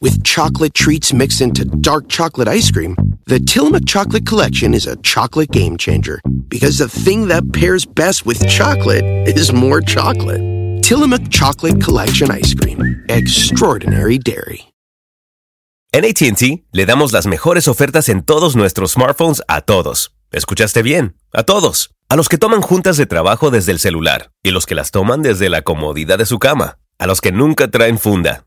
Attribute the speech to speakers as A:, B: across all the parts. A: with chocolate treats mixed into dark chocolate ice cream, the Tillamook Chocolate Collection is a chocolate game changer because the thing that pairs best with chocolate is more chocolate. Tillamook Chocolate Collection Ice Cream. Extraordinary Dairy.
B: En ATT le damos las mejores ofertas en todos nuestros smartphones a todos. ¿Escuchaste bien? A todos. A los que toman juntas de trabajo desde el celular y los que las toman desde la comodidad de su cama. A los que nunca traen funda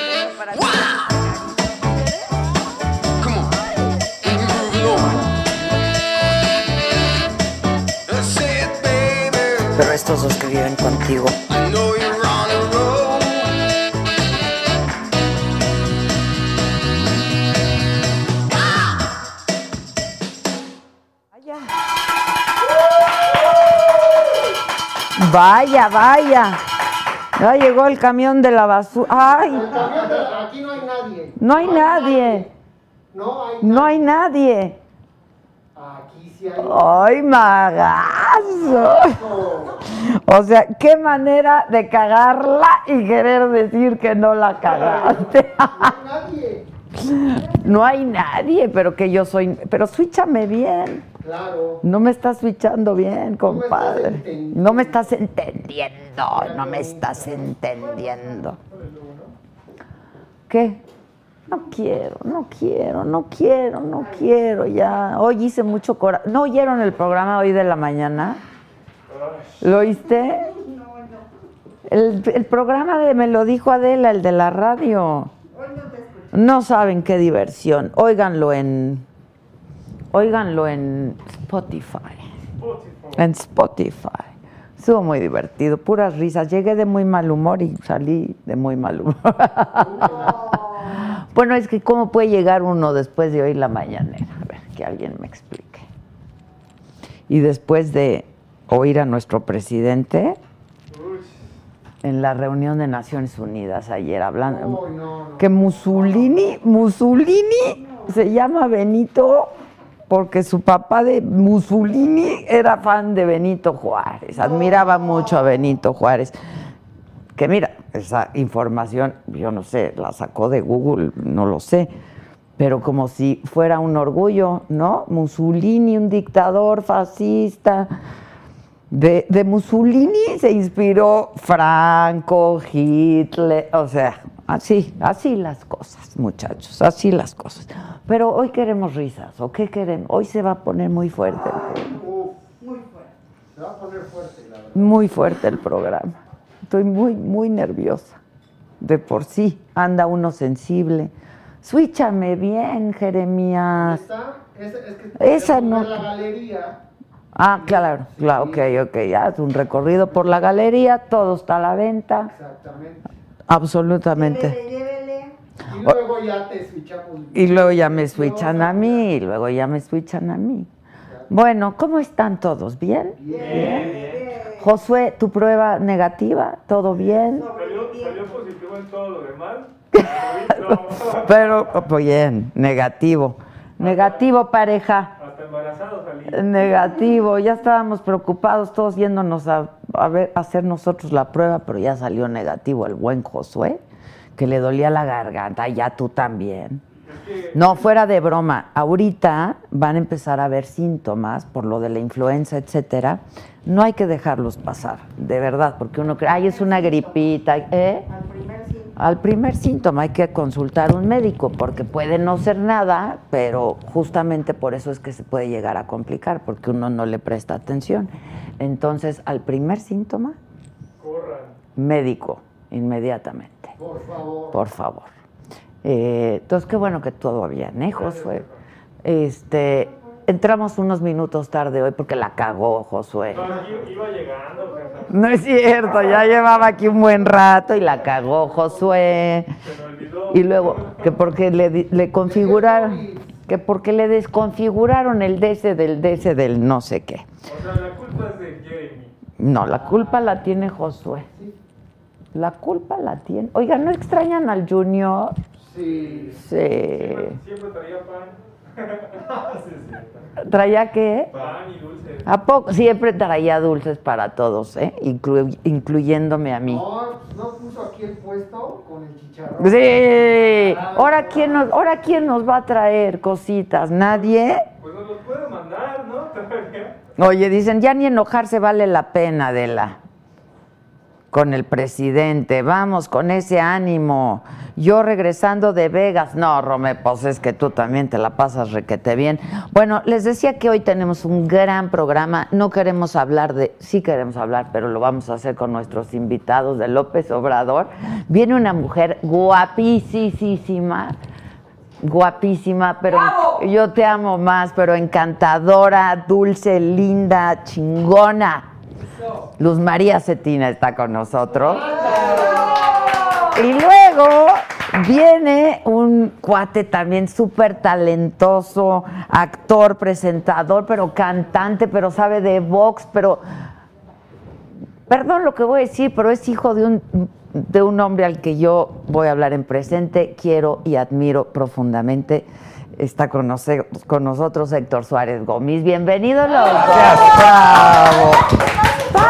C: Come on. Moving on. Let's say it, baby.
D: Pero estos dos que viven contigo.
C: I know you're on a roll.
D: Vaya, vaya. Ya llegó el camión de la basura. ¡Ay!
E: Camión de- Aquí no hay nadie.
D: No hay nadie.
E: No hay.
D: No hay nadie.
E: Aquí sí hay.
D: ¡Ay, magazo! O sea, qué manera de cagarla y querer decir que no la cagaste.
E: Nadie.
D: No hay nadie, pero que yo soy. Pero switchame bien.
E: Claro.
D: No me estás switchando bien, compadre.
E: entendiendo.
D: No me estás entendiendo. No me estás entendiendo. ¿Qué? No quiero, no quiero, no quiero, no quiero ya. Hoy hice mucho coraje. ¿No oyeron el programa hoy de la mañana? ¿Lo oíste? El, el programa de, me lo dijo Adela, el de la radio. No saben qué diversión. Óiganlo en Óiganlo en Spotify. En Spotify. Estuvo muy divertido, puras risas. Llegué de muy mal humor y salí de muy mal humor. bueno, es que ¿cómo puede llegar uno después de hoy la mañanera? A ver, que alguien me explique. Y después de oír a nuestro presidente en la reunión de Naciones Unidas ayer hablando que Mussolini, Mussolini se llama Benito porque su papá de Mussolini era fan de Benito Juárez, admiraba mucho a Benito Juárez. Que mira, esa información, yo no sé, la sacó de Google, no lo sé, pero como si fuera un orgullo, ¿no? Mussolini, un dictador fascista, de, de Mussolini se inspiró Franco, Hitler, o sea, así, así las cosas, muchachos, así las cosas. Pero hoy queremos risas, ¿o qué queremos? Hoy se va a poner muy fuerte. Muy fuerte el programa. Estoy muy, muy nerviosa. De por sí, anda uno sensible. Switchame bien, Jeremías.
E: Esa es, es que
D: Esa
E: tenemos
D: no.
E: que ver La galería.
D: Ah, claro, claro, ok, ok, ya, es un recorrido por la galería, todo está a la venta,
E: Exactamente.
D: absolutamente.
E: Y luego ya te switchamos.
D: Y luego ya me switchan a mí, y luego ya me switchan a mí. Bueno, ¿cómo están todos? ¿Bien? Bien. Josué, tu prueba negativa, ¿todo bien?
F: Salió, salió positivo en todo lo demás.
D: Pero, oh, bien, negativo. Negativo, pareja.
F: Hasta embarazado salí.
D: Negativo, ya estábamos preocupados todos yéndonos a, a ver, a hacer nosotros la prueba, pero ya salió negativo el buen Josué, que le dolía la garganta, ya tú también. No, fuera de broma, ahorita van a empezar a haber síntomas por lo de la influenza, etcétera. No hay que dejarlos pasar, de verdad, porque uno cree, ay, es una gripita, ¿eh? Al primer síntoma hay que consultar a un médico porque puede no ser nada, pero justamente por eso es que se puede llegar a complicar porque uno no le presta atención. Entonces, al primer síntoma, médico inmediatamente. Por favor. Por favor. Eh, entonces, qué bueno que todo bien, ¿eh, Josué? Este, entramos unos minutos tarde hoy porque la cagó Josué.
F: Iba llegando, o sea,
D: No es cierto, ya llevaba aquí un buen rato y la cagó Josué.
F: se me olvidó olvidó.
D: Y luego, que porque le, di- le configuraron, que porque le desconfiguraron el DC del DC del no sé qué.
F: O sea, la culpa es de Jeremy.
D: No, la culpa la tiene Josué. La culpa la tiene. Oiga, ¿no extrañan al Junior?
E: Sí.
D: Sí.
F: Siempre, siempre traía pan. Sí, es cierto.
D: ¿Traía qué?
F: pan y dulce.
D: ¿A poco? Siempre traía dulces para todos, ¿eh? Inclu- incluyéndome a mí.
E: No, no puso aquí el puesto con el chicharrón. Ah,
D: Sí. Ahora quién nos, ahora quién nos va a traer cositas, nadie.
F: Pues nos los puede mandar, ¿no? Todavía.
D: Oye, dicen ya ni enojarse vale la pena de la con el presidente. Vamos con ese ánimo. Yo regresando de Vegas. No, Rome, pues es que tú también te la pasas requete bien. Bueno, les decía que hoy tenemos un gran programa. No queremos hablar de, sí queremos hablar, pero lo vamos a hacer con nuestros invitados de López Obrador. Viene una mujer guapísima. Guapísima, pero yo te amo más, pero encantadora, dulce, linda, chingona. Luz María Cetina está con nosotros. Y luego viene un cuate también súper talentoso, actor, presentador, pero cantante, pero sabe de box, pero... Perdón lo que voy a decir, pero es hijo de un, de un hombre al que yo voy a hablar en presente, quiero y admiro profundamente. Está con, noce- con nosotros Héctor Suárez Gómez. Bienvenidos los dos. ¡Bravo!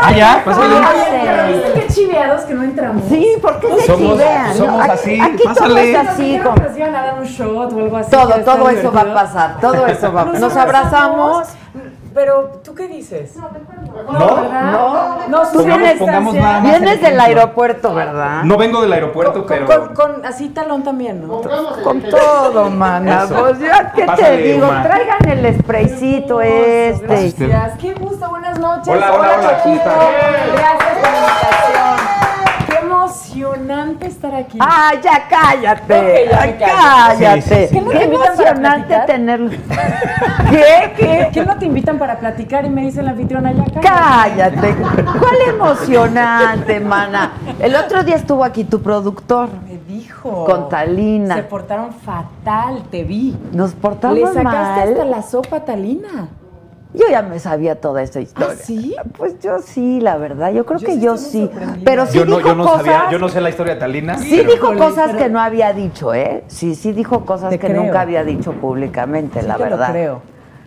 G: Ah, ya, pues, oye.
H: Pero viste qué chiveados que no entramos.
D: Sí, porque se
G: Somos-
D: chivean? ¿no?
G: somos
D: Aquí-
G: así,
D: aquí todo
G: pásale.
D: es
H: Nos
D: así,
H: dijeron
D: como-
H: que nos iban a dar un shot o algo así. que
D: todo,
H: está
D: todo eso va a
H: divertido.
D: pasar, todo eso va a pasar. Nos abrazamos.
H: Pero, ¿tú qué dices? No,
G: No,
H: no,
D: tú
H: Susana
D: vienes-
G: pongamos
H: Estancia.
G: nada más
D: Vienes del aeropuerto, ¿verdad?
G: no vengo del aeropuerto,
H: Con,
G: pero.
H: con- con- así talón también, ¿no?
E: Pongamos el
D: Con
E: que-
D: todo, mana.
G: Eso.
D: Pues ya, ¿qué te
G: Pásale,
D: digo?
G: Uma.
D: Traigan el spraycito
H: Hermoso,
D: este.
H: Gracias. Qué gusto, buenas noches.
G: Hola, hola, hola, ¿cómo
H: Paquito.
G: están?
H: Gracias por la invitación. Qué emocionante estar aquí.
D: Ah, ya cállate.
H: Ok, ya me
D: Ay,
H: callo.
D: cállate.
H: sí, sí. ¿Qué
D: Qué
H: nos invitan para
D: emocionante
H: platicar?
D: tenerlo. ¿Qué? ¿Qué?
H: ¿Qué no te invitan para platicar? Y me dice la anfitriona, ya cállate.
D: Cállate. ¿Cuál emocionante, mana? El otro día estuvo aquí tu productor.
H: Me dijo.
D: Con Talina.
H: Se portaron fatal, te vi.
D: Nos portamos
H: Le sacaste
D: mal.
H: hasta la sopa a Talina.
D: Yo ya me sabía toda esa historia.
H: ¿Ah, sí?
D: Pues yo sí, la verdad. Yo creo
H: Yo
D: que
H: sí
D: yo
H: estoy
D: sí.
H: muy sorprendida.
D: Pero sí
G: yo
D: dijo
G: no, yo no
D: cosas.
G: sabía, yo no sé la historia de Talina.
D: Sí
G: pero-
D: dijo
H: Híjole,
D: cosas
H: pero-
D: que no había dicho, ¿eh? Sí, sí dijo cosas
H: Te
D: que
H: creo.
D: nunca había dicho públicamente,
H: Sí
D: la
H: te lo
D: verdad.
H: creo.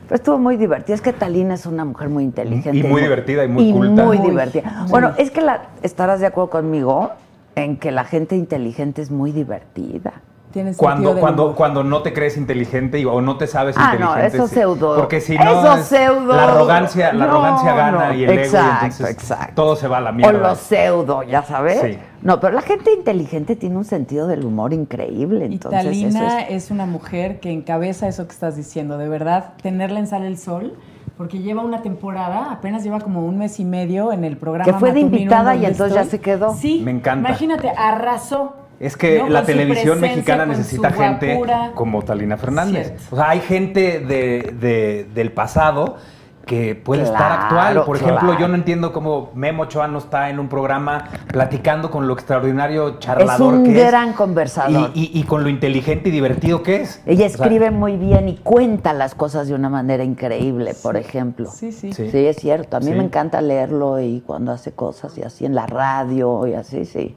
D: Pero estuvo muy divertida. Es que Talina es una mujer muy inteligente.
G: Y muy divertida y muy culta.
D: muy
G: Muy,
D: divertida.
H: sí.
D: Bueno, es que la, estarás de acuerdo conmigo en que la gente inteligente es muy divertida.
H: Tienes
G: Cuando, cuando, cuando no te crees inteligente y- o no te sabes
D: Ah, no,
G: inteligente.
D: eso
G: sí.
D: pseudo.
G: Porque si no.
D: Eso
G: es-
D: pseudo.
G: La arrogancia, la
D: No,
G: arrogancia gana
D: no.
G: y el ego.
D: Exacto,
G: Y entonces
D: exacto.
G: Todo se va a la
D: O
G: mierda.
D: lo pseudo, ya sabes.
G: Sí.
D: No, pero la gente inteligente tiene un sentido del humor increíble.
H: Y
D: Entonces, eso
H: Talina
D: es.
H: es... una mujer que encabeza eso que estás diciendo, de verdad, tenerla en Sale el Sol, porque lleva una temporada, apenas lleva como un mes y medio en el programa.
D: Que fue de
H: matutino en
D: invitada
H: donde
D: y entonces ya se quedó.
H: Sí,
G: Me encanta.
H: Imagínate, arrasó.
G: Es que
H: ¿no?
G: la
H: Con su
G: televisión
H: presencia,
G: mexicana
H: con
G: necesita
H: su
G: gente
H: guapura.
G: como Talina Fernández.
H: Cierto.
G: O sea, hay gente de, de- del pasado que puede estar
D: Claro,
G: actual. Por ejemplo,
D: claro.
G: yo no entiendo cómo Memo Ochoa no está en un programa platicando con lo extraordinario
D: Es
G: charlador
D: un
G: que es.
D: gran conversador.
G: Y, y- y con lo inteligente y divertido que es.
D: Ella
G: O sea,
D: escribe muy bien y cuenta las cosas de una manera increíble, por ejemplo.
H: Sí, sí.
G: Sí.
D: Sí, es cierto. A mí
G: Sí.
D: me encanta leerlo y cuando hace cosas y así en la radio y así, sí.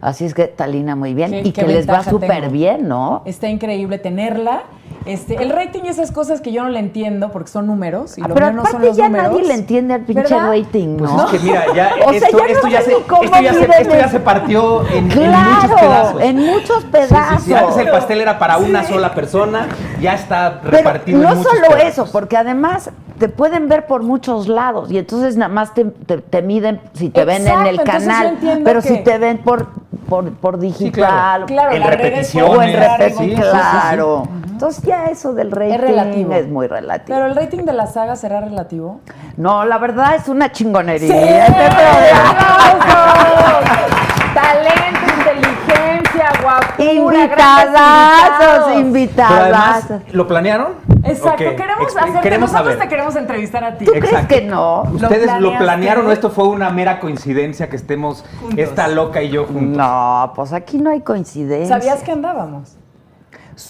D: Así es que Talina muy bien
H: Qué-
D: y
H: qué
D: que les va
H: ventaja
D: súper
H: tengo.
D: bien, ¿no?
H: Está increíble tenerla. Este, el rating y esas cosas que yo no le entiendo porque son números y
D: Ah,
H: lo
D: pero
H: mío no son
D: aparte
H: los
D: ya
H: números.
D: nadie le entiende al pinche
H: ¿Verdad?
D: rating,
G: Pues
D: ¿no?
G: es que mira, ya
D: O sea,
G: esto,
D: ya no
G: esto ya
D: sé
G: se,
D: ni cómo
G: esto ya se-
D: miden
G: esto ya
D: eso.
G: se partió en, en muchos
D: claro,
G: pedazos.
D: en muchos
G: Sí, sí,
D: pedazos.
G: sí, antes el pastel era para una sola persona, ya está
D: Pero
G: repartido en
D: no
G: muchos
D: solo
G: pedazos.
D: eso, porque además te pueden ver por muchos lados y entonces nada más te, te- te miden si te ven en
H: Exacto,
D: el
H: entonces yo
D: canal,
H: entiendo
D: pero
H: que-
D: si te ven por, por, por digital
G: claro,
H: Claro,
G: en
H: las redes
G: repeticiones.
D: o en
H: sociales,
D: repetición,
G: sí, sí, sí, sí.
D: claro. Entonces ya eso del rating es,
H: relativo.
D: muy relativo.
H: Pero el rating de la saga será relativo.
D: No, la verdad es una chingonería.
H: ¡Sí!
D: este programa.
H: ¡Aplausos! Talento, inteligencia, guapura,
D: Invitadazos,
H: grandes invitados.
I: Pero además,
D: invitadazos.
I: ¿lo planearon?
H: Exacto,
I: Ok,
H: queremos
I: expli-
H: hacerte,
I: queremos
H: nosotros
I: saber.
H: te queremos entrevistar a ti.
D: ¿Tú crees que no?
I: ¿Ustedes lo
H: planeaste?
I: planearon o esto fue una mera coincidencia que estemos esta loca y yo juntos?
D: No, pues aquí no hay coincidencia.
H: ¿Sabías que andábamos?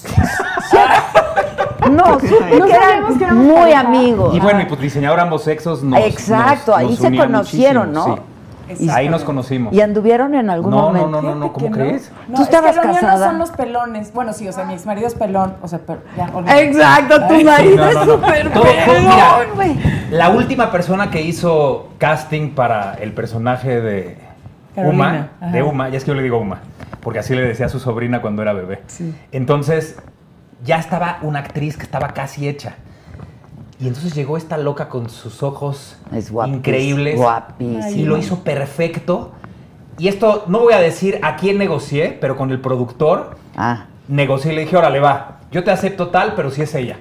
D: No, supe
H: No
D: que eran
H: sabíamos que éramos
D: muy
H: pareja.
D: amigos.
I: Y bueno, y pues diseñador ambos sexos nos
D: Mm. Exacto,
I: nos-
D: ahí
I: nos
D: se
I: unía
D: conocieron,
I: muchísimo,
D: ¿no?
I: sí. Ahí nos
H: Exactamente.
I: conocimos.
D: ¿Y anduvieron en algún
I: No, no,
D: momento?
I: no, no, no, ¿cómo
H: Fíjate que
I: crees?
H: No,
D: ¿Tú
H: es que
D: estabas
H: lo mío
D: casada?
H: no son los pelones. Bueno, sí, o sea, mi ex marido es pelón. O sea, pero ya, olvídate.
D: Exacto, tu marido
I: no,
D: es
I: no, no.
D: súper
I: Todo- todo- mira.
D: pelón, güey.
I: La última persona que hizo casting para el personaje de
H: Carolina,
I: Uma,
H: ajá.
I: de Uma, ya es que yo le digo Uma, porque así le decía a su sobrina cuando era bebé.
H: Sí.
I: Entonces, ya estaba una actriz que estaba casi hecha. Y entonces llegó esta loca con sus ojos
D: Es guapísimo.
I: increíbles.
D: Guapísimo.
I: Y lo hizo perfecto. Y esto no voy a decir a quién negocié, pero con el productor
D: Ah,
I: negocié y le dije, órale, va, yo te acepto tal, pero si es ella.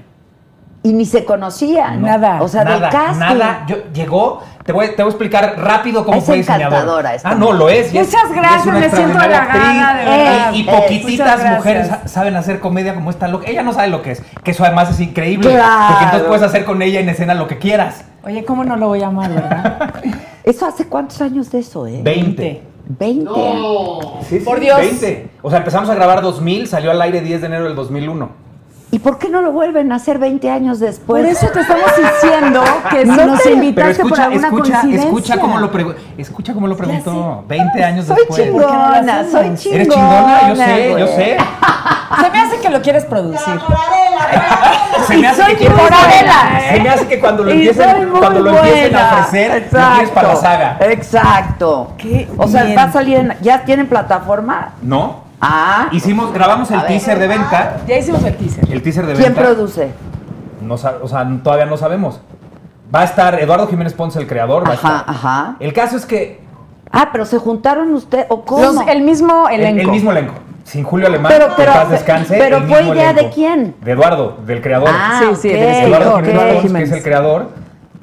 D: y ni se conocían.
H: No. Nada,
D: O sea,
I: nada,
D: de casting.
I: Nada, yo, llegó, te voy, te voy a explicar rápido cómo
D: Es
I: fue diseñadora.
D: encantadora esta
I: Ah, no,
D: mujer.
I: lo es. y es-
H: Muchas
I: y es
H: gracias,
I: una
H: me siento
I: extraordinaria
H: halagada, de
I: actriz,
D: verdad.
I: Y, y
D: Es,
I: poquititas
H: muchas
I: mujeres
H: gracias.
I: saben hacer comedia como esta loca. Ella no sabe lo que es, que eso además es increíble.
D: Claro.
I: Porque entonces puedes hacer con ella en escena lo que quieras.
H: Oye, ¿cómo no lo voy a amar, verdad?
D: ¿Eso hace cuántos años de eso, eh?
I: 20.
D: Veinte.
J: No.
I: Sí, sí,
H: Por Dios.
I: 20. O sea, empezamos a grabar 2000, salió al aire 10 de enero del 2001.
D: ¿Y por qué no lo vuelven a hacer 20 años después?
H: Por eso te estamos diciendo que si
D: No
H: nos
D: te-
I: Pero
H: invitaste por
I: escucha,
H: alguna
I: escucha,
H: coincidencia.
I: escucha cómo lo preguntó. Escucha cómo lo preguntó. 20 años
D: soy
I: después.
D: chingona,
H: ¿Por qué no lo
D: soy
H: hacemos?
D: chingona.
I: Eres chingona, yo sé, yo
D: güey.
I: sé.
H: Se me hace que lo quieres producir.
I: Se me hace que quieres-
D: muy buena, ¿eh?
I: Se me hace que cuando lo
D: Y soy
I: empiecen,
D: muy
I: cuando lo empiecen a
D: buena.
I: ofrecer, lo quieres
D: Exacto, Eh.
I: para la saga.
D: Exacto.
H: Qué
D: o sea,
H: bien.
D: va a salir en- ¿Ya tienen plataforma?
I: ¿No?
D: Ah.
I: Hicimos, grabamos el
D: A ver.
I: teaser de venta.
H: Ya hicimos el teaser.
I: El teaser de
D: ¿Quién
I: venta.
D: produce?
I: No sa- o sea, n- todavía no sabemos. Va a estar Eduardo Jiménez Ponce, el creador. va a
D: Ajá,
I: estar.
D: ajá.
I: El caso es que
D: Ah, pero se juntaron ustedes. ¿O cómo?
H: Los- el mismo
I: el,
H: elenco.
I: el mismo elenco. Sin Julio Alemán,
D: Pero-
I: que
D: pero-
I: paz descanse.
D: pero
I: el
D: ¿fue
I: mismo
D: idea de
I: elenco.
D: quién?
I: De Eduardo, del creador.
D: Ah,
H: Sí, sí,
D: ok,
H: de
I: Eduardo,
D: ok.
I: Jiménez, Barros, que
H: Jiménez.
I: es el creador,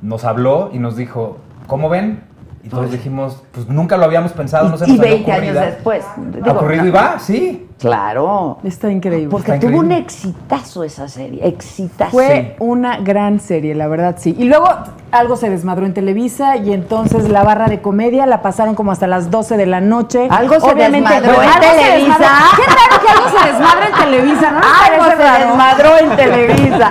I: nos habló y nos dijo, ¿cómo ven? Y todos dijimos, pues nunca lo habíamos pensado, no se
D: Y-
I: nos
D: y
I: había
D: 20 años
I: ocurrido.
D: después. Digo,
I: Ocurrido
D: no.
I: y va, sí.
D: Claro.
H: Está increíble.
D: Porque
I: Está
D: tuvo un
I: increíble.
D: exitazo esa serie. Exitazo.
H: Fue una gran serie, la verdad, sí. Y luego algo se desmadró en Televisa y entonces la barra de comedia la pasaron como hasta las 12 de la noche.
D: Algo se desmadró en
H: algo se
D: Televisa.
H: desmadró. Qué raro que algo se desmadre en Televisa, ¿no? les
D: Algo
H: parece
D: se
H: raro?
D: desmadró en Televisa.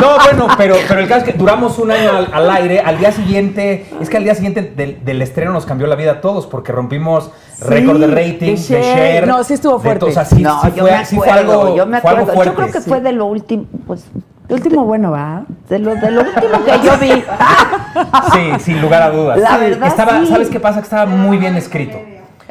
I: No, bueno, pero, pero el caso es que duramos un año al, al aire. Al día siguiente, es que al día siguiente del, del estreno nos cambió la vida a todos porque rompimos récord de rating, de share.
H: share. No, sí estuvo
I: de
H: fuerte.
I: todo. O sea, sí,
D: no,
I: sí
D: yo,
I: fue,
D: me
I: sí fue
D: acuerdo,
I: algo,
D: yo me
I: fue algo
D: acuerdo.
I: fuerte.
D: Yo creo que fue de lo último, pues,
H: El último bueno va.
D: de lo, de lo último que yo vi.
I: Sí, sin lugar a dudas.
D: La verdad,
I: Estaba-
D: sí.
I: ¿Sabes qué pasa? Que estaba muy bien escrito.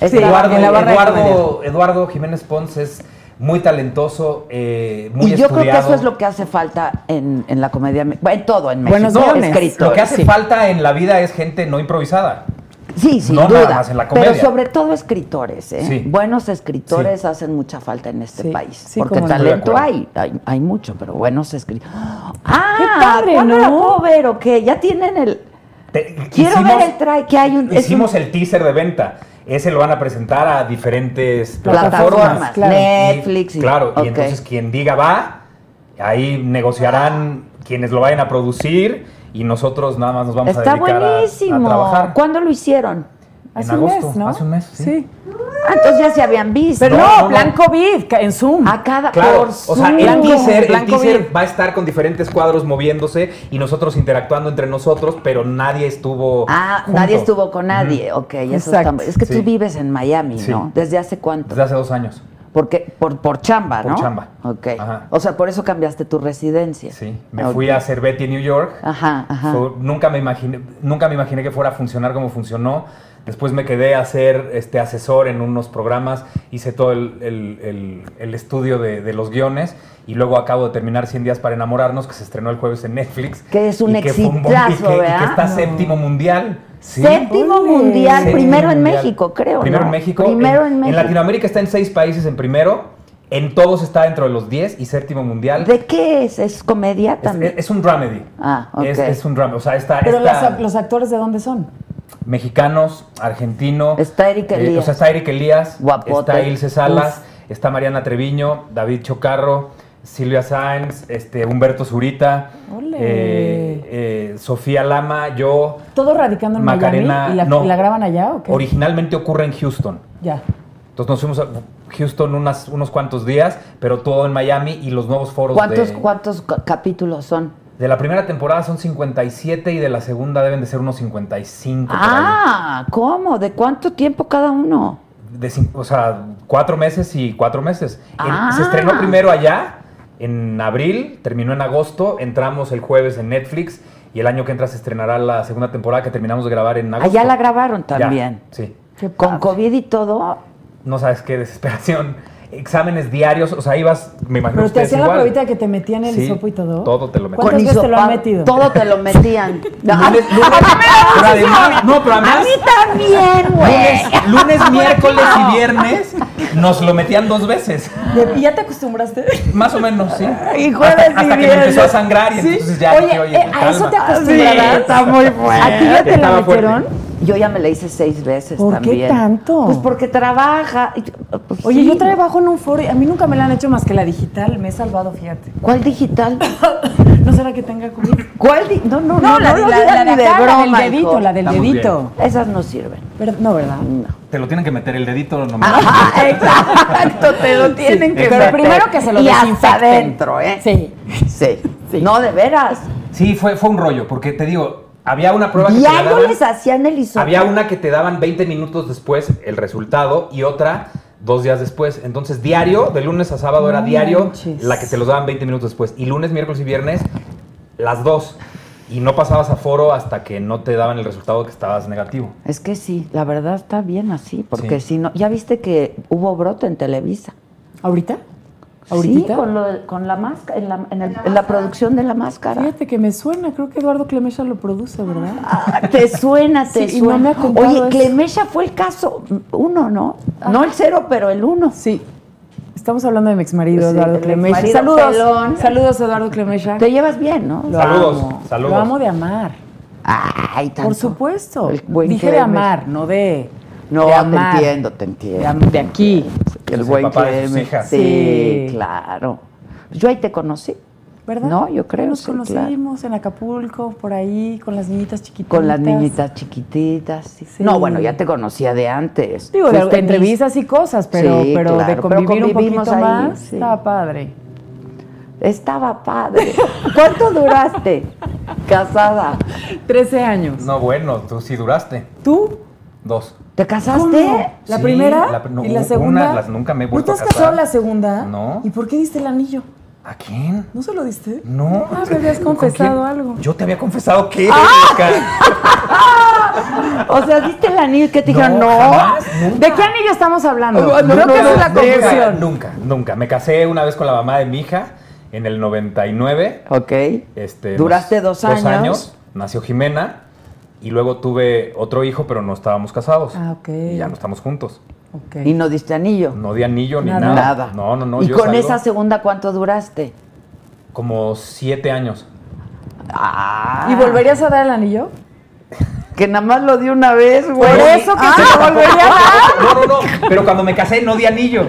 D: Sí,
I: Eduardo,
H: en la barra de
I: Eduardo, Eduardo Jiménez Ponce es muy talentoso, eh, muy
D: y yo
I: estudiado.
D: creo que eso es lo que hace falta en, en la comedia, me- en todo en México,
H: Buenos guiones.
D: escrito.
I: Lo que hace
D: sí.
I: falta en la vida es gente no improvisada.
D: Sí, sin
I: no
D: duda.
I: nada más en la comedia.
D: Pero sobre todo escritores, ¿eh?
I: Sí.
D: Buenos escritores
I: Sí.
D: hacen mucha falta en este
H: Sí,
D: país.
H: sí,
D: porque
H: cómo no.
D: talento
I: Estoy de
D: hay, hay, hay mucho, pero buenos escritores. ¡Ah!
H: Qué padre,
D: ¿cuándo la
H: ¿no?
D: puedo ver o qué? Ya tienen el...
I: Te-
D: Quiero ver el try, que hay un- es
I: Hicimos
D: un-
I: el teaser de venta. Ese lo van a presentar a diferentes
D: Plataformas,
I: plataformas.
H: claro.
D: Netflix y-
I: Y, claro,
D: ok.
I: y entonces quien diga va, ahí negociarán quienes lo vayan a producir y nosotros nada más nos vamos
D: Está
I: a dedicar a-
D: buenísimo.
I: a, trabajar.
D: ¿Cuándo lo hicieron?
I: En
H: Hace un
I: agosto,
H: mes, ¿no?
I: hace un mes, sí.
D: Ah, entonces ya se habían visto.
H: Pero
I: No,
H: no,
I: no,
H: plan
I: no.
H: COVID, ca- en Zoom.
D: a cada
I: Claro,
D: por
I: o sea, el
D: Zoom.
I: teaser, el
H: blanco
I: teaser
H: bien.
I: va a estar con diferentes cuadros moviéndose y nosotros interactuando entre nosotros, pero nadie estuvo.
D: Ah,
I: junto.
D: nadie estuvo con nadie. Ok, eso
H: Exacto.
D: está- Es que
I: Sí.
D: tú vives en Miami,
I: Sí.
D: ¿no? ¿Desde hace cuánto?
I: Desde hace dos años.
D: Porque por, por chamba,
I: Por
D: ¿no?
I: chamba.
D: Ok.
I: Ajá.
D: O sea, por eso cambiaste tu residencia.
I: Sí, me
D: Ok.
I: fui a Cerveti, New York.
D: Ajá, ajá.
I: Fue- nunca, me imaginé, nunca me imaginé que fuera a funcionar como funcionó. Después me quedé a ser este, asesor en unos programas, hice todo el, el- el- el estudio de, de los guiones y luego acabo de terminar 100 días para enamorarnos, que se estrenó el jueves en Netflix.
D: Que es un
I: y que fue bombo- y
D: exitazo,
I: que- y que,
D: ¿verdad?
I: está
D: No.
I: séptimo mundial. Sí.
D: Séptimo
H: Ole.
D: mundial,
I: Séptimo
D: primero en
I: mundial.
D: México, creo.
I: Primero
D: ¿no?
I: en México.
D: Primero en, México.
I: Latinoamérica está en seis países en primero. En todos está dentro de los 10 y séptimo mundial.
D: ¿De qué es? ¿Es comedia
I: Es,
D: también?
I: es- es un dramedy.
D: Ah, ok.
I: Es, es un drama. O sea, está,
H: Pero
I: está
H: las- los actores de dónde son?
I: mexicanos, argentino.
D: Está Eric
I: eh,
D: Elías.
I: o sea, está Eric Elías.
D: Guapote.
I: Está Ilse Salas.
D: Uf.
I: Está Mariana Treviño, David Chocarro, Silvia Sáenz, este, Humberto Zurita,
H: Ole.
I: eh, eh, Sofía Lama, yo.
H: ¿Todo radicando en
I: Macarena,
H: Miami? ¿Y la,
I: no.
H: y la graban allá o qué?
I: Originalmente ocurre en Houston.
H: ya.
I: Entonces nos fuimos a Houston unas, unos cuantos días, pero todo en Miami y los nuevos foros
D: ¿Cuántos,
I: de,
D: ¿Cuántos ca- capítulos son?
I: de la primera temporada son 57 y de la segunda deben de ser unos 55. por ahí.
D: Ah, ¿cómo? ¿De cuánto tiempo cada uno?
I: De cin- o sea, cuatro meses y cuatro meses. En-
D: Ah.
I: se estrenó primero allá en abril, terminó en agosto, entramos el jueves en Netflix y el año que entra se estrenará la segunda temporada que terminamos de grabar en agosto.
D: Allá la grabaron
I: Ya,
D: también.
I: sí.
H: Qué
D: Con
H: padre.
D: COVID y todo.
I: No sabes qué desesperación. Exámenes diarios, o sea, ibas, me imagino
H: Pero te
I: ustedes
H: hacían la
I: igual.
H: pruebita de que te metían el
I: Sí,
H: sopo y todo.
I: todo te lo metían.
H: ¿Cuántas
D: con
H: veces te lo han
D: hisopado,
H: metido?
D: Todo te lo metían. No,
I: Lunes- lunes- pero además- no, pero además-
D: A mí también, güey.
I: Lunes, miércoles y viernes nos lo metían dos veces.
H: De- ¿Y ya te acostumbraste?
I: Más o menos, sí.
D: Y jueves
I: hasta, hasta
D: y
I: que me empezó a
D: viernes.
I: sangrar y
H: Sí.
I: entonces ya
H: Oye,
I: dije,
H: eh, ¿a eso te
I: calma. Ah,
H: acostumbrarás?
I: Sí,
H: Está muy bueno.
D: ¿A ti ya te la
I: Estaba fuerte.
D: metieron? Yo ya me la hice seis veces
H: ¿Por qué
D: también.
H: tanto?
D: Pues porque trabaja. y- pues
H: Oye,
D: sí.
H: yo trabajo en un foro y a mí nunca me la han hecho más que la digital. Me he salvado, fíjate.
D: ¿Cuál digital?
H: ¿No será que tenga COVID?
D: ¿Cuál? di- no, no, no, no,
H: de
D: lo digas ni de
H: acá,
D: broma,
H: del dedito,
D: hijo.
H: la del
I: Está muy
H: dedito.
D: Esas no sirven.
H: Pero, no, ¿verdad?
I: Te lo tienen que meter el dedito nomás.
D: Ajá, exacto, te lo tienen que
H: Pero
D: meter.
H: primero que se lo
D: y hasta
H: desinfecten.
D: adentro, ¿eh?
H: Sí.
D: Sí. No, de veras.
I: Sí, fue, fue un rollo, porque te digo, había una prueba que te la
D: Diario
I: daban-
D: les hacían el hisopado.
I: Había una que te daban 20 minutos después el resultado y otra dos días después. Entonces, diario, de lunes a sábado era
H: No
I: diario
H: manches.
I: la que te los daban 20 minutos después. Y lunes, miércoles y viernes, las dos. Y no pasabas a foro hasta que no te daban el resultado que estabas negativo.
D: Es que sí, la verdad está bien así, porque
I: Sí.
D: si no, ya viste que hubo brote en Televisa.
H: ¿Ahorita?
D: Sí,
H: ¿Ahorita?
D: con, lo de- con la máscara, en la, en el- en la producción de la máscara.
H: Fíjate que me suena, creo que Eduardo Clemesa lo produce, ¿verdad?
D: Ah, te suena, te
H: Sí, y no
D: suena.
H: me ha contado
D: Oye,
H: eso.
D: Clemesha fue el caso uno, ¿no? No el cero, pero el uno.
H: Sí. Estamos hablando de mi exmarido,
D: Sí,
H: Eduardo
D: el
H: Clemesa.
D: exmarido
H: Saludos.
D: pelón.
H: Saludos, Eduardo Clemesa.
D: Te llevas bien, ¿no?
H: Lo
I: Saludos,
H: amo.
I: saludos.
H: Lo amo de amar.
D: Ay, tanto.
H: Por supuesto.
D: El buen
H: Dije de
D: Clemes.
H: amar, no de.
D: No,
H: de
D: te
H: amar.
D: entiendo, te entiendo.
H: De am- de aquí.
D: El
I: Es el
D: buen
I: papá de sus
D: Clemen.
I: hijas.
D: Sí,
H: Sí.
D: claro. Yo ahí te conocí.
H: ¿Verdad?
D: No, yo creo,
H: Nos
D: sí,
H: conocimos en Acapulco, por ahí, con las niñitas chiquititas.
D: Con las niñitas chiquititas. sí.
H: Sí.
D: No, bueno, ya te conocía de antes.
H: Digo, de
D: Fuiste
H: entrevistas y cosas, pero,
D: Sí,
H: pero
D: claro,
H: de
D: pero
H: convivir un
D: convivimos
H: poquito
D: ahí,
H: más,
D: sí.
H: estaba padre.
D: mis- Estaba padre. ¿Cuánto duraste casada?
H: 13 años.
I: No, bueno, tú sí duraste.
H: ¿Tú?
I: Dos.
D: ¿Te casaste?
H: ¿Cómo? ¿La
I: Sí,
H: primera?
I: la pr- no,
H: ¿Y la
I: una,
H: segunda?
I: las- nunca me he
H: ¿No te
I: vuelto
H: has
I: a
H: casado
I: casar.
H: la segunda?
I: No.
H: ¿Y por qué diste el anillo?
I: ¿A quién?
H: ¿No se lo diste?
I: No.
H: Ah, me habías
I: ¿Con
H: confesado
I: quién?
H: algo. Ah,
I: Yo te había confesado qué. Rebeca?
D: O sea, ¿diste el anillo y qué te
I: No,
D: dijeron? No.
I: jamás, nunca.
H: ¿De qué anillo estamos hablando? Creo que
I: Nunca,
H: esa es la
I: nunca,
H: confusión.
I: Nunca, nunca. Me casé una vez con la mamá de mi hija en el 99.
D: Ok.
I: Este,
D: Duraste
I: nos-
D: dos años.
I: Dos años. Nació Jimena y luego tuve otro hijo, pero no estábamos casados.
H: Ah, ok.
I: Y ya no estamos juntos.
H: Ok.
D: Y no diste anillo.
I: No di anillo ni
H: Nada.
I: nada.
D: Nada.
I: No, no, no.
D: ¿Y
I: yo
D: con
I: salgo
D: esa segunda cuánto duraste?
I: Como siete años.
D: Ah.
H: ¿Y volverías a dar el anillo?
D: Que nada más lo di una vez, güey.
H: Por eso que
I: Ah.
H: se lo volvería a dar.
I: No, no, no. Pero cuando me casé no di anillo.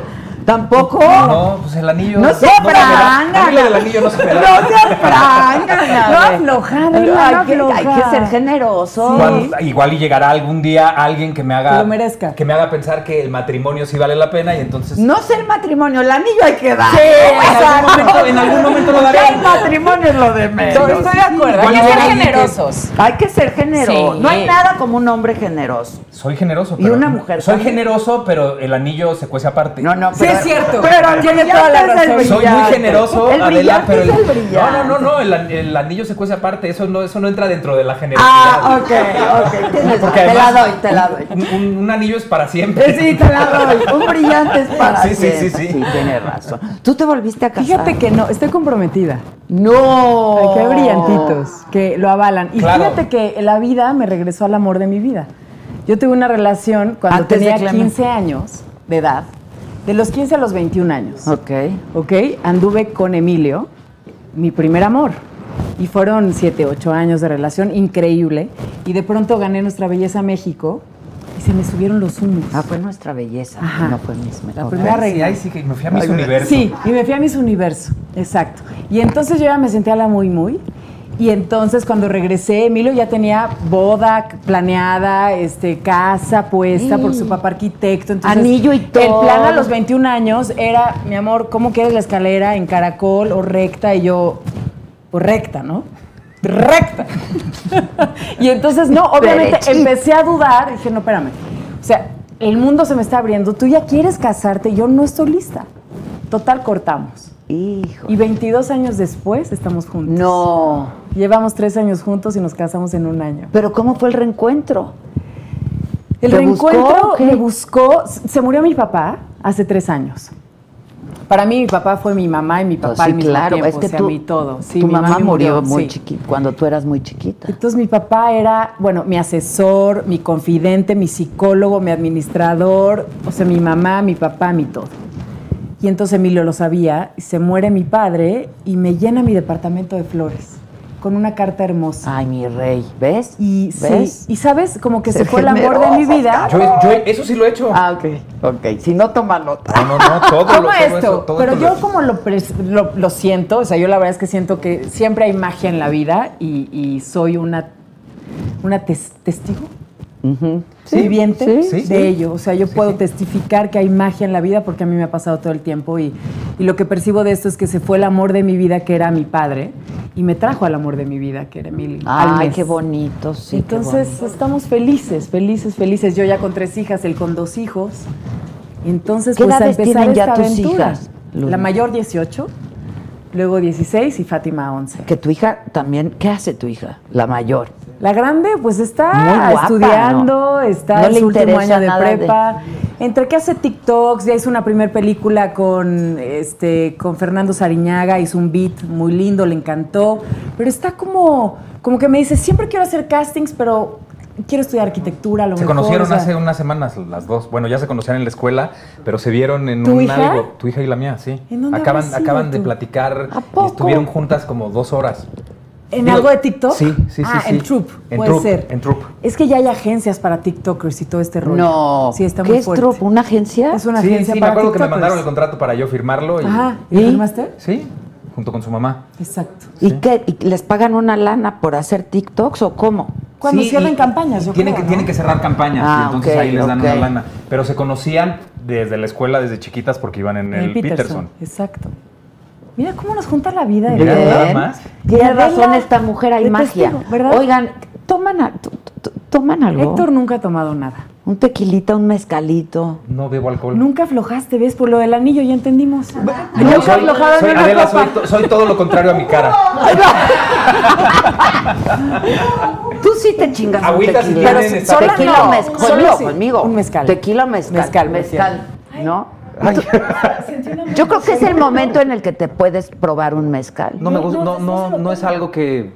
D: Tampoco.
H: Oh.
I: No, pues el anillo.
D: No seas
I: se me da.
D: franga.
I: A mí lo del anillo no se me da.
D: No seas franga.
H: No
D: güey.
H: aflojar,
D: Hay
H: Adela, no
D: que- hay
H: aflojar.
D: que ser generoso.
I: Cuando- igual y llegará algún día alguien que me haga
H: Que lo merezca.
I: que me haga pensar que el matrimonio sí vale la pena y entonces
D: No sé el matrimonio, el anillo hay que dar.
I: en, algún momento, en algún momento lo daré.
D: Ya el matrimonio es lo de menos.
H: de acuerdo.
I: Igual no hay alguien que-
D: Hay que ser generoso.
H: Sí.
D: No hay nada como un hombre generoso.
I: Soy generoso,
D: Y
I: pero
D: una mujer
I: Soy
D: también.
I: generoso, pero el anillo se cuece aparte.
D: No, no,
H: Sí,
D: pero-
H: es cierto.
D: Pero
H: Tiene
D: tiene
H: toda la razón.
D: Es el
I: Soy muy
D: brillante.
I: generoso,
D: el
I: Adela,
D: brillante
I: pero
D: es el brillante.
I: No, no, no, no, el, an- el anillo se cuece aparte, eso no eso no entra dentro de la generosidad.
D: Ah, ok, ok. tienes-
I: Porque
D: te la
I: además-
D: doy, te la doy.
I: Un, un- un anillo es para siempre.
D: Eh, Sí, te la doy. Un brillante es para
I: Sí, sí, sí,
D: siempre.
I: sí.
D: tienes razón. Tú te volviste a casar.
H: Fíjate que no, estoy comprometida.
D: No.
H: Ay, qué brillantitos, que lo avalan. Y
I: Claro.
H: fíjate que la vida me regresó al amor de mi vida. Yo tuve una relación cuando
D: Antes de
H: tenía
D: Clemen.
H: 15 años de edad, de los 15 a los 21 años.
D: Ok.
H: ¿ok? Anduve con Emilio, mi primer amor. Y fueron 7, 8 años de relación increíble. Y de pronto gané Nuestra Belleza México. y se me subieron los humos.
D: Ah, fue nuestra belleza,
H: Ajá.
D: no fue mis
H: La
D: mejores.
H: primera
I: Sí, ahí sí que me fui a mis
D: Pues Ay,
I: universos.
H: Sí, y me fui a mis universo, exacto. Y entonces yo ya me senté a la muy muy. Y entonces cuando regresé, Emilio ya tenía boda planeada, este, casa puesta por su papá arquitecto. Entonces,
D: Mm. Anillo y todo.
H: El plan a los 21 años era, mi amor, ¿cómo quieres la escalera? ¿En caracol o recta? Y yo, pues recta, ¿no? Recta. y entonces, no, obviamente
D: Derechito.
H: empecé a dudar. Dije, no, espérame. O sea, el mundo se me está abriendo. Tú ya quieres casarte, yo no estoy lista. Total, cortamos.
D: Hijo.
H: Y 22 años después estamos juntos.
D: No.
H: Llevamos tres años juntos y nos casamos en un año.
D: Pero ¿cómo fue el reencuentro?
H: El
D: ¿Te buscó
H: reencuentro
D: o qué?
H: me buscó. Se murió mi papá hace tres años. Para mí, mi papá fue mi mamá y mi papá
D: Pues sí,
H: al mismo
D: claro,
H: tiempo,
D: es que
H: o sea,
D: tú,
H: mi todo. Sí,
D: tu
H: mi
D: mamá
H: me
D: murió, muy
H: sí.
D: chiquita, cuando tú eras muy chiquita.
H: Entonces mi papá era, bueno, mi asesor, mi confidente, mi psicólogo, mi administrador, o sea, mi mamá, mi papá, mi todo. Y entonces Emilio lo sabía, y se muere mi padre y me llena mi departamento de flores con una carta hermosa.
D: Ay, mi rey, ¿ves?
H: y sí,
D: Ah, ¿Ves?
H: y sabes, como que se,
D: Ser
H: fue el amor de mi
D: generosos,
H: vida.
I: Yo, yo eso sí lo he hecho.
D: Ah, ok, ok. Si no, toma nota.
I: No, no, no, todo lo
H: Como
I: todo
H: esto,
I: eso, todo
H: pero
I: esto
H: yo
I: lo-
H: como lo, pres- lo, lo siento, o sea, yo la verdad es que siento que siempre hay magia en la vida y, y soy una, una tes- testigo viviente
I: sí, sí.
H: de ello. O sea, yo puedo testificar que hay magia en la vida porque a mí me ha pasado todo el tiempo y, y lo que percibo de esto es que se fue el amor de mi vida que era mi padre y me trajo al amor de mi vida que era Emilio. al
D: Ay,
H: mes.
D: qué bonito, sí. qué
H: Entonces
D: bonito.
H: estamos felices, felices, felices. Yo ya con tres hijas, él con dos hijos. Entonces,
D: ¿Qué
H: pues a
D: edades
H: empezar
D: tienen ya
H: esta
D: tus
H: aventura.
D: hijas, Luna?
H: La mayor 18, luego 16 y Fátima 11.
D: Que tu hija también, ¿qué hace tu hija? La mayor.
H: La grande, pues está
D: Muy guapa,
H: estudiando,
D: ¿no?
H: está
D: No
H: en
D: le
H: su último
D: interesa
H: año de
D: nada de-
H: prepa. Entre que hace TikToks, ya hizo una primer película con este con Fernando Sariñaga, hizo un beat muy lindo, le encantó. Pero está como, como que me dice, siempre quiero hacer castings, pero quiero estudiar arquitectura, a lo
I: Se
H: mejor.
I: conocieron
H: o sea,
I: hace unas semanas las dos. Bueno, ya se conocían en la escuela, pero se vieron en
H: ¿Tu
I: un
H: hija?
I: algo. Tu hija y la mía, sí.
H: ¿En dónde
I: acaban
H: habrá sido
I: acaban de
H: tú?
I: platicar.
D: ¿A poco?
I: Estuvieron juntas como dos horas.
H: ¿En
I: Digo,
H: algo de TikTok?
I: Sí, sí, sí.
H: Ah,
I: sí.
H: en Troop,
I: En
H: puede
I: Troop,
H: ser.
I: En Troop.
H: Es que ya hay agencias para TikTokers y todo este rollo.
D: No.
H: Sí, está
D: ¿Qué
H: muy
D: es
H: fuerte.
D: Trup? ¿Una agencia?
H: Es una
I: sí,
H: agencia
I: sí, me
H: para
I: acuerdo que me
H: TikTokers.
I: mandaron el contrato para yo firmarlo y.
H: Ajá, ¿y lo
D: ¿Y?
H: firmaste?
I: Sí, junto con su mamá.
H: Exacto.
D: ¿Y qué? ¿Y les pagan una lana por hacer TikToks o cómo?
H: Cuando
I: Sí,
H: cierran
I: y-
H: campañas, yo
I: tienen
H: creo,
I: que
H: ¿no?
I: tienen que cerrar campañas
D: Ah,
I: y entonces
D: ok,
I: ahí les dan
D: ok.
I: una lana. Pero se conocían desde la escuela desde chiquitas porque iban en,
H: En
I: el Peterson.
H: Exacto. Mira cómo nos junta la vida.
I: Mira,
H: Elena.
I: nada más.
D: Tiene
H: Adela,
D: razón esta mujer, hay
H: de
D: magia.
H: testigo, ¿verdad?
D: Oigan, toman, a- t- t- toman algo.
H: Héctor nunca ha tomado nada.
D: Un tequilita, un mezcalito.
I: No bebo alcohol.
H: Nunca aflojaste, ¿ves? Por lo del anillo ya entendimos.
I: No,
H: Nunca
I: soy,
H: aflojaron
I: soy-
H: una
I: Adela,
H: copa.
I: soy, to- soy todo lo contrario a mi cara.
D: Tú sí te chingas un
I: Agüita si
D: tequila.
I: tienen, está
D: sola
H: bien.
D: no,
H: Sola
D: conmigo,
H: sí.
D: conmigo.
H: Un mezcal.
D: Tequila, mezcal.
H: Mezcal,
D: mezcal. ¿No? Yo creo que es el momento en el que te puedes probar un mezcal.
I: No me gusta, no, no, no es algo que,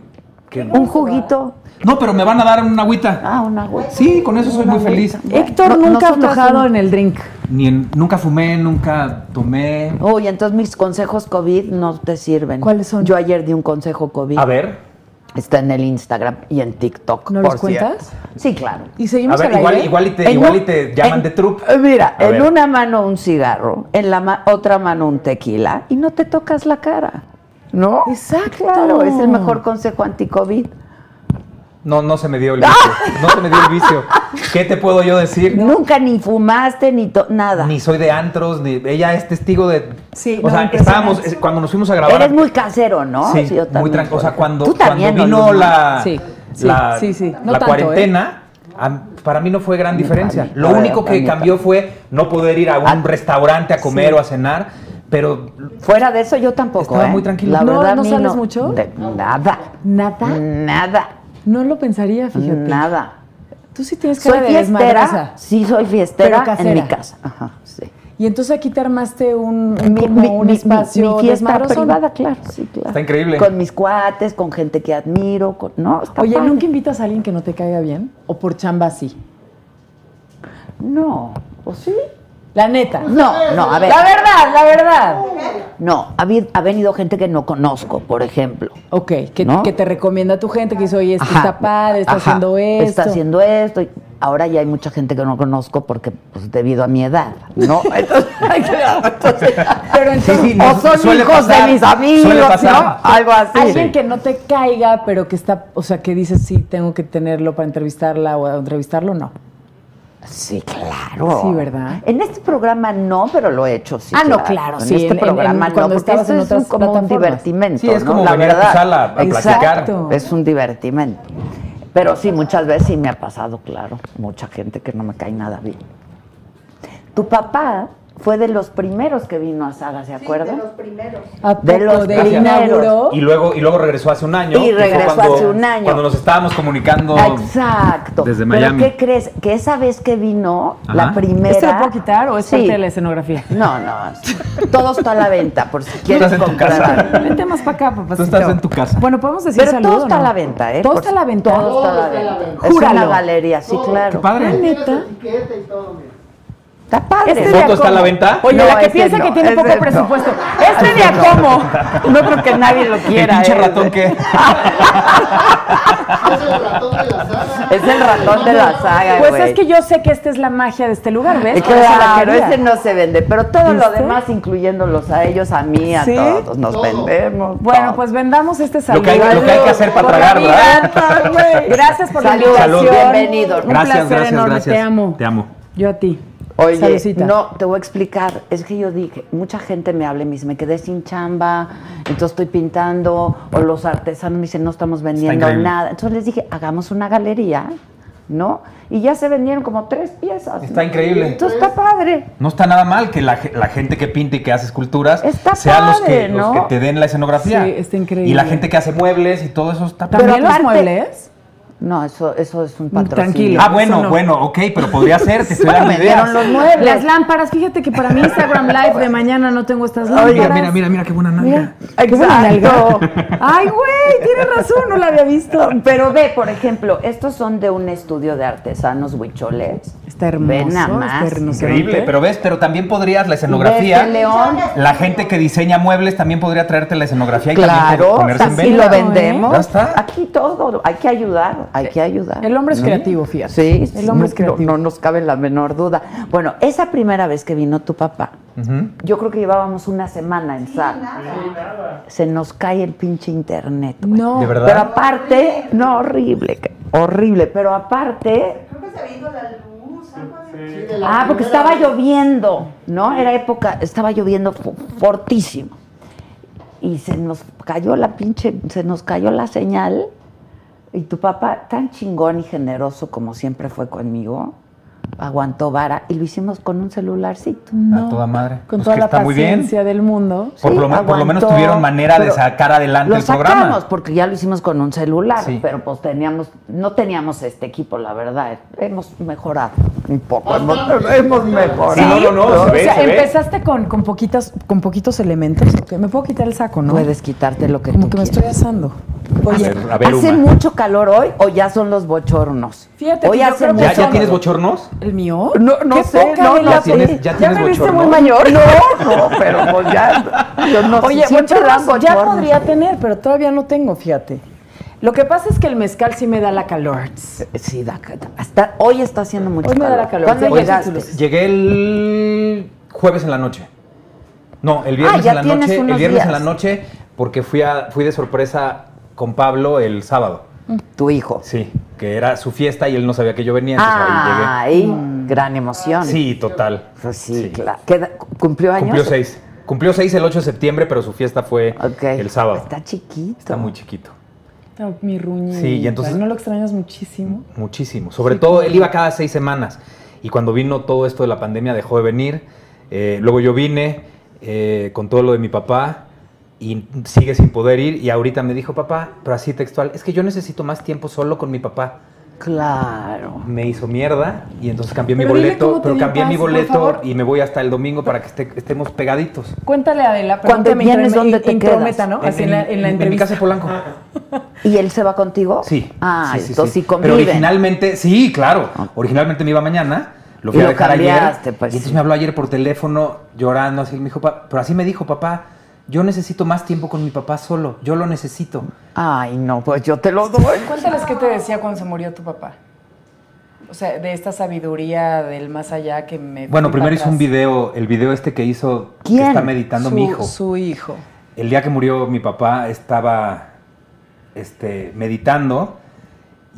I: que-
D: Un juguito.
I: No, pero me van a dar una agüita.
D: Ah, una agüita.
I: Sí, con eso soy muy feliz.
H: Héctor
D: No-
H: nunca ha
D: nosotras
H: aflojado
D: no.
H: en el drink.
I: Ni en- nunca fumé, nunca tomé.
D: Oye, entonces mis consejos COVID no te sirven.
H: ¿Cuáles son?
D: Yo ayer di un consejo COVID.
I: A ver,
D: Está en el Instagram y en TikTok.
H: ¿No
D: por
H: los cuentas?
D: cierto. Sí, claro.
H: Y
I: a
H: seguimos
I: ver,
H: al
I: igual,
H: aire?
I: igual y te,
D: En
I: igual
D: un-
I: y te llaman
D: en- eh,
I: de trup.
D: Mira,
I: A
D: en
I: ver.
D: una mano un cigarro, en la ma- otra mano un tequila y no te tocas la cara. ¿No?
H: Exacto.
D: Claro, es el mejor consejo anti-COVID.
I: No, no se me dio el vicio. No se me dio el vicio. ¿Qué te puedo yo decir?
D: Nunca ni fumaste ni to- nada.
I: Ni soy de antros, ni ella es testigo de.
H: Sí,
I: o
H: no,
I: sea,
H: impresionante.
I: estábamos es- cuando nos fuimos a grabar.
D: Eres muy casero, ¿no?
I: Sí,
D: Sí, yo
I: muy
D: también.
I: tranquilo. O sea, cuando,
D: Tú también,
I: cuando
D: ¿no,
I: vino
D: Luna?
I: la,
H: Sí, sí,
I: la,
H: sí, sí. No
I: la
H: tanto, ¿eh?
I: cuarentena, a- para mí no fue gran diferencia.
D: para mí,
I: Lo
D: para-
I: único
D: para
I: que
D: mí
I: cambió fue no poder ir a un
D: Ah,
I: restaurante a comer o a cenar, pero
D: Fuera de eso yo tampoco.
I: Estaba
D: ¿eh?
I: muy tranquilo.
D: La
H: No,
D: verdad,
H: ¿no
D: a mí
H: sales mucho?
D: de- nada.
H: ¿Nada?
D: Nada.
H: No lo pensaría, fíjate.
D: Mm. Nada.
H: Tú sí tienes cara
D: Soy
H: de
D: fiestera.
H: desmadrosa.
D: Sí, soy fiestera
H: Pero casera.
D: en mi casa. Ajá, sí.
H: Y entonces aquí te armaste un,
D: Mi,
H: como
D: mi-
H: un
D: mi- mi-
H: espacio
D: mi fiesta
H: desmadrosón.
D: privada, claro, sí, claro.
I: Está increíble.
D: Con mis cuates, con gente que admiro, con, no, está
H: Oye,
D: padre.
H: ¿nunca invitas a alguien que no te caiga bien? ¿O por chamba sí?
D: No, ¿o sí?
H: La neta.
D: No, no, a ver.
H: La verdad, la verdad.
D: No, ha, habido- ha venido gente que no conozco, por ejemplo.
H: Ok, que,
D: ¿No?
H: que te recomienda tu gente, que dice, oye, este
D: Ajá,
H: está padre, está
D: ajá,
H: haciendo esto.
D: Está haciendo esto. y-
G: Ahora ya hay mucha gente que no conozco porque, pues, debido a mi edad, ¿no? Entonces, entonces-
H: Pero entonces-
I: Sí, sí,
G: o
I: nos-
G: son
I: suele
G: hijos
I: pasar,
G: de mis amigos,
I: suele
G: ¿no?
I: pasar.
G: Algo así.
H: Alguien que no te caiga, pero que está, o sea, que dices, sí, tengo que tenerlo para entrevistarla o entrevistarlo, no.
G: Sí, claro.
H: Sí, ¿verdad?
G: En este programa no, pero lo he hecho, sí.
H: Ah, no, claro,
G: En
H: sí,
G: este
H: en- en-
G: programa
H: en-
G: no,
H: cuando
G: porque
H: estabas
G: esto
H: en
G: es un-
H: otras
G: como un
H: plataformas.
G: divertimento,
I: Sí, es
G: ¿no?
I: como
G: La
I: venir a tu
G: verdad.
I: sala a
G: Exacto.
H: platicar.
G: Es un divertimento. Pero sí, muchas veces sí me ha pasado, claro, mucha gente que no me cae nada bien. Tu papá fue de los primeros que vino a Saga, ¿se acuerdan?
H: ¿A
G: De
H: poco
G: los
H: de
G: primeros.
H: inauguró?
I: Y luego, y luego regresó hace un año.
G: Y
I: que fue
G: regresó hace un año.
I: Cuando nos estábamos comunicando.
H: Oh,
G: Exacto.
I: Desde
G: Pero
I: Miami.
G: ¿qué crees? Que esa vez que vino,
I: Ajá.
G: la primera.
H: ¿Este lo puedo quitar o es
G: Sí.
H: parte de la escenografía?
G: No, no. Todo está a la venta, por si quieres
I: estás en tu
G: comprar.
I: casa.
G: algo.
H: Vente más para acá, papacito.
I: estás en tu casa.
H: Bueno, podemos decir
G: Pero
H: saludo,
G: todo está
H: ¿no?
G: a la venta, ¿eh?
H: Todo
G: Por
H: está a
G: si-
H: la venta.
G: Todo está a la
C: Todo está a la
G: venta.
C: venta.
G: Es una
H: Júralo.
G: galería, sí,
C: Todo.
G: claro.
I: padre.
C: Tienes
H: neta?
C: etiqueta y todo, mira.
G: Está padre.
H: Este
I: ¿Foto
H: día
I: está a la
H: cómo.
I: venta?
H: Oye,
G: No,
H: la que
G: este
H: piensa que
G: no,
H: tiene
G: ese
H: poco
G: no.
H: presupuesto. Este día cómo.
G: No creo que nadie lo
I: El
G: quiera.
I: pinche
G: ¿eh?
I: ratón que.
C: Es el ratón de la saga.
G: Es el ratón de la saga,
H: Pues
G: güey.
H: es que yo sé que esta es la magia de este lugar, ¿ves? Por eso la
G: Claro,
H: quería.
G: ese no se vende, pero todo lo
H: ¿Viste?
G: demás, incluyéndolos a ellos, a mí, a
H: ¿Sí?
G: todos, nos vendemos.
H: Bueno,
G: todo.
H: pues vendamos este saludo.
I: Lo que hay- lo que hay que hacer para
H: Por la
I: tragar,
H: vida,
I: ¿verdad?
H: güey. Gracias por
G: Salud.
H: la invitación.
G: Salud. Bienvenido.
H: Un
I: Gracias,
H: placer
I: gracias,
H: enorme.
I: gracias.
H: Te amo.
I: Te amo.
H: Yo a ti.
G: Oye,
H: Salucita.
G: no, te voy a explicar. Es que yo dije, mucha gente me habla y me dice, me quedé sin chamba, entonces estoy pintando, o los artesanos me dicen, no estamos vendiendo
I: increíble.
G: nada. Entonces les dije, hagamos una galería, ¿no? Y ya se vendieron como tres piezas.
I: Está
G: ¿no?
I: increíble.
G: Entonces está
H: Pues
G: padre.
I: No está nada mal que la, ge- la gente que pinta y que hace esculturas
G: Está
I: sean los,
G: padre,
I: que, los
G: ¿no?
I: que te den la escenografía.
H: Sí, está increíble.
I: Y la gente que hace muebles y todo eso está
H: ¿También
G: Pero
H: los
G: aparte-
H: muebles?
G: No, eso, eso es un
H: Tranquilo.
G: patrocinio.
I: Ah,
H: eso
I: bueno,
H: no.
I: bueno, ok, pero podría ser, te estoy dando
G: me dieron
I: ideas.
G: los muebles.
H: Las lámparas. Fíjate que para mi Instagram Live de mañana no tengo estas lámparas.
I: Mira, mira, mira, mira qué buena nalga.
H: Qué buena
G: Exacto.
H: nalga. Ay, güey, tienes razón, no la había visto.
G: Pero ve, por ejemplo, estos son de un estudio de artesanos huicholes.
H: Está hermoso.
G: Ve nada
H: está
G: más.
H: hermoso.
I: Increíble, pero ves, pero también podrías la escenografía.
G: Desde este León.
I: La gente que diseña muebles también podría traerte la escenografía y también po-
G: Claro,
I: ponerse en
G: así
I: venta.
G: lo
H: venta.
G: vendemos.
I: Ya está.
G: Aquí todo, hay que ayudar, hay que ayudar.
H: El hombre es
G: ¿no?
H: creativo, fíjate.
G: Sí, sí,
H: el hombre es
G: no- no-
H: creativo.
G: No, nos cabe la menor duda. Bueno, esa primera vez que vino tu papá,
I: Ujú.
G: yo creo que llevábamos una semana en sala. Se nos cae el pinche internet. güey.
H: No.
I: De verdad.
G: Pero aparte, no, horrible, ca- horrible, pero aparte,
C: Sí, de la
G: ah, porque
C: primera
G: estaba
C: vez.
G: lloviendo, ¿no? Era época, estaba lloviendo fu- fortísimo. Y se nos cayó la pinche, se nos cayó la señal. Y tu papá, tan chingón y generoso como siempre fue conmigo, aguantó vara y lo hicimos con un celularcito.
I: A toda madre.
H: Con
I: Pues
H: toda
I: que
H: la
I: está muy bien.
H: paciencia del mundo.
I: Por lo men- por lo menos tuvieron manera de sacar adelante
G: lo
I: el programa.
G: sacamos, porque ya lo hicimos con un celular,
I: Sí.
G: pero pues teníamos, no teníamos este equipo, la verdad. Hemos mejorado un poco, hemos, hemos mejorado.
I: Sí, no, no, no, se
H: o
I: ve,
H: sea,
I: se ve.
H: empezaste con, con, poquitos, con poquitos elementos. ¿ok? Me puedo quitar el saco, ¿no?
G: Puedes quitarte lo que
H: Como
G: tú
H: que me
G: quieras.
H: estoy asando. Oye,
I: ver, a ver,
G: ¿Hace
I: Uma.
G: mucho calor hoy o ya son los bochornos?
H: Fíjate
G: hoy
H: que yo creo que
I: ¿Ya, ya
H: Son-
I: tienes bochornos?
H: ¿el mío?
G: No, no
H: Qué
G: sé,
H: poca
G: no,
H: de
G: no
H: la-
G: sé.
I: tienes- ya tienes
H: me viste
I: bochorno?
H: muy mal.
G: mayor. No, no, pero pues ya. yo no sé,
H: Oye,
G: siempre dan
H: bochornos ya
G: bochornos.
H: podría tener, pero todavía no tengo, fíjate. Lo que pasa es que el mezcal sí me da la calor.
G: Sí, da, da- hasta hoy está haciendo mucho
H: Hoy me da
G: calor.
H: la calor.
G: ¿Cuándo
H: Oye,
G: llegaste?
H: títulos.
I: Llegué el jueves en la noche. No, el
G: Ah,
I: viernes
G: ya
I: en la
G: tienes
I: noche. El
G: unos
I: viernes en la
G: días.
I: noche porque fui, a, fui de sorpresa con Pablo el sábado.
G: Tu hijo.
I: Sí, que era su fiesta y él no sabía que yo venía, entonces
G: Ah,
I: ahí
G: ahí
H: Mm.
G: gran emoción.
I: llegué. Sí, total.
G: Pues sí,
I: Sí.
G: claro. ¿Qué edad- ¿Cumplió años?
I: Cumplió seis. Cumplió seis el 8 de septiembre, pero su fiesta fue
G: Ok.
I: el sábado.
G: Está chiquito.
I: Está muy chiquito.
H: Está Mi ruña.
I: Sí, y entonces-
H: ¿No lo extrañas muchísimo?
I: Muchísimo. Sobre todo, él iba cada seis semanas. Y cuando vino todo esto de la pandemia, dejó de venir. Eh, luego yo vine eh, con todo lo de mi papá y sigue sin poder ir. Y ahorita me dijo, papá, pero así textual, es que yo necesito más tiempo solo con mi papá.
G: Claro.
I: Me hizo mierda y entonces cambié
H: Pero
I: mi
H: dile
I: boleto,
H: cómo te
I: pero cambié
H: digas,
I: mi
H: por
I: boleto
H: favor.
I: y me voy hasta el domingo para que esté- estemos pegaditos.
H: Cuéntale a Adela, pero
G: Cuando
H: nunca me
G: vienes,
H: introme-
G: ¿dónde te
H: intrometa,
G: quedas?
H: ¿no? Así en la, en la
I: mi
H: entrevista. Ah,
I: casa de Polanco.
G: ¿Y él se va contigo?
I: Sí.
G: Ah,
I: Sí, sí,
G: entonces sí,
I: sí.
G: conviven.
I: Pero originalmente, sí, claro. Originalmente me iba mañana. Lo fui
G: Y
I: a
G: lo
I: dejar ayer.
G: cambiaste, pues,
I: y entonces
G: sí.
I: me habló ayer por teléfono llorando, así me dijo, "Pa- pero así me dijo, papá, yo necesito más tiempo con mi papá solo, yo lo necesito.
G: Ay, no, pues yo te lo doy.
H: ¿eh? Cuéntales qué te decía cuando se murió tu papá. O sea, de esta sabiduría del más allá que me. fui
I: Bueno,
H: para
I: primero hizo un
H: atrás.
I: video, el video este que hizo,
D: ¿Quién?
I: que está meditando
H: Su-
I: mi hijo.
H: Su hijo.
I: El día que murió mi papá estaba este, meditando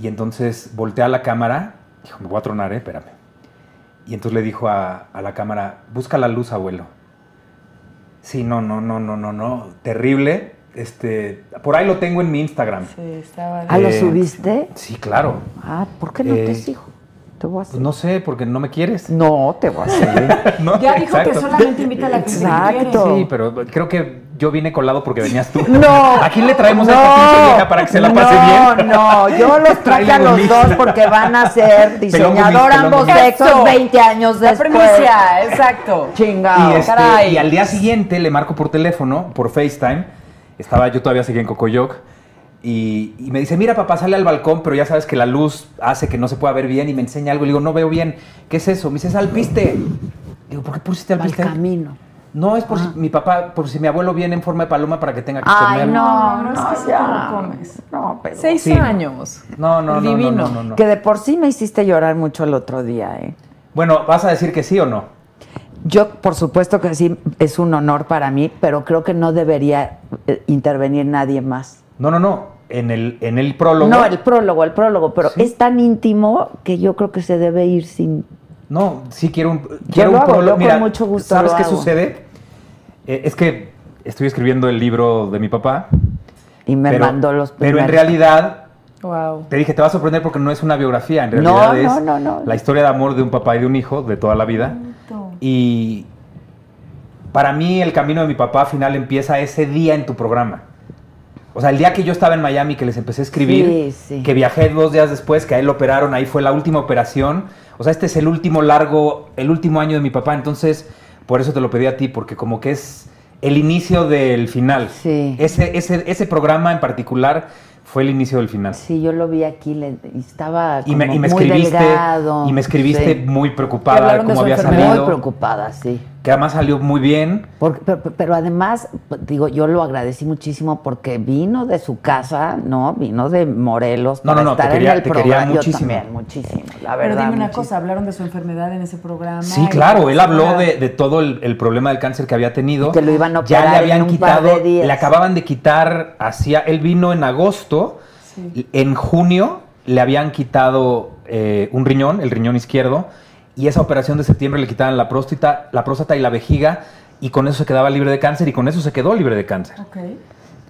I: y entonces voltea a la cámara, dijo, me voy a tronar, eh, espérame. Y entonces le dijo a, a la cámara, busca la luz, abuelo. Sí, no, no, no, no, no, no, terrible. Este, por ahí lo tengo en mi Instagram.
H: Sí, estaba.
D: Ah, ¿lo
I: Eh,
D: subiste?
I: Sí, claro.
D: Ah, ¿por qué no te
I: Eh,
D: sigo? Te voy a hacer.
I: Pues no sé, porque no me quieres.
D: No, te voy a hacer.
I: No,
H: Ya dijo que
I: exacto.
H: solamente invita a la gente que
D: Exacto.
H: quiere.
D: todo.
I: Sí, pero creo que yo vine colado porque venías tú.
D: No.
I: ¿A quién le traemos a esta pinche vieja para que se la pase
D: no,
I: bien?
D: No, yo los traje
I: Trae
D: a los
I: lista.
D: dos porque van a ser diseñador
I: Pelón
D: ambos
I: gumis, pelón
D: sexos 20 años
H: La
D: después.
H: primicia, exacto.
D: Chingado.
I: y, este,
H: caray.
I: y al día siguiente le marco por teléfono, por FaceTime. Estaba yo todavía seguía en Cocoyoc. Y, y me dice, mira papá, sale al balcón, pero ya sabes que la luz hace que no se pueda ver bien y me enseña algo. Y le digo, no veo bien. ¿Qué es eso? Me dice, es alpiste. Digo, ¿por qué pusiste
D: Al
I: alpiste?
D: camino. Ah.
I: No, es por si mi papá, por si mi abuelo viene en forma de paloma para que tenga que
D: Ay,
I: comer.
D: no,
H: No, no,
D: no,
H: es que eso te
D: ya.
H: lo comes.
D: No, pero.
H: Seis
I: Sí.
H: años.
I: No, no, no, no,
H: Divino.
I: no, no, no.
D: Que de por sí me hiciste llorar mucho el otro día, ¿eh?
I: Bueno, ¿vas a decir que sí o no?
D: Yo, por supuesto que sí, es un honor para mí, pero creo que no debería eh, intervenir nadie más.
I: No, no, no. En el, en el prólogo.
D: No, el prólogo, el prólogo, pero
I: Sí.
D: es tan íntimo que yo creo que se debe ir sin.
I: No, sí quiero un, quiero
D: lo
I: un
D: hago,
I: prólogo.
D: yo con
I: Mira,
D: mucho gusto
I: ¿Sabes
D: lo
I: qué
D: hago.
I: sucede? Eh, es que estoy escribiendo el libro de mi papá.
D: Y me
I: pero,
D: mandó los
I: Pero en
D: primeros.
I: realidad,
H: Wow.
I: te dije, te va a sorprender porque no es una biografía. En
D: No,
I: realidad
D: no,
I: es
D: no, no.
I: la historia de amor de un papá y de un hijo de toda la vida. Y para mí el camino de mi papá final empieza ese día en tu programa. O sea, el día que yo estaba en Miami, que les empecé a escribir,
D: Sí, sí.
I: que viajé dos días después, que a él lo operaron, ahí fue la última operación. O sea, este es el último largo, el último año de mi papá. Entonces, por eso te lo pedí a ti, porque como que es el inicio del final.
D: Sí.
I: Ese, ese, ese programa en particular fue el inicio del final.
D: Sí, yo lo vi aquí, le, y estaba
I: Y me,
D: como
I: y me
D: muy
I: escribiste,
D: delgado.
I: y me escribiste
D: Sí.
I: muy
H: Que
I: preocupada de
H: hablaron de
I: cómo
H: su
I: había
H: enfermedad.
D: muy
I: salido.
D: preocupada, sí.
I: que además salió muy bien.
D: Porque- pero, pero además, digo, yo lo agradecí muchísimo porque vino de su casa, ¿no? Vino de Morelos
I: No,
D: para
I: no, no, te
D: estar
I: quería-
D: en el
I: te quería
D: programa. Yo
I: muchísimo.
D: también, muchísimo, la
H: Pero
D: verdad.
H: dime una
D: muchísimo.
H: cosa, hablaron de su enfermedad en ese programa.
I: Sí,
H: y-
I: claro, él habló de, de todo el, el problema del cáncer que había tenido.
D: Y que lo iban a
I: Ya le
D: operar
I: habían
D: en un par
I: quitado,
D: de días.
I: le acababan de quitar, hacia, él vino en agosto,
H: Sí.
I: en junio le habían quitado eh, un riñón, el riñón izquierdo, y esa operación de septiembre le quitaban la próstata, la próstata y la vejiga, y con eso se quedaba libre de cáncer, y con eso se quedó libre de cáncer.
H: Ok.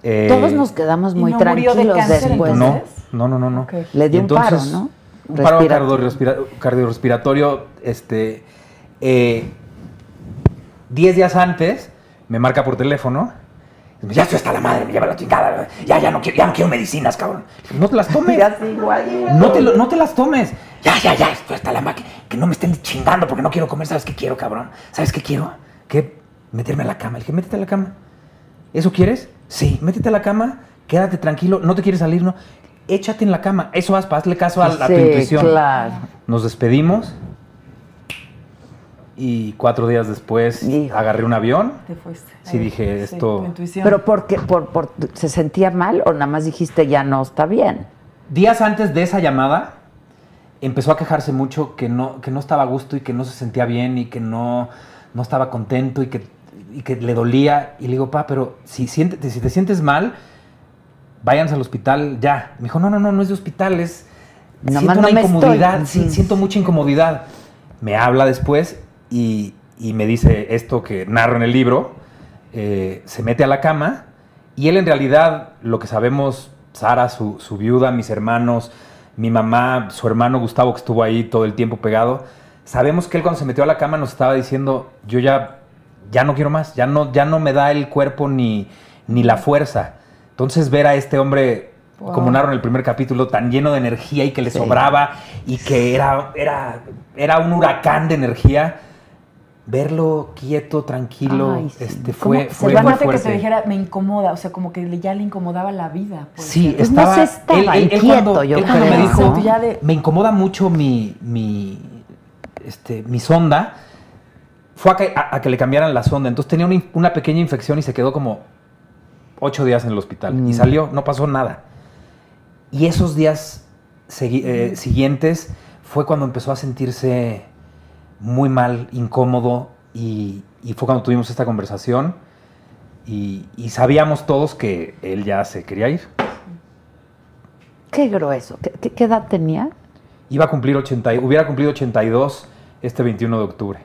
I: Eh,
D: Todos nos quedamos
H: ¿Y
D: muy
H: no murió
D: tranquilos
H: de cáncer,
D: después. ¿eh?
I: no,
H: entonces?
I: no, no, no, no.
H: Ok.
D: Pues, Le dio
I: Y
D: un paro, ¿no?
I: Un paro
D: Respiratorio.
I: cardiorrespira- cardiorrespiratorio. Este, eh, diez días antes me marca por teléfono. y me dice, Ya estoy hasta la madre, me lleva la chingada. Ya, ya no quiero, ya no quiero medicinas, cabrón. No te las tomes.
D: Ya sí, igual.
I: No te, lo- no te las tomes. Ya, ya, ya, estoy hasta la máquina. Que no me estén chingando porque no quiero comer. ¿Sabes qué quiero, cabrón? ¿Sabes qué quiero? ¿Qué? Meterme a la cama. Le dije, métete a la cama. ¿Eso quieres? Sí, métete a la cama, quédate tranquilo, no te quieres salir, no. Échate en la cama. Eso haz, pa, hazle caso a, a tu
D: Sí,
I: intuición.
D: claro.
I: Nos despedimos. Y cuatro días después
D: Hijo.
I: agarré un avión.
H: Te fuiste.
I: Sí, dije, esto-
H: tu intuición.
D: Pero porque por, por, se sentía mal o nada más dijiste ya no está bien.
I: Días antes de esa llamada, empezó a quejarse mucho que no, que no estaba a gusto y que no se sentía bien y que no, no estaba contento y que, y que le dolía. Y le digo, pa, pero si, siente- si te sientes mal, váyanse al hospital ya. Me dijo, no, no, no, no es de hospital, es...
D: Nomás
I: siento
D: no
I: una
D: me
I: incomodidad,
D: estoy.
I: sí,
D: Ujú.
I: siento mucha incomodidad. Me habla después y, y me dice esto que narro en el libro. Eh, se mete a la cama y él en realidad, lo que sabemos, Sara, su, su viuda, mis hermanos, mi mamá, su hermano Gustavo que estuvo ahí todo el tiempo pegado, sabemos que él cuando se metió a la cama nos estaba diciendo, yo ya, ya no quiero más, ya no, ya no me da el cuerpo ni, ni la fuerza. Entonces ver a este hombre,
H: Wow.
I: como narro en el primer capítulo, tan lleno de energía y que le
D: Sí.
I: sobraba y que era, era, era un huracán de energía, verlo quieto, tranquilo,
D: Ay, sí. ¿Cómo
I: este, fue,
D: se
I: fue
H: Y
I: muy
H: aparte que
I: fuerte.
H: te dijera, me incomoda, o sea, como que le- ya le incomodaba la vida. pues.
I: Sí,
D: Pues no
I: estaba.
D: se estaba inquieto, yo
I: él cuando
H: creo,
I: me dijo,
H: ¿no? Ya de-
I: me incomoda mucho mi, mi, este, mi sonda, fue a que, a- a que le cambiaran la sonda. Entonces tenía una, in- una pequeña infección y se quedó como ocho días en el hospital.
D: Mm.
I: Y
H: Mm.
I: salió, no pasó nada. Y esos días segui- eh, siguientes fue cuando empezó a sentirse muy mal, incómodo, y, y fue cuando tuvimos esta conversación y, y sabíamos todos que él ya se quería ir.
D: Qué grueso. ¿Qué, qué- qué edad tenía?
I: Iba a cumplir 80, y- hubiera cumplido 82 este 21 de octubre.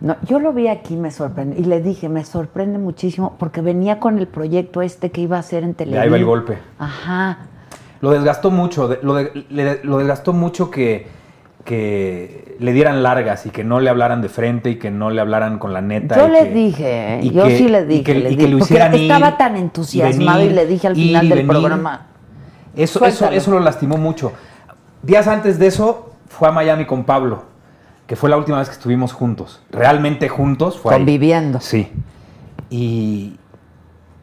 D: No, yo lo vi aquí, me sorprende. Y le dije, me sorprende muchísimo porque venía con el proyecto este que iba a hacer en
I: De
D: televisión.
I: ahí va el golpe.
D: Ajá.
I: Lo desgastó mucho, de- lo, de- le- lo desgastó mucho que, que le dieran largas y que no le hablaran de frente y que no le hablaran con la neta.
D: Yo
I: y
D: le
I: que-
D: dije, ¿eh?
I: y
D: yo
I: que-
D: sí le
I: y
D: dije.
I: que-
D: le
I: y que
D: dije,
I: lo
D: porque
I: hicieran
D: estaba
I: ir
D: tan
I: y
D: entusiasmado y,
I: venir,
D: le dije al
I: ir y
D: final del
I: venir.
D: programa.
I: Eso, eso,
D: Suéltalo.
I: eso lo lastimó mucho. Días antes de eso, fue a Miami con Pablo, que fue la última vez que estuvimos juntos. Realmente juntos. Fue ahí.
D: Conviviendo.
I: Sí. Y,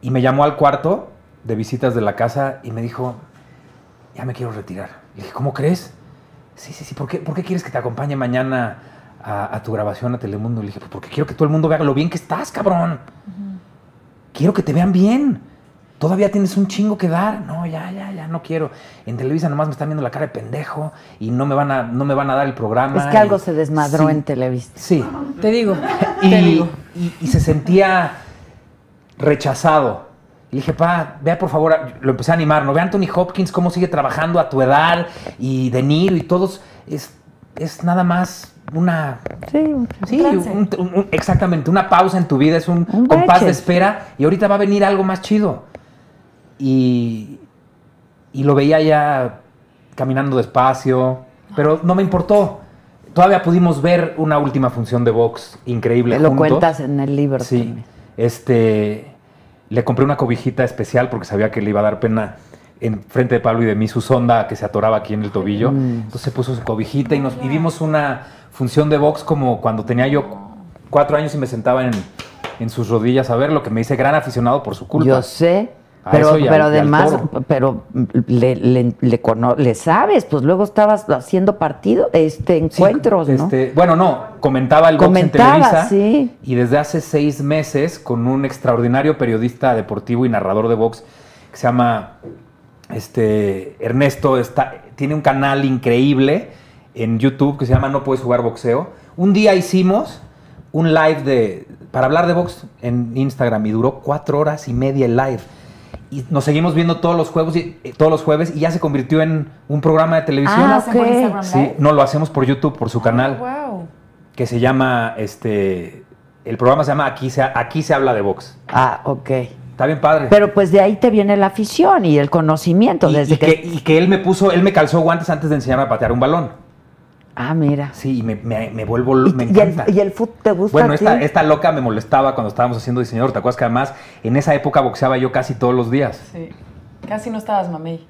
I: y me llamó al cuarto de visitas de la casa y me dijo, ya me quiero retirar. Le dije, ¿cómo crees? Sí, sí, sí, ¿por qué, por qué quieres que te acompañe mañana a, a tu grabación a Telemundo? Le dije, pues porque quiero que todo el mundo vea lo bien que estás, cabrón. Quiero que te vean bien. Todavía tienes un chingo que dar. No, ya, ya, ya, no quiero. En Televisa nomás me están viendo la cara de pendejo y no me van a, no me van a dar el programa.
D: Es que
I: y-
D: algo se desmadró
I: Sí,
D: en Televisa.
I: Sí,
K: Te digo, te
I: y,
K: digo.
I: y- y se sentía rechazado. Le dije, pa, vea por favor, a-". lo empecé a animar, ¿no? Ve a Anthony Hopkins cómo sigue trabajando a tu edad y De Niro y todos. Es, es nada más una.
D: Sí,
I: Sí, un- un- un- exactamente, una pausa en tu vida, es un,
D: Un
I: compás
D: bache.
I: de espera y ahorita va a venir algo más chido. Y, y lo veía ya caminando despacio,
D: Ah.
I: pero no me importó. Todavía pudimos ver una última función de box increíble.
D: Te lo
I: juntos.
D: cuentas en el libro.
I: Sí.
D: también.
I: Este, le compré una cobijita especial porque sabía que le iba a dar pena en frente de Pablo y de mí su sonda que se atoraba aquí en el tobillo.
D: Mm.
I: Entonces se puso su cobijita y nos y vimos una función de box como cuando tenía yo cuatro años y me sentaba en, en sus rodillas a ver lo que me hice gran aficionado por su culpa.
D: Yo sé.
I: A
D: Pero,
I: eso y al-
D: pero
I: y al
D: además,
I: toro.
D: pero le, le, le, cono- le sabes, pues luego estabas haciendo partido, este
I: Sí,
D: encuentros, ¿no?
I: este, Bueno, no, comentaba el box
D: Comentaba,
I: en Televisa.
D: sí.
I: Y desde hace seis meses, con un extraordinario periodista deportivo y narrador de box que se llama este, Ernesto, está, tiene un canal increíble en YouTube que se llama No Puedes Jugar Boxeo. Un día hicimos un live de, para hablar de box en Instagram y duró cuatro horas y media el live. Y nos seguimos viendo todos los juegos y, eh, todos los jueves y ya se convirtió en un programa de televisión.
D: Ah,
H: hacen por
D: ok.
H: Instagram ¿eh?
I: Sí,
H: Live?
I: no lo hacemos por YouTube, por su canal,
H: Wow.
I: que se llama, este, el programa se llama Aquí se, Aquí se habla de box.
D: Ah, ok.
I: Está bien padre.
D: Pero pues de ahí te viene la afición y el conocimiento.
I: y,
D: desde
I: y que, y que él me puso, él me calzó guantes antes de enseñarme a patear un balón.
D: Ah, mira.
I: Sí, y me, me- me vuelvo, lo-
D: ¿Y,
I: me
D: y el,
I: encanta.
D: y el fut te gusta
I: bueno,
D: a ti?
I: esta, esta loca me molestaba cuando estábamos haciendo diseñador. ¿Te acuerdas que además en esa época boxeaba yo casi todos los días?
H: Sí. Casi no estabas, mamey.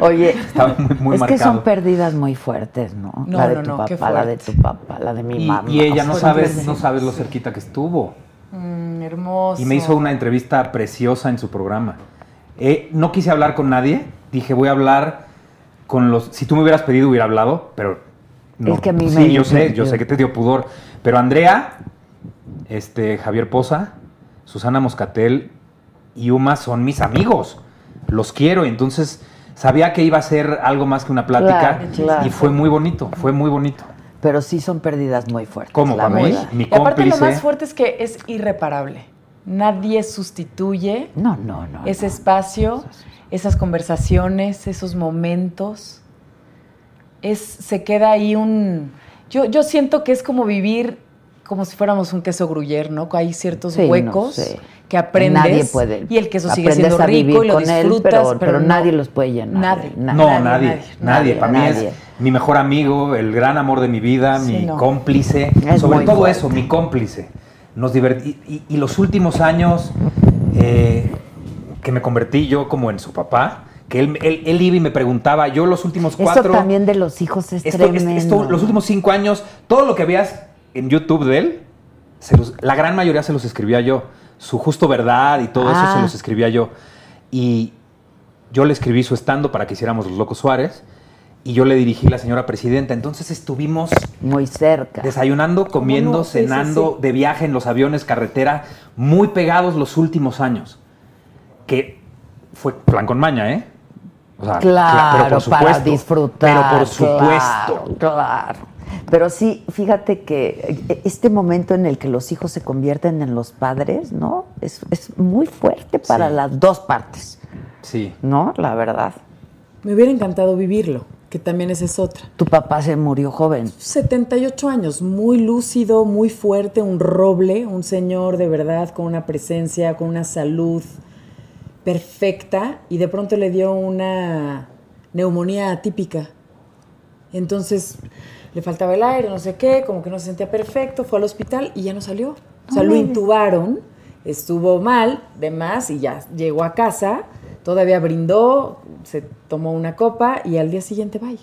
D: Oye,
I: Estaba muy, muy
D: es
I: marcado.
D: que son pérdidas muy fuertes, ¿no?
H: No,
D: la de
H: no,
D: tu
H: no, qué
D: papá, la de
H: fuerte.
D: tu papá, la de mi
I: y,
D: mamá.
I: y ella no
D: Son
I: sabe,
D: pérdidas.
I: no sabe lo cerquita que estuvo.
H: Mm, hermoso.
I: Y me hizo una entrevista preciosa en su programa. Eh, no quise hablar con nadie. Dije, voy a hablar con los. Si tú me hubieras pedido, hubiera hablado, pero. No.
D: Es que a mí me
I: sí,
D: dio
I: yo sé,
D: pudor.
I: yo sé que te dio pudor. Pero Andrea, este, Javier Poza, Susana Moscatel y Uma son mis amigos. Los quiero. Entonces sabía que iba a ser algo más que una plática.
D: Claro, claro.
I: Y fue muy bonito, fue muy bonito.
D: Pero sí son pérdidas muy fuertes.
I: ¿Cómo,
D: la
I: Pamela?
D: verdad.
I: Mi
H: Y aparte lo
I: cómplice.
H: más fuerte es que es irreparable. Nadie sustituye
D: No, no, no.
H: ese
D: no.
H: espacio, esas conversaciones, esos momentos. Es, se queda ahí un... Yo, yo siento que es como vivir como si fuéramos un queso gruyer, ¿no? Hay ciertos
D: Sí, no
H: huecos
D: sé.
H: que aprendes
D: nadie puede.
H: y el queso sigue
D: aprendes
H: siendo
D: a vivir
H: rico y lo
D: con él,
H: disfrutas,
D: pero,
H: pero,
D: pero
H: no.
D: nadie los puede llenar.
H: Nadie.
D: Na-
I: No,
H: Nadie,
I: nadie, nadie.
H: nadie, nadie,
I: Para mí
D: nadie.
I: es mi mejor amigo, el gran amor de mi vida,
H: Sí,
I: mi
H: no.
I: cómplice.
D: Es muy
I: Sobre todo
D: fuerte.
I: eso, mi cómplice. Nos divertí. Y, y los últimos años eh, que me convertí yo como en su papá, que él, él, él iba y me preguntaba, yo los últimos
D: Eso
I: cuatro.
D: también de los hijos es
I: esto-
D: tremendo.
I: esto- los últimos cinco años, todo lo que veas en YouTube de él, se los- la gran mayoría se los escribía yo. Su justo verdad y todo
D: Ah.
I: eso se los escribía yo. Y yo le escribí su estando para que hiciéramos Los Locos Suárez. Y yo le dirigí la señora presidenta. Entonces estuvimos
D: Muy cerca.
I: desayunando, comiendo,
H: no? Sí, sí,
I: cenando,
H: sí.
I: de viaje en los aviones, carretera, muy pegados los últimos años. Que fue plan con maña, ¿eh? O sea, cla- pero
G: Claro,
I: por
G: para
I: supuesto.
G: disfrutar.
I: Pero por
G: claro,
I: supuesto.
G: Claro, Pero sí, fíjate que eh, este momento en el que los hijos se convierten en los padres, ¿no? Es, es muy fuerte para
I: Sí.
G: las dos partes,
I: Sí.
G: ¿no? La verdad.
H: Me hubiera encantado vivirlo, que también esa es otra.
G: Tu papá se murió joven.
H: 78 años, muy lúcido, muy fuerte, un roble, un señor de verdad con una presencia, con una salud perfecta y de pronto le dio una neumonía atípica. Entonces le faltaba el aire, no sé qué, como que no se sentía perfecto, fue al hospital y ya no salió. O sea, lo intubaron, estuvo mal, demás, y ya llegó a casa, todavía brindó, se tomó una copa y al día siguiente bye.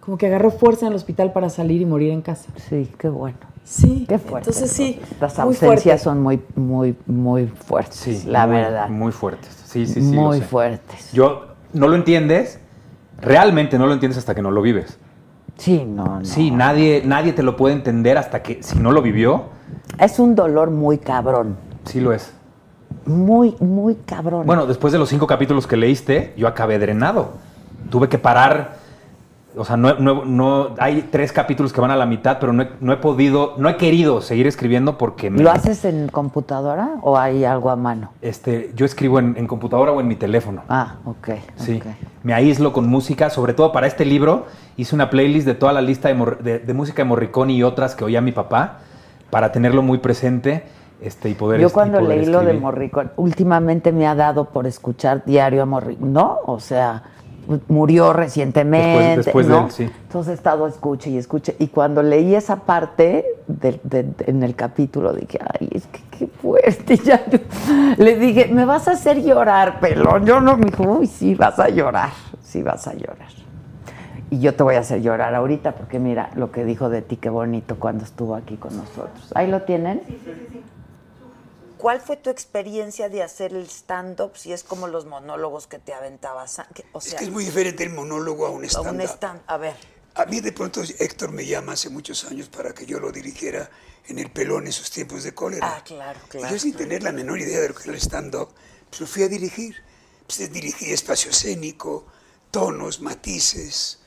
H: Como que agarró fuerza en el hospital para salir y morir en casa.
G: Sí, qué bueno.
H: Sí,
G: Qué fuerte.
H: entonces sí,
G: entonces, Estas
H: muy
G: ausencias
H: fuerte.
G: son muy, muy, muy fuertes,
I: Sí.
G: la
I: muy-
G: verdad.
I: Muy fuertes. Sí, sí, sí. lo
G: muy
I: sé.
G: fuertes.
I: Yo no lo entiendes, realmente no lo entiendes hasta que no lo vives.
G: sí, no, no.
I: Sí, nadie, nadie te lo puede entender hasta que, si no lo vivió,
G: Es un dolor muy cabrón.
I: sí lo es.
G: Muy, muy cabrón.
I: Bueno, después de los cinco capítulos que leíste, yo acabé drenado. Tuve que parar. O sea, no, no- no- hay tres capítulos que van a la mitad, pero no he, no he podido, no he querido seguir escribiendo porque me-
G: ¿Lo haces en computadora o hay algo a mano?
I: Este, yo escribo en, en computadora o en mi teléfono.
G: Ah, ok.
I: Sí.
G: ok.
I: Me aíslo con música, sobre todo para este libro. Hice una playlist de toda la lista de, Mor- de- de música de Morricone y otras que oía mi papá para tenerlo muy presente este, y poder
G: Yo
I: es- y
G: cuando
I: poder
G: leí lo de
I: escribir.
G: Morricón, últimamente me ha dado por escuchar diario a Morricón, ¿no? O sea, murió recientemente.
I: Después- después de
G: ¿no?
I: él, sí.
G: Entonces he estado escuche y escuche. Y cuando leí esa parte de- de- de- en el capítulo, dije, ay, es que qué fuerte. Y ya le dije, me vas a hacer llorar, pelón. Yo no, me dijo, uy, sí, vas a llorar, sí, vas a llorar. Y yo te voy a hacer llorar ahorita, porque mira lo que dijo de ti, qué bonito cuando estuvo aquí con nosotros. ¿Ahí lo tienen? ¿Cuál fue tu experiencia de hacer el stand-up si es como los monólogos que te aventabas? a- que- O
L: Es
G: sea,
L: que es muy diferente el monólogo a un
G: a un
L: stand
G: stand A ver,
L: A mí de pronto Héctor me llama hace muchos años para que yo lo dirigiera en el pelón en sus tiempos de cólera.
G: Ah, claro,
L: Y
G: claro.
L: yo sin tener la menor idea de lo que era el stand-up, pues lo fui a dirigir. Pues dirigí espacio escénico, tonos, matices,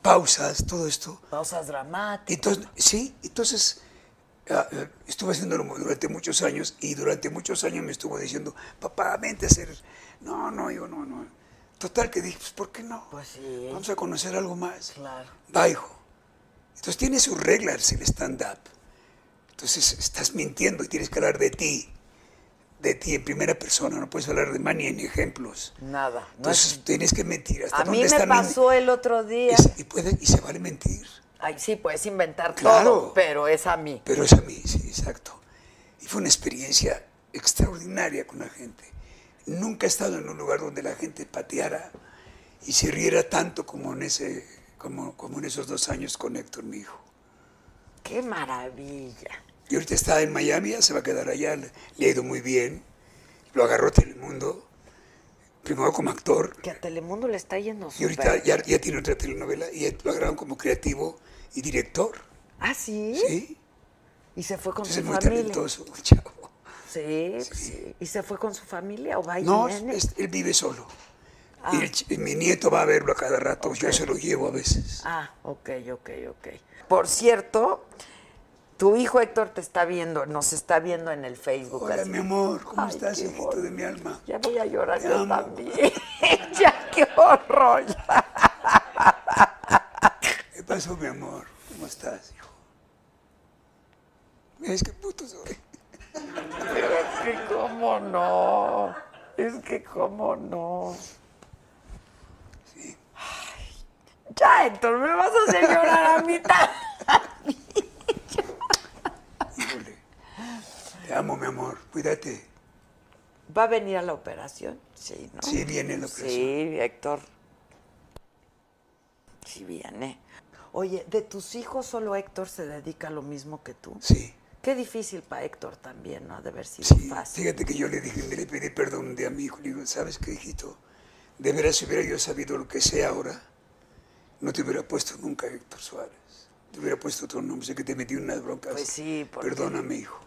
L: pausas, todo esto.
G: pausas dramáticas.
L: Entonces, sí, entonces ah, eh, estuve haciéndolo mu- durante muchos años y durante muchos años me estuvo diciendo, papá, vente a hacer. No, no, yo no, no. Total que dije, pues ¿por qué no?
G: Pues sí.
L: Vamos a conocer algo más.
G: Claro.
L: Va, hijo. Entonces tiene sus reglas el stand-up. Entonces estás mintiendo y tienes que hablar de ti, de ti en primera persona, no puedes hablar de más ni en ejemplos.
G: Nada. no
L: Entonces
G: es-
L: tienes que mentir. ¿Hasta
G: a
L: dónde
G: mí me
L: está mi-
G: pasó el otro día.
L: Y se- y, puede- y se vale mentir.
G: Ay, sí,
D: pues,
G: puedes inventar
L: Claro.
G: todo, pero es a mí.
L: Pero es a mí, sí, exacto. Y fue una experiencia extraordinaria con la gente. Nunca he estado en un lugar donde la gente pateara y se riera tanto como en, ese, como, como en esos dos años con Héctor, mi hijo.
G: ¡Qué maravilla!
L: Y ahorita está en Miami, ya se va a quedar allá, le, le ha ido muy bien. Lo agarró Telemundo, primero como actor,
G: Que a Telemundo le está yendo
L: y ahorita
G: súper.
L: ya, ya tiene otra telenovela, y lo agarraron como creativo y director.
G: ¿Ah, sí?
L: ¿Sí?
G: ¿Y se fue con
L: Entonces es
G: su
L: muy
G: familia?
L: talentoso, chavo.
G: Sí, pues sí. ¿Y se fue con su familia o va y Ah.
L: No,
G: viene?
L: es- él vive solo. Y el ch- y mi nieto va a verlo a cada rato, yo se lo llevo a veces.
G: Ah, ok, ok, ok. Por cierto, tu hijo Héctor te está viendo, nos está viendo en el Facebook.
L: Hola,
G: así.
L: mi amor, ¿cómo
G: Ay,
L: estás,
G: qué
L: hijito
G: bonito.
L: de mi alma?
G: Ya voy a llorar
L: Te
G: yo
L: amo.
G: también. ya, qué horror.
L: ¿Qué pasó, mi amor? ¿Cómo estás, hijo? ¿Ves qué puto soy?
G: Pero es que cómo no. Es que cómo no. Ay, Ya, Héctor, me vas a hacer llorar a mí también.
L: Híjole. Te amo, mi amor, cuídate.
G: ¿Va a venir a la operación? Sí, ¿no?
L: Sí, viene la operación.
G: Sí, Héctor. Sí viene. Oye, de tus hijos solo Héctor se dedica a lo mismo que tú.
L: Sí,
G: Qué difícil para Héctor también, ¿no? Ha De haber sido
L: sí.
G: fácil.
L: Fíjate que yo le dije, le pedí perdón un día a mi hijo. Le digo, ¿sabes qué, hijito? De veras, si hubiera yo sabido lo que sé ahora, no te hubiera puesto nunca Héctor Suárez. Te hubiera puesto otro nombre. Sé que te metí unas broncas.
G: Pues sí, porque-
L: Perdóname, hijo.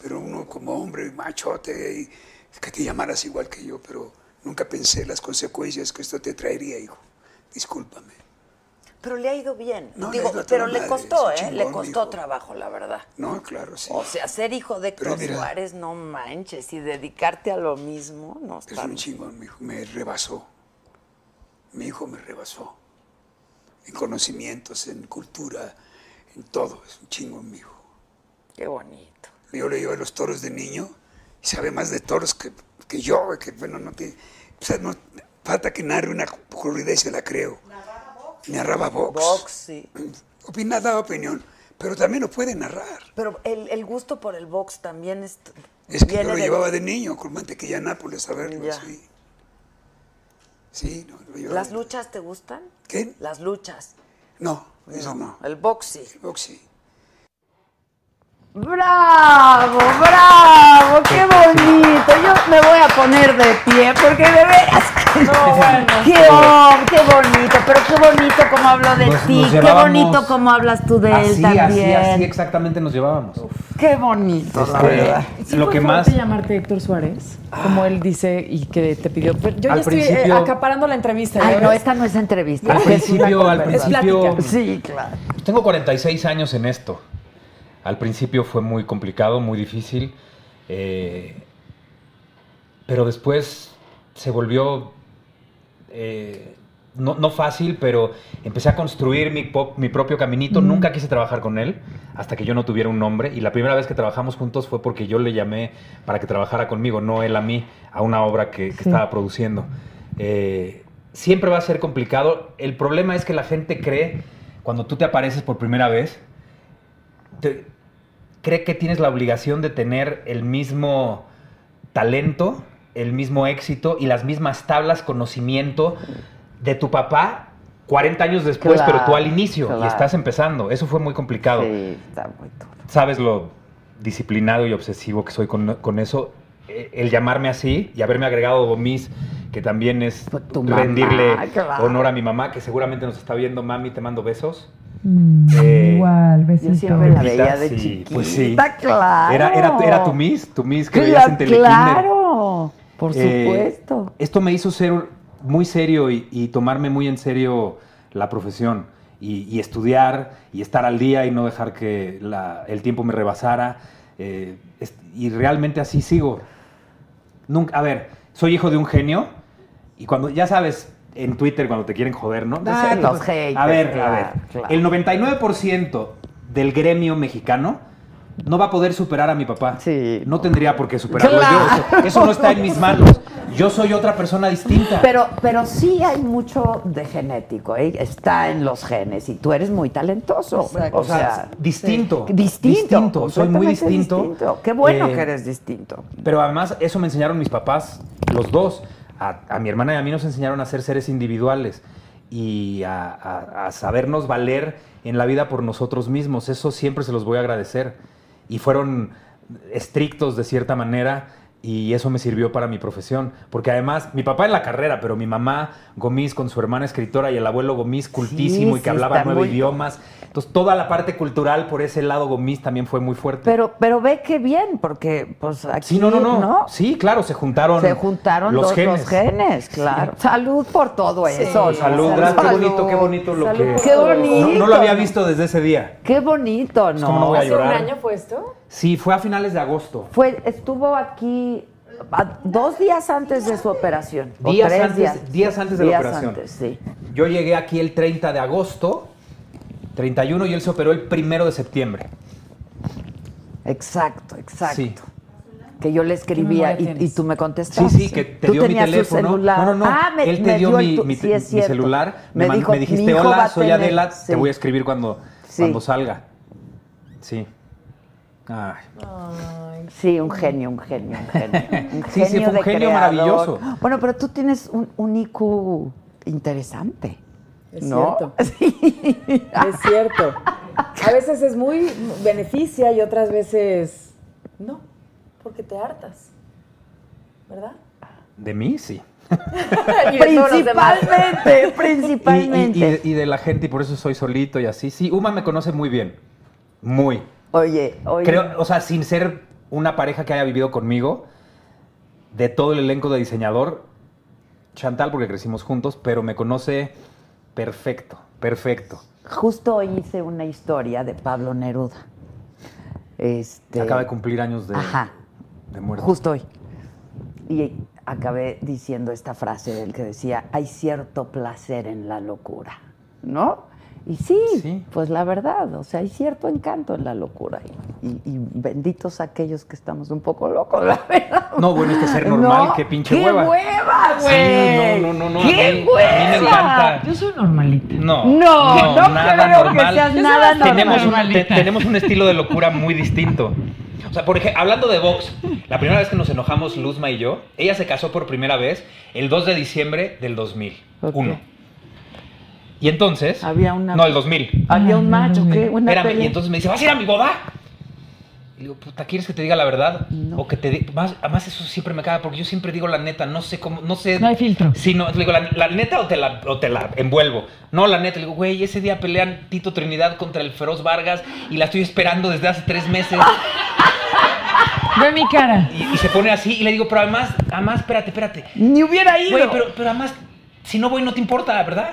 L: Pero uno como hombre, machote, y es que te llamaras igual que yo, pero Nunca pensé las consecuencias que esto te traería, hijo. Discúlpame.
D: Pero le ha ido bien.
L: No, le
D: Digo,
L: ha ido a
D: pero
L: toda
D: le
L: madre,
D: costó,
L: es un
D: ¿eh? Le
L: chingón,
D: costó
L: hijo.
D: trabajo, la verdad.
L: No, claro, sí.
D: O sea, ser hijo de
L: Pero
D: Héctor
L: mira-
D: Suárez, no manches, y dedicarte a lo mismo, no
L: Es
D: está
L: un chingón, mi hijo. Me rebasó. Mi hijo me rebasó. En conocimientos, en cultura, en todo. Es un chingón, mi hijo.
D: Qué bonito.
L: Yo le llevo a los toros de niño y sabe más de toros que, que yo, güey, que bueno, no tiene. O sea, no, falta que narre una corrida y se la creo. Narraba box.
D: Box, sí.
L: Opina, da opinión, pero también lo puede narrar.
D: Pero el, el gusto por el box también es.
L: Es que yo
D: viene
L: lo
D: de-
L: llevaba de niño con mantequilla a Nápoles a verlo,
D: Ya.
L: sí. Sí, no, lo llevaba.
D: ¿Las luchas te gustan?
L: ¿Qué?
D: Las luchas.
L: No, eso no.
D: El box sí.
L: El box sí.
D: ¡Bravo, bravo! ¡Qué bonito! Yo me voy a poner de pie porque de veras. No, bueno. ¡Qué, oh, qué bonito! Pero qué bonito como habló de
I: Nos- nos
D: ti. Qué
I: llevábamos
D: bonito como hablas tú de él
I: Así, así,
D: también.
I: así exactamente nos llevábamos.
D: Qué bonito, la
I: Este,
D: verdad.
H: ¿Sí
I: lo
H: fue
I: que más
H: fuerte llamarte Héctor Suárez? Como él dice y que te pidió. Pero yo
I: Al
H: ya estoy eh,
I: principio-
H: acaparando la entrevista.
D: Ay,
H: ya
D: no,
H: ves.
D: esta no es entrevista.
I: al
D: es
I: principio,
D: una
I: al
D: conversación.
I: principio,
D: Sí, claro.
I: Pues Tengo 46 años en esto. Al principio fue muy complicado, muy difícil, eh, pero después se volvió eh, no, no fácil, pero empecé a construir mi, po- mi propio caminito. Nunca quise trabajar con él hasta que yo no tuviera un nombre. Y la primera vez que trabajamos juntos fue porque yo le llamé para que trabajara conmigo, no él a mí, a una obra que, que estaba produciendo. Eh, siempre va a ser complicado. El problema es que la gente cree, cuando tú te apareces por primera vez, te- cree que tienes la obligación de tener el mismo talento, el mismo éxito y las mismas tablas, conocimiento de tu papá 40 años después,
D: Claro,
I: pero tú al inicio
D: claro.
I: y estás empezando. Eso fue muy complicado.
D: Sí, está muy duro.
I: Sabes lo disciplinado y obsesivo que soy con, con eso. Eh, El llamarme así y haberme agregado Gomis, que también es
D: Pues tu mamá,
I: rendirle
D: claro.
I: honor a mi mamá, que seguramente nos está viendo. Mami, te mando besos. Eh,
H: Igual,
D: Yo
H: besito.
D: siempre la veía de
I: Sí,
D: chiquita.
I: pues sí.
D: claro.
I: Era, era, era tu Miss, tu Miss que veías en Telekinder.
D: Claro, por
I: Eh,
D: supuesto.
I: Esto me hizo ser muy serio y, y tomarme muy en serio la profesión y, y estudiar y estar al día y no dejar que la- el tiempo me rebasara. eh, es- y realmente así sigo. Nunca, a ver, soy hijo de un genio y cuando, ya sabes, en Twitter cuando te quieren joder, ¿no?
D: Pues,
I: Ah,
D: eh, los
I: pues,
D: haters,
I: A ver,
D: claro,
I: a ver.
D: claro.
I: El 99% del gremio mexicano no va a poder superar a mi papá.
D: Sí.
I: No tendría por qué superarlo
D: Claro.
I: yo. Eso, eso no está en mis manos. Yo soy otra persona distinta.
D: Pero, pero sí hay mucho de genético, ¿eh? está en los genes y tú eres muy talentoso.
G: Exacto.
D: O sea,
I: distinto.
D: distinto.
I: Soy muy
D: completamente
I: distinto.
D: Qué bueno
I: Eh,
D: que eres distinto.
I: Pero además, eso me enseñaron mis papás, los dos. A, a mi hermana y a mí nos enseñaron a ser seres individuales y a, a- a sabernos valer en la vida por nosotros mismos. Eso siempre se los voy a agradecer. Y fueron estrictos de cierta manera y eso me sirvió para mi profesión. Porque además, mi papá en la carrera, pero mi mamá Gomis con su hermana escritora y el abuelo Gomis cultísimo y
D: sí,
I: que hablaba
D: está
I: nueve
D: muy-
I: idiomas. Entonces, toda la parte cultural por ese lado Gomis también fue muy fuerte.
D: Pero, pero ve que bien, porque pues aquí
I: Sí, no, no, no, Sí, claro, se juntaron.
D: Se juntaron
I: los
D: dos-
I: genes.
D: los genes, claro. Salud por todo eso.
I: Salud, gracias, qué bonito, qué bonito lo
H: Salud.
I: que.
D: Qué bonito.
I: No, no lo había visto desde ese día.
D: Qué bonito, ¿no?
I: como no voy a
H: ¿Hace un
I: llorar.
H: año fue esto?
I: Sí, fue a finales de agosto.
D: Fue, estuvo aquí a- dos días antes de su operación. o
I: Días
D: tres
I: antes- días antes de la operación.
D: antes, sí.
I: Yo llegué aquí el 30 de agosto, 31, y él se operó el primero de septiembre.
D: Exacto, exacto.
I: Sí.
D: Que yo le escribía
H: memoria
D: y- y,
H: tienes?
D: tú me contestaste.
I: Sí, sí, que te
D: Tú
I: dio mi
D: tenías su
I: teléfono.
D: celular.
I: No, no, no.
D: Ah, me,
I: él te
D: me
I: dio, mi,
D: el tu-
I: mi-
D: sí, es
I: mi
D: cierto.
I: celular. Me, man- me
D: "Mi
I: dijiste,
D: hijo va
I: hola,
D: a
I: soy
D: tener-".
I: Adela,
D: Sí.
I: te voy a escribir cuando,
D: Sí.
I: cuando salga. Sí. Ay.
D: Sí, un genio, un genio, un genio. Un
I: Sí, sí, fue un
D: de
I: genio
D: creador.
I: maravilloso.
D: Bueno, pero tú tienes un, un IQ interesante.
H: Es
D: ¿No?
H: cierto.
D: Sí.
H: Es cierto. A veces es muy beneficia y otras veces no, porque te hartas. ¿Verdad?
I: De mí, sí.
H: Y de todos los demás.
D: Principalmente,
I: Y- y-
D: principalmente.
I: Y, de- y de la gente, y por eso soy solito y así. Sí, Uma me conoce muy bien. Muy.
D: Oye, oye.
I: Creo, o sea, sin ser una pareja que haya vivido conmigo, de todo el elenco de diseñador, Chantal porque crecimos juntos, pero me conoce perfecto, perfecto.
G: Justo hoy hice una historia de Pablo Neruda. Este,
I: Acaba de cumplir años de,
G: Ajá.
I: de muerte.
G: Justo hoy. Y acabé diciendo esta frase del que decía, hay cierto placer en la locura, ¿no? Y sí,
I: Sí.
G: pues la verdad, o sea, hay cierto encanto en la locura. Y, y- y benditos aquellos que estamos un poco locos, la verdad.
I: No, bueno, es que ser normal, qué pinche hueva.
G: ¡Qué hueva,
I: Sí,
G: güey!
I: no, no, no, no, a mí- a
G: ¡Qué
I: mí me
G: hueva!
I: encanta.
D: Yo soy normalita.
G: No, no
I: No,
G: creo que seas
D: Yo nada soy normal.
I: Tenemos un, te-
D: normalita.
I: tenemos un estilo de locura muy distinto. O sea, por ejemplo, hablando de box, la primera vez que nos enojamos Luzma y yo, ella se casó por primera vez el 2 de diciembre del 2001. Y entonces...
G: Había una-
I: No, el 2000.
G: Había un macho, ¿qué? Una
I: Espérame,
G: pelea.
I: y entonces me dice, ¿vas a ir a mi boda? Y digo, puta, ¿quieres que te diga la verdad?
G: No.
I: O que te di- más, además eso siempre me caga porque yo siempre digo la neta, no sé cómo, no sé.
D: No hay filtro.
I: Sí, no, le digo, la, la neta o te la, o te la envuelvo. No, la neta, le digo, güey, ese día pelean Tito Trinidad contra el Feroz Vargas y la estoy esperando desde hace tres meses.
D: Ve mi cara.
I: Y, y se pone así y le digo, pero además, además, espérate, espérate.
G: Ni hubiera ido.
I: Güey, pero, pero además, si no voy no te importa, ¿verdad?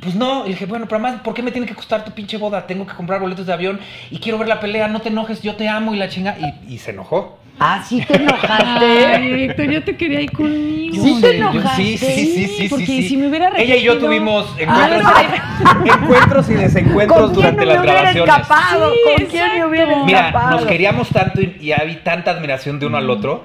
I: Pues no, y le dije, bueno, pero además, ¿por qué me tiene que costar tu pinche boda? Tengo que comprar boletos de avión y quiero ver la pelea, no te enojes, yo te amo y la chinga. Y, y se enojó.
G: Ah, sí te enojaste.
D: Ay, Héctor, yo te quería ir conmigo.
G: Sí, te
I: Yo-
G: enojaste.
I: Sí, sí, sí, sí.
D: porque
I: sí, sí.
D: si me hubiera
I: Ella y yo
D: arrepentido-
I: tuvimos
D: Ah,
I: encuentros, encuentros y
G: ¿Con
I: desencuentros
G: quién
I: durante
G: me
I: las
G: hubiera
I: grabaciones.
G: escapado?
D: Sí,
G: ¿Con quién me
D: exacto.
G: hubiera
I: Mira,
G: escapado?
I: nos queríamos tanto y, y había tanta admiración de uno al otro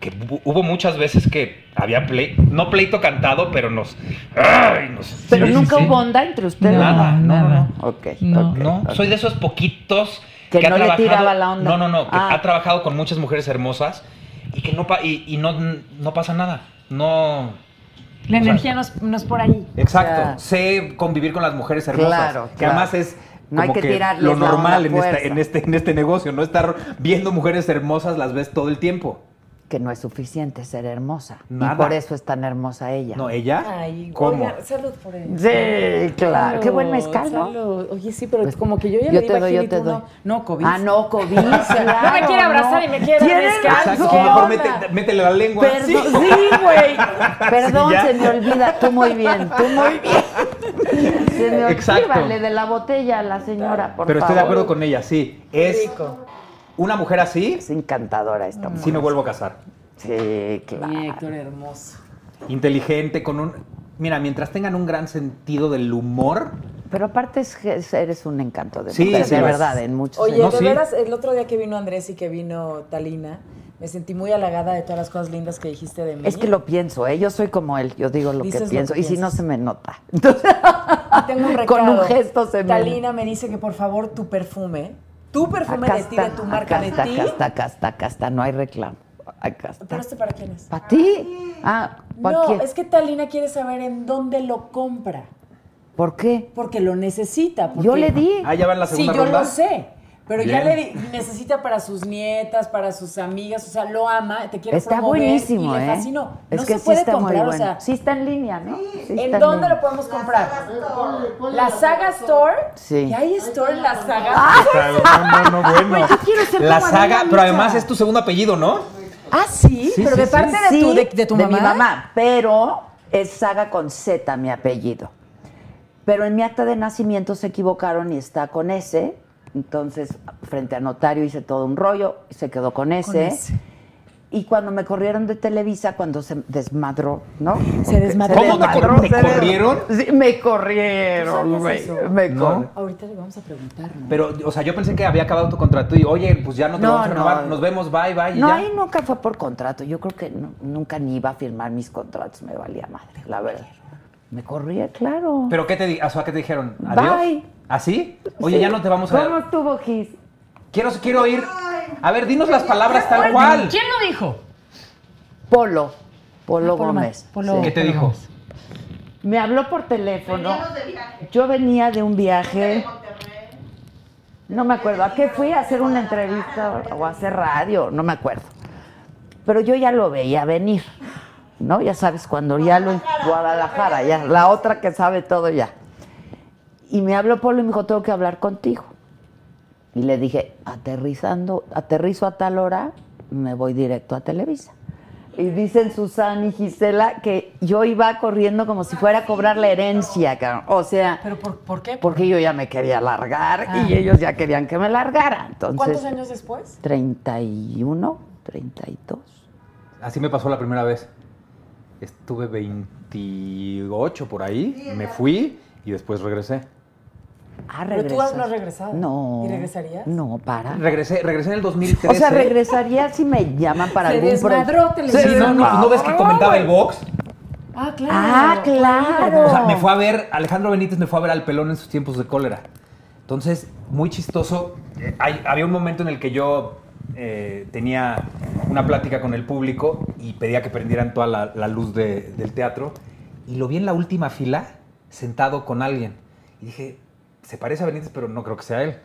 I: que bu- hubo muchas veces que había ple- no pleito cantado, pero nos. ¡Ay! Nos,
G: Pero
I: sí,
G: nunca
I: sí, sí.
G: hubo onda entre ustedes.
I: Nada, no,
D: nada.
G: Ok,
D: No.
G: ok,
I: No,
G: ok.
I: soy de esos poquitos
G: Que
I: ha
G: no le
I: trabajado-
G: tiraba la onda.
I: No, no, no, que
G: Ah.
I: ha trabajado con muchas mujeres hermosas y que no pa- y, y no, no pasa nada. No.
D: La energía no es, no es por ahí.
I: Exacto,
G: O sea,
I: sé convivir con las mujeres hermosas.
G: Claro,
I: que
G: claro.
I: además es
G: No hay
I: como
G: que tirarles
I: lo
G: la
I: normal
G: onda
I: en, esta-
G: fuerza.
I: en este, en este negocio, no estar viendo mujeres hermosas las ves todo el tiempo.
G: Que no es suficiente ser hermosa. Y
I: Nada.
G: por eso es tan hermosa ella.
I: No, ella. ¿Cómo?
H: salud por él.
G: Sí, claro. Qué buen mezcal, ¿no? Pues,
H: salud. Oye, sí, pero como que yo ya
G: yo
H: le
G: te
H: iba
G: doy,
H: a
G: yo te doy.
H: No, no, COVID.
G: Ah, no, COVID. claro,
H: me quiere abrazar y me quiere dar
G: Tienes
H: mezcal.
G: razón.
I: Exacto, mejor mete- métele la lengua.
G: Perdón,
I: Sí.
G: sí, güey. Perdón,
I: Sí, ya.
G: se me olvida. Tú muy bien, tú muy bien. Se me olvida.
I: Exacto.
G: Llévale de la botella a la señora, por
I: Pero
G: favor.
I: estoy de acuerdo con ella, sí. Es una mujer así,
G: Es encantadora esta mujer.
I: Mm. sí me vuelvo a casar.
G: Sí,
H: Mi
G: claro.
H: Héctor hermoso.
I: inteligente, con un... Mira, mientras tengan un gran sentido del humor,
G: Pero aparte es que eres un encanto de
I: Sí,
G: mujer,
I: sí
G: de
I: lo es.
G: verdad, en muchos
H: Oye,
I: No,
H: de
I: sí.
H: veras, el otro día que vino Andrés y que vino Talina, me sentí muy halagada de todas las cosas lindas que dijiste de mí.
G: Es que lo pienso, ¿eh? yo soy como él, yo digo lo que
H: Dices lo que
G: pienso, y si no
H: piensas.
G: se me nota.
H: Y tengo un recado.
G: Con un gesto se me-
H: Talina me dice que por favor tu perfume, tu perfume de ti, de tu marca
G: acá
H: de
G: está,
H: ti.
G: acá está, acá está, acá está, no hay reclamo. Acá está.
H: ¿Pero este para quién es?
G: ¿Para ti? Ah, ¿para
H: No,
G: quién?
H: es que Talina quiere saber en dónde lo compra,
G: ¿Por qué?
H: porque lo necesita. porque-
G: Yo le di.
I: ah, ya va en la
H: Sí,
I: segunda
H: yo
I: ronda.
H: lo sé. Pero ya le
I: Bien.
H: di- necesita para sus nietas, para sus amigas, o sea, lo ama, te quiere
G: Está
H: promover
G: buenísimo,
H: y le
G: ¿eh?
H: fascinó. No
G: es
H: se
G: que
H: puede
G: sí está
H: comprar,
G: muy bueno.
H: o sea,
G: sí está en línea, ¿no? Sí está
H: ¿En dónde
G: línea.
H: lo podemos comprar?
M: Ponle, ponle
H: La Saga Store.
G: Sí. Ah,
H: ¿Y hay store en la Saga?
I: Claro, no, no, no, bueno.
G: Pues yo quiero ser
I: La
G: como
I: saga,
G: Adela Micha.
I: pero además es tu segundo apellido, ¿no?
H: Ah, sí, pero de parte de, tu,
G: Sí,
H: de, de tu mamá.
G: De mi mamá, pero es Saga con Z mi apellido. Pero en mi acta de nacimiento se equivocaron y está con S. Entonces, frente a notario hice todo un rollo, se quedó con S.
H: Con ese.
G: Y cuando me corrieron de Televisa, cuando se desmadró, ¿no?
H: Se desmadró.
I: ¿Cómo te cor- te
G: se des-
I: corrieron?
G: Sí, me
H: ¿Tú
G: corrieron,
H: sabías
G: güey.
H: eso?
G: Me
I: No.
G: corrieron.
H: Ahorita le vamos a preguntar. ¿no?
I: Pero, o sea, yo pensé que había acabado tu contrato y, oye, pues ya no te
G: No,
I: vamos a renovar,
G: no.
I: nos vemos, bye, bye, y
G: No,
I: Ah, ya.
G: ahí nunca fue por contrato. Yo creo que nu- nunca ni iba a firmar mis contratos. Me valía madre, la verdad. Me corría, claro.
I: ¿Pero qué te, di- o sea, ¿qué te dijeron? ¿Adiós?
G: Bye.
I: ¿Así? Oye, ya no te vamos
G: ¿Cómo
I: a...
G: estuvo, Gis?
I: Quiero, quiero oír... A ver, dinos las palabras tal cual.
D: ¿Quién lo dijo?
G: Polo. Polo,
H: Ah,
G: Gómez.
D: Polo-
I: ¿Qué te
D: Polo
I: dijo?
D: Gómez.
G: Me habló por teléfono. Yo venía de un viaje. No me acuerdo. ¿A qué fui? ¿A hacer una entrevista o a hacer radio? No me acuerdo. Pero yo ya lo veía venir. ¿No? Ya sabes, cuando ya lo. Guadalajara, ya. La otra que sabe todo ya. Y me habló Polo y me dijo: Tengo que hablar contigo. Y le dije: Aterrizando, aterrizo a tal hora, me voy directo a Televisa. Y dicen Susana y Gisela que yo iba corriendo como si fuera a cobrar la herencia, cabrón. O sea.
H: ¿Pero por, por qué?
G: Porque yo ya me quería largar
H: Ah.
G: y ellos ya querían que me largara. Entonces,
H: ¿Cuántos años después?
G: 31, 32.
I: Así me pasó la primera vez. Estuve 28 por ahí, me fui y después regresé.
G: Ah,
H: Pero tú
G: regresas.
H: no has regresado.
G: No.
H: ¿Y regresarías?
G: No, para.
I: Regresé, regresé en el 2013.
G: O sea, regresaría si me llaman para
H: Se
G: algún pro-
H: desmadró televisión.
I: Sí, no, no, pues, ¿no ves que comentaba el box?
H: Ah, claro.
G: Ah, claro.
I: O sea, me fue a ver, Alejandro Benítez me fue a ver al pelón en sus tiempos de cólera. Entonces, muy chistoso. eh, hay- había un momento en el que yo eh, tenía una plática con el público y pedía que prendieran toda la, la luz de- del teatro. Y lo vi en la última fila, sentado con alguien. Y dije, se parece a Benítez, pero no creo que sea él.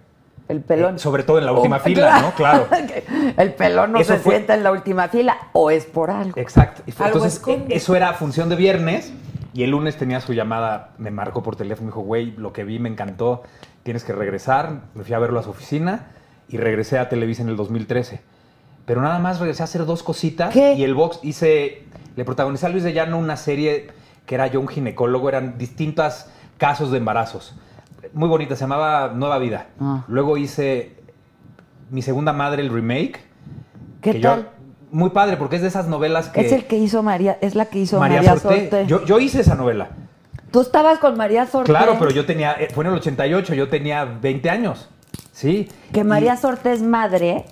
G: El pelón.
I: Eh, sobre todo en la
G: Oh,
I: última fila, ¿no? Claro.
G: El pelón no
I: Eso
G: se
I: fue-
G: sienta en la última fila o es por algo.
I: Exacto. Y fue-
H: Algo
I: entonces,
H: esconde.
I: eh, eso era función de viernes y el lunes tenía su llamada, me marcó por teléfono, me dijo, güey, lo que vi me encantó, tienes que regresar. Me fui a verlo a su oficina y regresé a Televisa en el 2013. Pero nada más regresé a hacer dos cositas
G: ¿Qué?
I: y el box hice, le protagonicé a Luis de Llano una serie que era yo un ginecólogo, eran distintos casos de embarazos. Muy bonita, se llamaba Nueva Vida.
G: Ah.
I: Luego hice Mi Segunda Madre, el remake.
G: ¿Qué
I: que yo-
G: tal?
I: muy padre, porque es de esas novelas que...
G: Es el que hizo María, es la que hizo María,
I: María,
G: Sorte.
I: Sorté. Yo, yo hice esa novela.
G: Tú estabas con María Sorte.
I: Claro, pero yo tenía, eh, fue en el 88, yo tenía 20 años. ¿Sí?
G: Que
I: Y
G: María Sorte es madre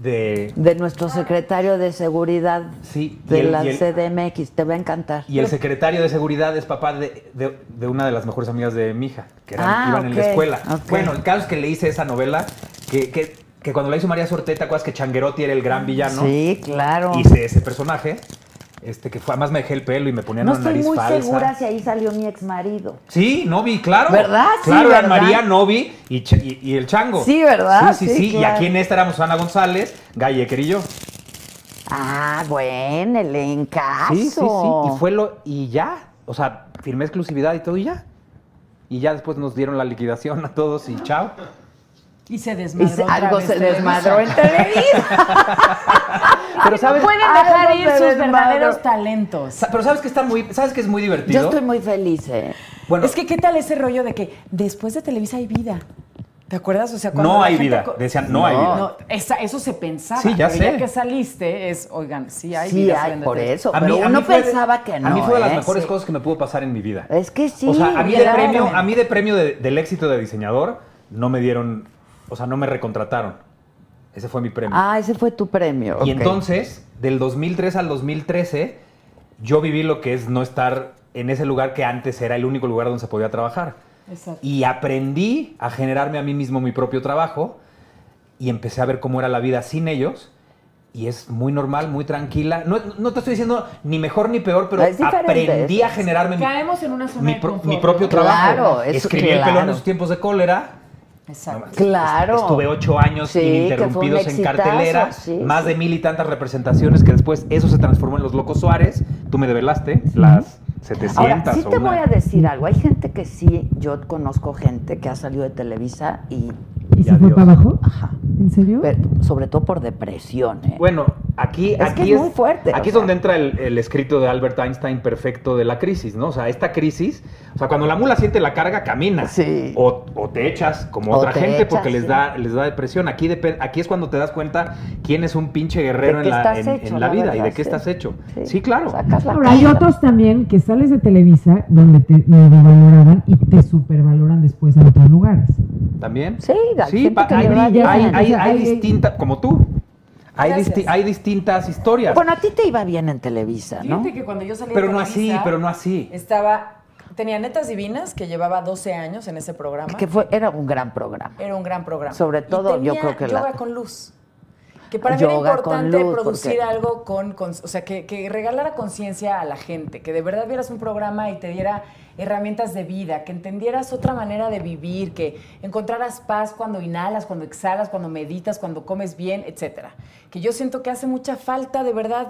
I: de
G: de nuestro secretario de seguridad
I: Sí, y
G: de
I: el-
G: la
I: y el-
G: CDMX. Te va a encantar.
I: y el secretario de seguridad es papá de, de- de una de las mejores amigas de mi hija, que eran-
G: Ah,
I: iban en la
G: ok,
I: escuela.
G: ok.
I: Bueno, el caso es que le hice esa novela, que, que- que cuando la hizo María Sorté, ¿te acuerdas que Changuerotti era el gran villano?
G: Sí, claro.
I: Hice ese personaje, este que fue, además me dejé el pelo y me ponían
G: no
I: una
G: estoy
I: nariz
G: muy
I: falsa.
G: segura si ahí salió mi exmarido.
I: Sí, Novi, claro.
G: ¿Verdad? Sí,
I: Claro, eran
G: ¿verdad?
I: María, Novi y, Ch- y- y el Chango.
G: Sí, ¿verdad?
I: Sí, sí,
G: Sí,
I: sí.
G: claro.
I: Y aquí en esta éramos Ana González, Gallequer y yo.
G: Ah, buen elencazo.
I: Sí, sí, sí. Y fue lo. Y ya. O sea, firmé exclusividad y todo y ya. Y ya después nos dieron la liquidación a todos y chao.
H: Y se
G: Y
H: desmadró.
G: se-
H: otra
G: algo
H: vez
G: se
H: Televisa.
G: desmadró en Televisa.
I: Pero sabes.
H: Pueden
G: Algo
H: dejar ir
G: se
H: sus
G: desmadró.
H: verdaderos talentos.
I: sa- Pero sabes que está muy. ¿Sabes que es muy divertido?
G: Yo estoy muy feliz, ¿eh?
I: Bueno,
H: es que, ¿qué tal ese rollo de que después de Televisa hay vida? ¿Te acuerdas? O sea, cuando
I: No
H: la
I: hay
H: gente
I: vida.
H: co-
I: Decían, no hay vida.
H: No, esa- eso se pensaba.
I: Sí, ya
H: pero
I: sé.
H: que saliste, es, oigan, sí hay
G: sí,
H: vida.
G: hay,
H: salen de
G: por
H: Televisa.
G: eso.
I: a mí-
G: pero
I: a mí
G: uno
I: fue de-
G: pensaba que no.
I: A mí fue de las
G: ¿eh?
I: mejores
G: Sí.
I: cosas que me pudo pasar en mi vida.
G: Es que sí.
I: O sea, a mí, de
G: claro.
I: premio, a mí de premio de- del éxito de diseñador no me dieron, o sea, no me recontrataron. Ese fue mi premio.
G: Ah, ese fue tu premio. ok.
I: Y entonces, del 2003 al 2013, yo viví lo que es no estar en ese lugar que antes era el único lugar donde se podía trabajar.
H: Exacto.
I: Y aprendí a generarme a mí mismo mi propio trabajo y empecé a ver cómo era la vida sin ellos. Y es muy normal, muy tranquila. No, no te estoy diciendo ni mejor ni peor, pero
G: Es diferente,
I: aprendí a
G: es-
I: generarme mi-
H: Caemos en una zona
I: mi,
H: de
I: pro-
H: confort.
I: mi propio
G: Claro,
I: trabajo.
G: es-
I: Escribí el
G: claro.
I: pelón en sus tiempos de cólera.
H: Exacto.
G: Claro.
I: Estuve ocho años
G: Sí,
I: ininterrumpidos
G: que fue un
I: en cartelera,
G: exitazo, sí,
I: más
G: sí.
I: de mil y tantas representaciones que después eso se transformó en Los Locos Suárez. Tú me develaste las 700
G: Ahora, sí
I: o
G: te
I: una-
G: voy a decir algo. Hay gente que sí, yo conozco gente que ha salido de Televisa y,
N: ¿Y
I: Ya
N: se fue
I: Dios.
N: para abajo?
G: ajá,
N: ¿En serio?
G: pero sobre todo por depresión, ¿eh?
I: Bueno, aquí
G: Es que
I: aquí
G: es muy fuerte,
I: Aquí
G: o
I: es
G: sea.
I: donde entra el, el escrito de Albert Einstein perfecto de la crisis, ¿no? O sea, esta crisis, o sea, cuando la mula siente la carga camina,
G: Sí.
I: o, o te echas como
G: O
I: otra
G: te
I: gente
G: echas,
I: porque
G: sí.
I: les da les da depresión. Aquí depe- aquí es cuando te das cuenta quién es un pinche
G: ¿De
I: guerrero en
G: qué
I: la,
G: estás
I: en- en
G: hecho,
I: la vida y
G: verdad,
I: de qué
G: sí.
I: estás hecho. Sí, claro.
G: Sacas la
N: Ahora, hay
G: casta.
N: otros también que sales de Televisa donde te valoraban y te supervaloran después en otros lugares.
I: ¿También?
G: Sí, la gente
I: pa-
G: que
I: hay,
G: le va bien.
I: hay, hay,
N: O sea, hay-
I: distintas, como tú. Hay,
H: Gracias.
I: disti- hay distintas historias.
G: Bueno, a ti te iba bien en Televisa, ¿no?
H: Fíjate que cuando yo salí de
I: pero no así,
H: Televisa,
I: pero no así.
H: Estaba, tenía Netas Divinas, que llevaba 12 años en ese programa.
G: Que fue, era un gran programa.
H: Era un gran programa.
G: Sobre
H: Y
G: todo, yo
H: tenía
G: creo que la-
H: Yoga con luz. Que para mí
G: Yoga
H: era
G: con
H: importante
G: luz,
H: producir
G: porque-
H: algo con, con- O sea, que, que regalara conciencia a la gente. Que de verdad vieras un programa y te diera herramientas de vida. Que entendieras otra manera de vivir. Que encontraras paz cuando inhalas, cuando exhalas, cuando meditas, cuando comes bien, etcétera. Que yo siento que hace mucha falta, de verdad.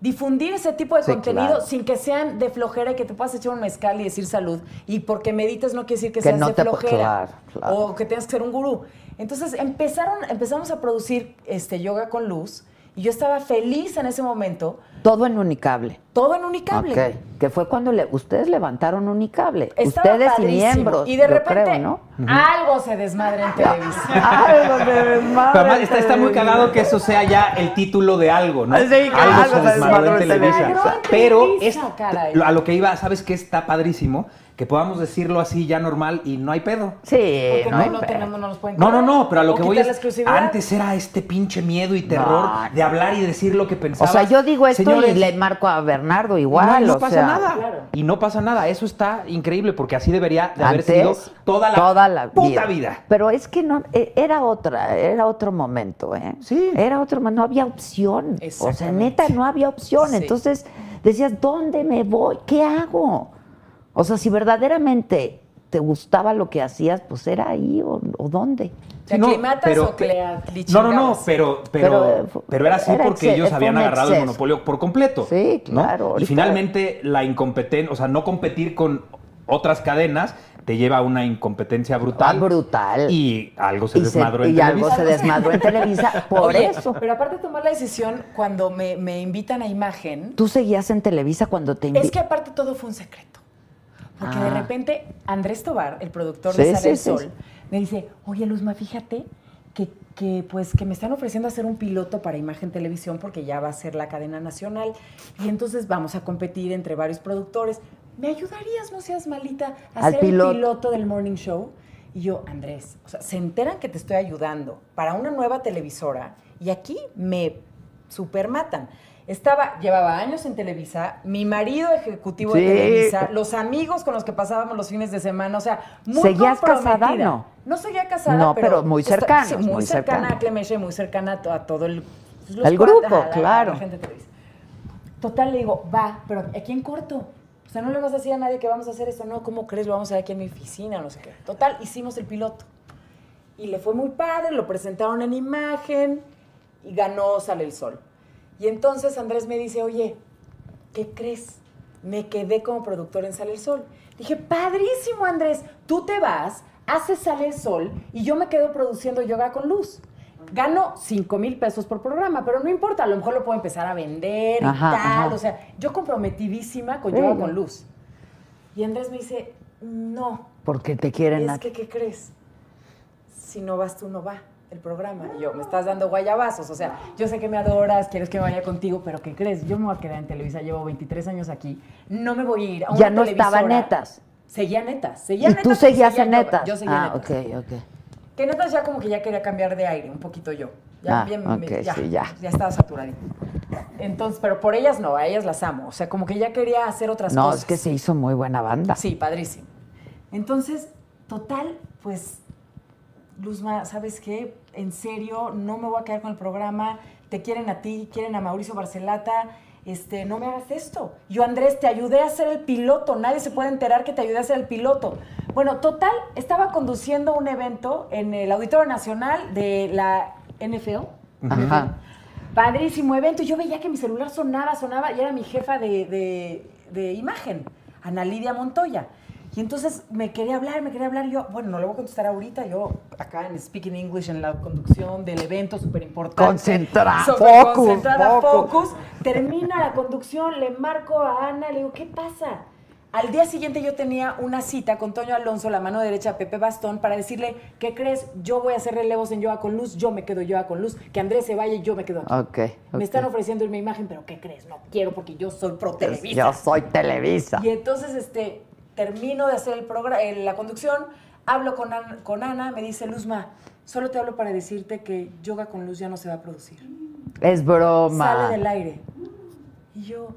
H: Difundir ese tipo de
G: Sí,
H: contenido
G: claro.
H: sin que sean de flojera y que te puedas echar un mezcal y decir salud. Y porque meditas no quiere decir que,
G: Que
H: seas
G: no
H: de
G: te-
H: flojera.
G: claro, claro.
H: O que tengas que ser un gurú. Entonces empezaron, empezamos a producir este yoga con luz y yo estaba feliz en ese momento
G: Todo en unicable.
H: Todo en unicable.
G: Ok. Que fue cuando le- ustedes levantaron unicable.
H: Estaba
G: ustedes y
H: padrísimo.
G: miembros.
H: Y de
G: yo
H: repente
G: creo, ¿no? Ah,
H: algo se desmadra en Televisa.
G: Algo de
I: Pero además está, está muy cagado que eso sea ya el título de algo, ¿no?
G: Sí, que algo
I: se
G: se
I: desmadró
G: desmadró
I: en
G: en
I: Televisa.
G: Televisa.
I: Pero
H: Televisa,
I: es-
H: caray.
I: lo- a lo que iba, ¿sabes qué está padrísimo? Que podamos decirlo así ya normal y no hay pedo.
G: Sí,
H: Porque no, no tenemos, no nos pueden
I: No, no,
H: cobrar.
I: no, pero a lo
H: O
I: que voy
H: quitar la
I: es,
H: exclusividad.
I: antes era este pinche miedo y terror
G: No.
I: de hablar y decir lo que
G: O
I: pensaba.
G: sea, yo digo esto
I: Señores,
G: y le marco a Bernardo
I: no,
G: igual.
I: y no
G: o
I: pasa
G: sea,
I: nada. Y no pasa nada. Eso está increíble porque así debería de haber
G: Antes,
I: sido toda la, puta vida.
G: Pero es que no, e- era otra, era otro momento, ¿eh? Sí. Era otro, mo- no había opción. O sea,
H: Exactamente.
G: neta, no había opción.
H: Sí.
G: Entonces decías, ¿dónde me voy? ¿Qué hago? O sea, si verdaderamente te gustaba lo que hacías, pues era ahí o, o dónde.
H: ¿Te
I: Sí, no,
H: aclimatas
I: pero-
H: o que le
I: No, no, no, pero,
G: Pero, eh,
I: pero,
G: fu-
I: pero, era así
G: era
I: porque
G: exce-
I: ellos
G: fue
I: habían
G: un
I: agarrado el
G: exceso.
I: monopolio por completo.
G: Sí,
I: ¿no?
G: claro,
I: Y
G: ahorita-
I: finalmente la incompetencia, o sea, no competir con otras cadenas te lleva a una incompetencia brutal.
G: Ah, brutal.
I: Y algo se
G: y se-
I: desmadró en
G: y algo
I: Televisa.
G: se desmadró en Televisa por
H: Oye,
G: eso.
H: Pero aparte de tomar la decisión cuando me, me invitan a imagen,
G: Tú seguías en Televisa cuando te invi-
H: es que aparte todo fue un secreto. Porque de
G: Ah.
H: repente Andrés Tobar, el productor
G: Sí,
H: de Sale
G: sí,
H: el
G: sí,
H: Sol,
G: sí.
H: me dice, oye Luzma, fíjate que, que, pues, que me están ofreciendo hacer un piloto para Imagen Televisión porque ya va a ser la cadena nacional y entonces vamos a competir entre varios productores. ¿Me ayudarías, no seas malita, a
G: Al
H: hacer
G: piloto.
H: el piloto del Morning Show? Y yo, Andrés, o sea, se enteran que te estoy ayudando para una nueva televisora y aquí me supermatan. Estaba, llevaba años en Televisa, mi marido ejecutivo
G: Sí.
H: de Televisa, los amigos con los que pasábamos los fines de semana, o sea, muy
G: ¿Seguías
H: comprometida.
G: casada? No.
H: No seguía casada,
G: No,
H: pero,
G: pero muy
H: esta-
G: cercanos,
H: sí,
G: muy
H: muy cercana
G: cercanos.
H: a Clemeche, muy cercana a to- a todo el
G: Al
H: pues, cuates,
G: grupo,
H: a la- a la
G: claro.
H: gente de Televisa. Total, le digo, va, pero aquí en corto. O sea, no le vas a decir a nadie que vamos a hacer esto. No, ¿cómo crees? Lo vamos a hacer aquí en mi oficina, no sé qué. Total, hicimos el piloto. Y le fue muy padre, lo presentaron en imagen y ganó Sale el Sol. Y entonces Andrés me dice, oye, ¿qué crees? Me quedé como productor en Sale el Sol. Dije, padrísimo Andrés, tú te vas, haces Sale el Sol y yo me quedo produciendo yoga con luz. Gano 5 mil pesos por programa, pero no importa, a lo mejor lo puedo empezar a vender y
G: Ajá,
H: tal.
G: ajá.
H: O sea, yo comprometidísima con
G: Sí.
H: yoga con luz. Y Andrés me dice, no,
G: porque te quieren a
H: es que, ¿qué crees? Si no vas tú, no va el programa. Y yo, me estás dando guayabazos. O sea, yo sé que me adoras, quieres que me vaya contigo, pero ¿qué crees? Yo me voy a quedar en Televisa, llevo 23 años aquí. No me voy a ir a una
G: Ya no estaba
H: televisora.
G: netas.
H: Seguía netas. Seguía
G: Y
H: netas.
G: tú seguías
H: seguía
G: en
H: yo.
G: netas.
H: Yo seguía
G: Ah,
H: netas.
G: ok, ok.
H: Que netas ya como que ya quería cambiar de aire, un poquito yo. Ya,
G: Ah,
H: bien,
G: ok,
H: me- ya,
G: sí, ya.
H: ya estaba saturadita. Entonces, pero por ellas no, a ellas las amo. O sea, como que ya quería hacer otras
G: No,
H: cosas.
G: es que se hizo muy buena banda.
H: Sí, padrísimo. Entonces, total, pues, Luzma, ¿sabes qué? En serio, no me voy a quedar con el programa. Te quieren a ti, quieren a Mauricio Barcelata. Este, no me hagas esto. Yo, Andrés, te ayudé a hacer el piloto. Nadie se puede enterar que te ayudé a hacer el piloto. Bueno, total, estaba conduciendo un evento en el Auditorio Nacional de la NFL.
G: Ajá.
H: Padrísimo evento. Yo veía que mi celular sonaba, sonaba, y era mi jefa de, de- de imagen, Ana Lidia Montoya. Y entonces me quería hablar, me quería hablar. y Yo, bueno, no le voy a contestar ahorita. Yo, acá en Speaking English, en la conducción del evento súper importante.
G: Concentrada, focus,
H: Concentrada,
G: focus.
H: focus. Termina la conducción, le marco a Ana, le digo, ¿qué pasa? Al día siguiente yo tenía una cita con Toño Alonso, la mano derecha de Pepe Bastón, para decirle, ¿qué crees? Yo voy a hacer relevos en Yoga con Luz, yo me quedo en Yoga con Luz, que Andrés se vaya y yo me quedo aquí.
G: Ok. ok.
H: Me están ofreciendo irme a imagen, pero ¿qué crees? No quiero porque yo soy pro
G: Es-
H: Televisa.
G: Yo soy Televisa.
H: Y entonces este, termino de hacer el programa, la conducción, hablo con, An- con Ana, me dice, Luzma, solo te hablo para decirte que Yoga con Luz ya no se va a producir.
G: Es broma.
H: Sale del aire. Y yo,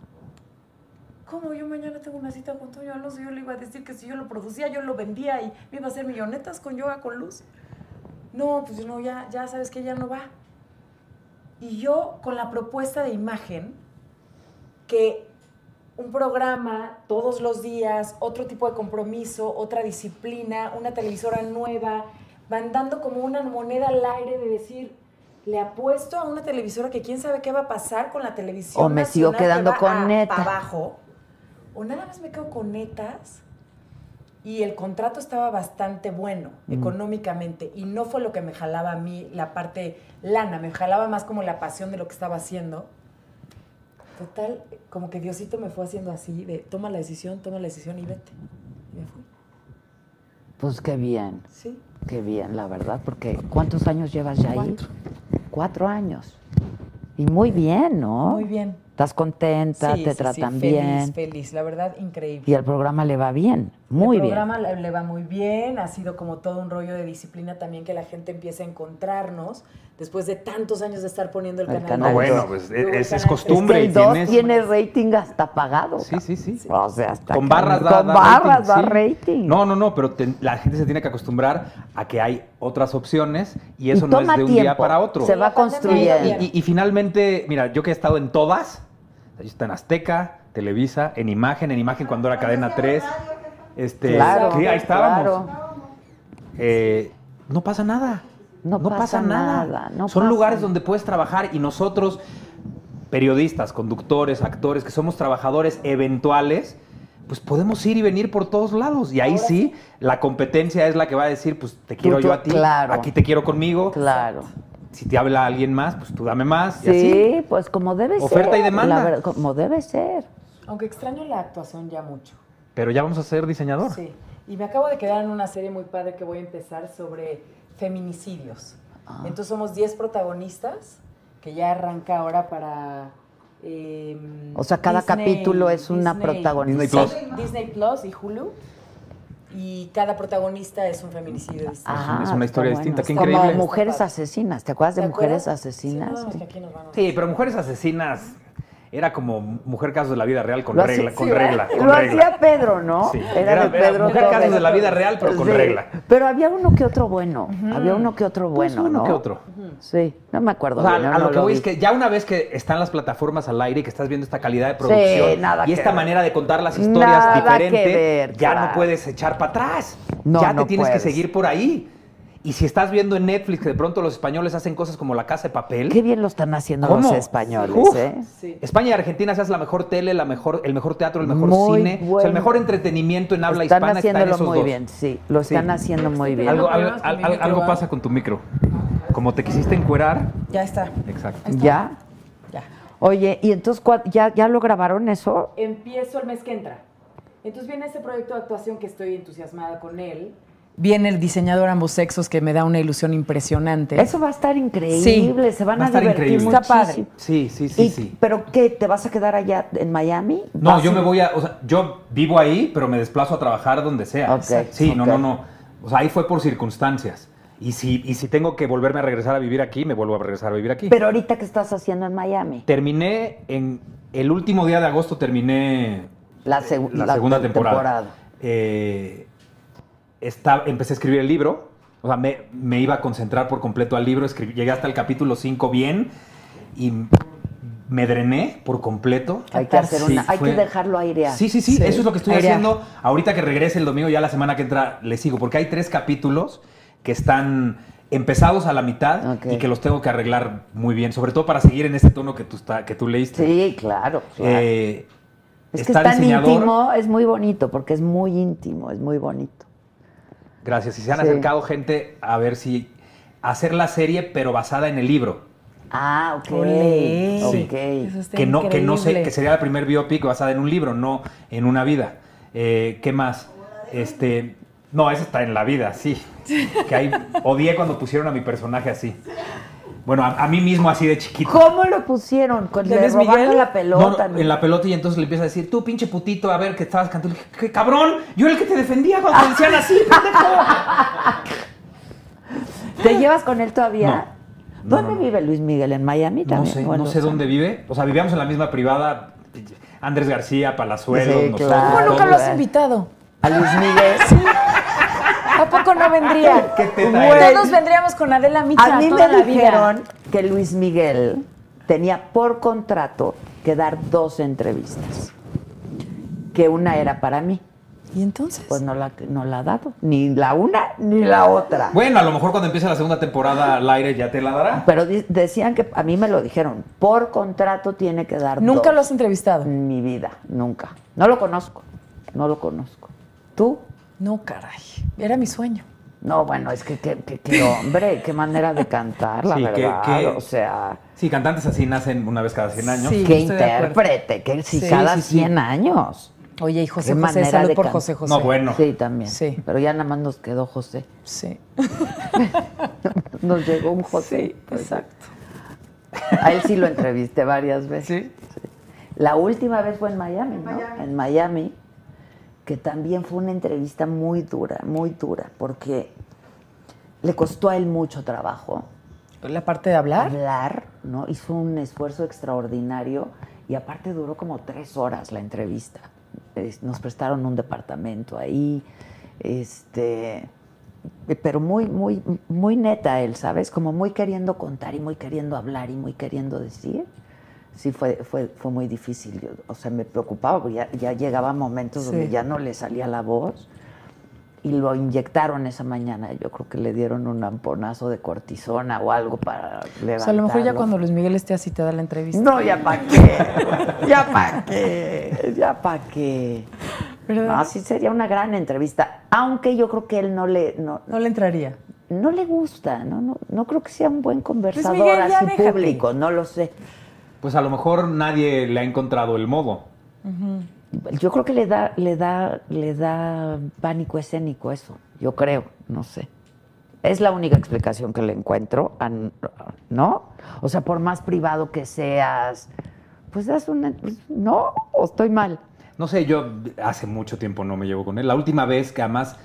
H: ¿cómo? Yo mañana tengo una cita con Toño Alonso. Yo le iba a decir que si yo lo producía, yo lo vendía y me iba a hacer millonetas con yoga con luz. No, pues no, ya, ya sabes que ya no va. Y yo con la propuesta de imagen, que un programa todos los días, otro tipo de compromiso, otra disciplina, una televisora nueva, van dando como una moneda al aire de decir, le apuesto a una televisora que quién sabe qué va a pasar con la televisión.
G: O me sigo
H: nacional que
G: quedando
H: va
G: con
H: a-
G: Neta.
H: pa' abajo. O nada más me quedo con netas. Y el contrato estaba bastante bueno
G: Mm.
H: económicamente y no fue lo que me jalaba a mí la parte lana, me jalaba más como la pasión de lo que estaba haciendo. total, como que Diosito me fue haciendo así, de toma la decisión, toma la decisión y vete. Y me fui.
G: Pues qué bien.
H: Sí.
G: Qué bien, la verdad, porque ¿cuántos años llevas ya ahí?
H: Cuatro.
G: Cuatro años. Y muy bien, ¿no?
H: Muy bien.
G: Estás contenta,
H: Sí,
G: te
H: sí, sí,
G: tratan
H: feliz,
G: bien.
H: Feliz, la verdad, increíble.
G: Y al programa le va bien, muy
H: El
G: bien.
H: programa le, le va muy bien, ha sido como todo un rollo de disciplina también que la gente empiece a encontrarnos después de tantos años de estar poniendo el,
G: El
H: canal.
G: canal No, bueno,
H: dos.
I: pues,
H: Luego
I: es-
H: el
I: es
H: canal tres.
I: costumbre.
G: el 2
I: tienes-
G: tiene rating hasta pagado.
I: Sí, sí, sí.
G: O sea, hasta
I: con
G: acá.
I: barras da,
G: Con
I: da
G: barras da
I: sí.
G: rating.
I: No, no, no, pero te- la gente se tiene que acostumbrar a que hay otras opciones y eso
G: Y
I: no es
G: toma
I: de un día
G: tiempo,
I: para otro.
G: Se va construyendo.
I: Y, y finalmente, mira, yo que he estado en todas, yo he estado en Azteca, Televisa, en Imagen, en Imagen cuando era Cadena 3. Este,
G: Claro,
I: sí, ahí estábamos.
G: claro.
I: Eh, no pasa nada.
G: No
I: pasa,
G: pasa
I: nada.
G: nada, no
I: Son
G: pasa
I: lugares
G: nada.
I: donde puedes trabajar y nosotros, periodistas, conductores, actores, que somos trabajadores eventuales, pues podemos ir y venir por todos lados. Y ahí sí, la competencia es la que va a decir, pues te quiero
G: tú,
I: yo a ti,
G: claro.
I: aquí te quiero conmigo.
G: Claro.
I: Si te habla alguien más, pues tú dame más. Y así.
G: Sí, pues como debe ser.
I: Oferta y demanda.
G: la verdad, como debe ser.
H: Aunque extraño la actuación ya mucho.
I: Pero ya vamos a ser
G: Ah.
I: diseñador.
H: Sí. Y me acabo de quedar en una serie muy padre que voy a empezar sobre feminicidios.
G: Ah.
H: Entonces somos 10 protagonistas que ya arranca ahora para... eh,
G: O sea, cada capítulo es una protagonista. Disney
H: Disney Plus. y Hulu. Y cada protagonista es un feminicidio distinto.
G: Ajá,
I: es una historia
G: está
I: distinta, qué
G: está
I: increíble.
G: Como mujeres asesinas, ¿te acuerdas Ah, de
H: ¿Te
G: mujeres
H: acuerdas?
G: asesinas?
H: Sí, no, es que aquí nos vamos.
I: Sí, pero mujeres asesinas era como mujer casos de la vida real con
G: Lo hacía-
I: regla, con
G: sí, ¿verdad?
I: regla, con
G: lo
I: regla.
G: hacía Pedro, ¿no?
I: Sí.
G: Era,
I: Era-
G: de
I: era
G: Pedro.
I: mujer
G: Torres.
I: casos de la vida real, pero con regla.
G: Pero había uno que otro bueno. Había uno que otro
I: Pues
G: bueno,
I: uno
G: ¿no?
I: que otro.
G: Sí, no me acuerdo.
I: O sea,
G: bien, no,
I: a lo
G: no
I: que voy
G: vi.
I: es que ya una vez que están las plataformas al aire y que estás viendo esta calidad de producción
G: nada
I: y
G: que
I: esta
G: ver.
I: manera de contar las historias
G: Nada
I: diferente,
G: que ver,
I: ya
G: claro.
I: no puedes echar para atrás.
G: No,
I: ya te
G: no
I: tienes
G: puedes.
I: que seguir por ahí. Y si estás viendo en Netflix que de pronto los españoles hacen cosas como La Casa de Papel,
G: Qué bien lo están haciendo
I: ¿Cómo?
G: los españoles,
I: Uf.
G: ¿eh?
H: Sí.
I: España y Argentina se hace la mejor tele, la mejor, el mejor teatro, el mejor
G: Muy
I: cine, o sea,
G: bueno.
I: el mejor entretenimiento en habla
G: están
I: hispana está en
G: haciéndolo
I: esos
G: muy
I: dos.
G: bien, sí. Lo
I: Sí.
G: están haciendo muy bien.
I: Algo,
H: Tengo
I: algo-
H: problemas con
I: al-
H: mi
I: algo
H: micro.
I: pasa con tu micro. Como te quisiste encuerar.
H: Ya está.
I: Exacto.
G: ¿Ya?
H: Ya.
G: Oye, ¿y entonces ¿cuá- ya, ya lo grabaron eso?
H: Empiezo el mes que entra. Entonces viene ese proyecto de actuación que estoy entusiasmada con él. Viene el diseñador ambos sexos que me da una ilusión impresionante.
G: Eso va a estar increíble, se van
I: Va a
G: a,
I: estar
G: divertir
I: increíble.
H: Está padre.
G: muchísimo.
I: Sí, sí, sí,
G: ¿Y-
I: sí.
G: ¿Pero qué? ¿Te vas a quedar allá en Miami?
I: No,
G: ¿Vas
I: yo
G: a-
I: me voy a, o sea, yo vivo ahí, pero me desplazo a trabajar donde sea.
G: Ok,
I: sí, no,
G: ok.
I: no, no. O sea, ahí fue por circunstancias. Y si, y si tengo que volverme a regresar a vivir aquí, me vuelvo a regresar a vivir aquí.
G: Pero ahorita, ¿qué estás haciendo en Miami?
I: terminé en el último día de agosto terminé
G: La segu-
I: la
G: la
I: segunda
G: te-
I: temporada.
G: temporada.
I: Eh, está- empecé a escribir el libro. O sea, me, me iba a concentrar por completo al libro. escribí- llegué hasta el capítulo 5 bien y me drené por completo.
G: Hay que hacer
I: Sí,
G: una, hay que
I: fue-
G: dejarlo airear.
I: Sí, sí, sí,
H: Sí.
I: Eso es lo que estoy
H: Airear.
I: haciendo. Ahorita que regrese el domingo, ya la semana que entra, le sigo. Porque hay tres capítulos que están empezados a la mitad
G: Ok.
I: y que los tengo que arreglar muy bien. Sobre todo para seguir en este tono que tú, está, que tú leíste.
G: Sí, claro. claro.
I: Eh,
G: es que
I: está
G: es tan
I: diseñador.
G: íntimo, es muy bonito, porque es muy íntimo, es muy bonito.
I: Gracias. Y se han
G: Sí.
I: acercado gente a ver si hacer la serie, pero basada en el libro.
G: Ah, ok.
H: Ole.
G: Ok.
I: Sí.
H: Eso está
I: que no, que no sé,
H: increíble.
I: que sería la primer biopic basada en un libro, no en una vida. Eh, ¿Qué más? Este, no, esa está en la vida, sí. Que ahí odié cuando pusieron a mi personaje así. Bueno, a, a mí mismo así de chiquito.
G: ¿Cómo lo pusieron? Con
H: ¿De
G: le
H: Luis
G: robaron
H: Miguel?
G: la pelota.
I: No,
G: ¿no?
I: no, en la pelota y entonces le empieza a decir, tú pinche putito, a ver que estabas cantando. Le dije, "¿Qué cabrón? Yo era el que te defendía cuando
G: Ah.
I: te decían así, pendejo".
G: ¿Te llevas con él todavía?
I: No. No,
G: ¿Dónde
I: no, no.
G: vive Luis Miguel? ¿En Miami
I: No
G: también?
I: sé,
G: Bueno,
I: no sé
G: o sea,
I: dónde vive. O sea, vivíamos en la misma privada. Andrés García, Palazuelos,
G: Sí,
I: nosotros,
G: claro.
H: ¿Cómo nunca
I: todos.
H: lo has invitado?
G: A Luis Miguel.
H: ¿A poco no vendría?
I: Qué teta
H: Güey.
I: eres.
H: Todos vendríamos con Adela Micha
G: A mí
H: toda
G: me
H: la vida.
G: dijeron que Luis Miguel tenía por contrato que dar dos entrevistas. Que una era para mí.
H: ¿Y entonces?
G: Pues no la, no la ha dado. Ni la una ni la otra.
I: Bueno, a lo mejor cuando empiece la segunda temporada al aire ya te la dará.
G: Pero di- decían que, a mí me lo dijeron, por contrato tiene que dar
H: ¿Nunca
G: dos.
H: lo has entrevistado?
G: En mi vida, nunca. No lo conozco. No lo conozco. ¿Tú?
H: No, caray. Era mi sueño.
G: No, bueno, es que qué, qué- qué hombre, qué manera de cantar, la
O: Sí, qué-
G: verdad.
O: qué-
G: O sea,
O: Sí, cantantes así nacen una vez cada 100 años.
G: qué intérprete, que si cada 100 años.
H: Oye, y José
G: Qué
H: José,
G: manera
H: salud
G: de
H: por
G: can-
H: José José.
O: No, bueno.
G: Sí, también. Sí. Pero ya nada más nos quedó José.
H: Sí.
G: nos llegó un José. exacto. A él sí lo entrevisté varias veces. Sí. La última vez fue en Miami, ¿no? En Miami, que también fue una entrevista muy dura, muy dura, porque le costó a él mucho trabajo.
H: ¿La parte de hablar?
G: Hablar, ¿no? Hizo un esfuerzo extraordinario y aparte duró como tres horas la entrevista. Es- Nos prestaron un departamento ahí, este, pero muy, muy, muy neta él, ¿sabes? Como muy queriendo contar y muy queriendo hablar y muy queriendo decir. Sí, fue, fue, fue muy difícil. Yo, o sea, me preocupaba, porque ya, ya llegaba momentos donde
H: Sí.
G: ya no le salía la voz. Y lo inyectaron esa mañana. Yo creo que le dieron un amponazo de cortisona o algo para levantarlo.
H: O sea, a lo mejor ya cuando Luis Miguel esté así te da la entrevista.
G: No, ya pa' qué. Ya pa' qué. Ya pa' qué. No, así sería una gran entrevista. Aunque yo creo que él no le. No,
H: no le entraría.
G: No le gusta. No, no, no creo que sea un buen conversador
H: Pues, Miguel, ya
G: así
H: déjate.
G: público. No lo sé.
I: Pues a lo mejor nadie le ha encontrado el modo.
G: Yo creo que le da, le da, le da pánico escénico eso. Yo creo, no sé. Es la única explicación que le encuentro, a n- ¿no? O sea, por más privado que seas, pues das una, pues, no, o estoy mal.
I: No sé, yo hace mucho tiempo no me llevo con él. La última vez que además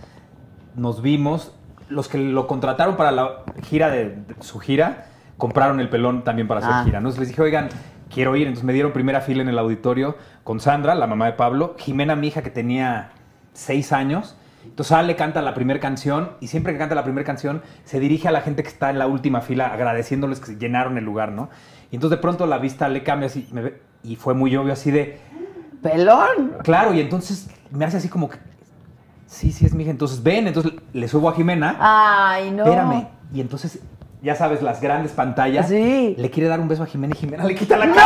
I: nos vimos, los que lo contrataron para la gira de, de su gira, compraron el pelón también para su
O: Ah.
I: gira. ¿no? Entonces les dije, oigan, quiero ir. Entonces me dieron primera fila en el auditorio con Sandra, la mamá de Pablo, Jimena, mi hija, que tenía seis años. Entonces sale, canta la primera canción y siempre que canta la primera canción se dirige a la gente que está en la última fila agradeciéndoles que llenaron el lugar, ¿no? Y entonces de pronto la vista le cambia así me ve- y fue muy obvio así de...
G: ¡Pelón!
I: Claro, y entonces me hace así como que... Sí, sí, es mi hija. Entonces ven, entonces le subo a Jimena.
G: Ay, Ah, no.
I: Espérame. Y entonces, ya sabes, las grandes pantallas.
G: Sí.
I: Le quiere dar un beso a Jimena y Jimena le quita la cara.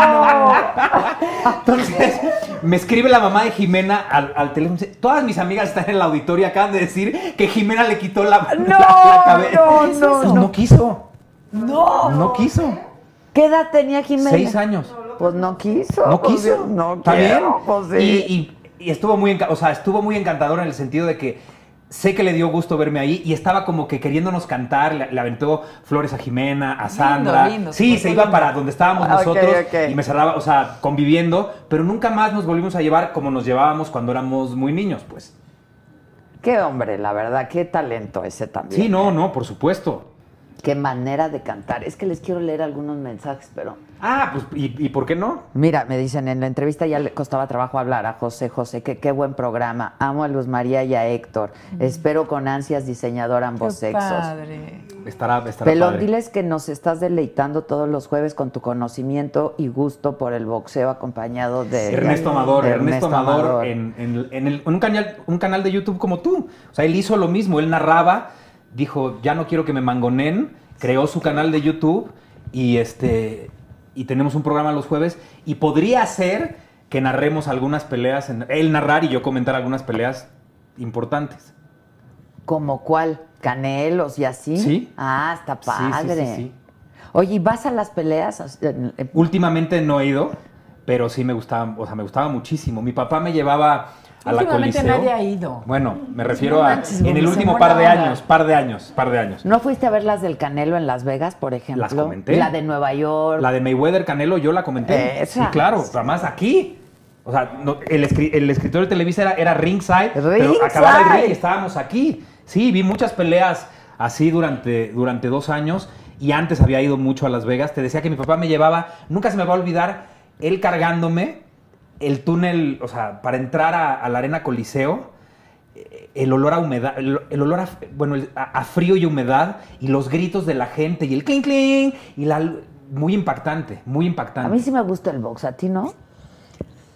G: ¡Ah!
I: Entonces, me escribe la mamá de Jimena al, al teléfono. y dice, Todas mis amigas están en el auditorio. Acaban de decir que Jimena le quitó la, la, la cabeza.
G: no, no,
I: Y no,
G: no.
I: quiso.
G: No.
I: No quiso.
G: ¿Qué edad tenía Jimena?
I: Seis años.
G: Pues no quiso.
I: No
G: pues,
I: quiso.
G: No
I: ¿Está
G: quiero,
I: bien?
G: pues, sí.
I: Y, y- y estuvo muy, enca- o sea, estuvo muy encantador en el sentido de que sé que le dio gusto verme ahí y estaba como que queriéndonos cantar, le, le aventó flores a Jimena, a Sandra.
H: lindo,
I: sí,
H: súper
I: se iba
H: lindo.
I: para donde estábamos
G: Ah, ok,
I: nosotros
G: ok.
I: y me cerraba, o sea, conviviendo, pero nunca más nos volvimos a llevar como nos llevábamos cuando éramos muy niños, pues.
G: Qué hombre, la verdad, qué talento ese también.
I: Sí, no, no, por supuesto.
G: Qué manera de cantar. Es que les quiero leer algunos mensajes, pero.
I: Ah, pues, ¿y, y por qué no?
G: Mira, me dicen, en la entrevista ya le costaba trabajo hablar a José José, que qué buen programa. Amo a Luz María y a Héctor. Espero con ansias diseñador ambos
H: Qué
G: sexos.
H: padre.
I: Estará, estará
G: Pelón,
I: padre.
G: diles que nos estás deleitando todos los jueves con tu conocimiento y gusto por el boxeo acompañado de
I: Ernesto Amador,
G: de
I: Ernesto, Amador,
G: Amador.
I: en, en- en el- en un, canal, un canal de YouTube como tú. O sea, él hizo lo mismo, él narraba, dijo, ya no quiero que me mangonen, creó su canal de YouTube y, este, y tenemos un programa los jueves y podría ser que narremos algunas peleas, en- él narrar y yo comentar algunas peleas importantes.
G: ¿Como cuál? ¿Canelos y así?
I: Sí.
G: Ah, está
I: Sí, sí, sí,
G: padre.
I: sí.
G: Oye, ¿y vas a las peleas? Eh,
I: Últimamente no he ido, pero sí me gustaba, o sea, me gustaba muchísimo. Mi papá me llevaba a la
H: Últimamente
I: coliseo.
H: nadie ha ido.
I: Bueno, me refiero
H: No
I: a
H: manches,
I: en el
H: Gómez,
I: último
H: buena
I: par de
H: onda.
I: años, par de años, par de años.
G: ¿No fuiste a ver las del Canelo en Las Vegas, por ejemplo?
I: Las comenté.
G: La de Nueva York.
I: La de Mayweather Canelo yo la comenté.
G: Esa.
I: Sí, claro, además aquí. O sea, no- el, escri- el escritor de Televisa era, era ringside, pero
G: Ringside.
I: acababa el ring y estábamos aquí. Sí, vi muchas peleas así durante, durante dos años y antes había ido mucho a Las Vegas. Te decía que mi papá me llevaba, nunca se me va a olvidar, él cargándome el túnel, o sea, para entrar a, a la arena Coliseo, eh, el olor a humedad, el, el olor a, bueno, el- a, a frío y humedad y los gritos de la gente y el clink clink y la... lu- Muy impactante, muy
G: A
I: impactante.
G: mí sí me gusta el box, ¿a ti no?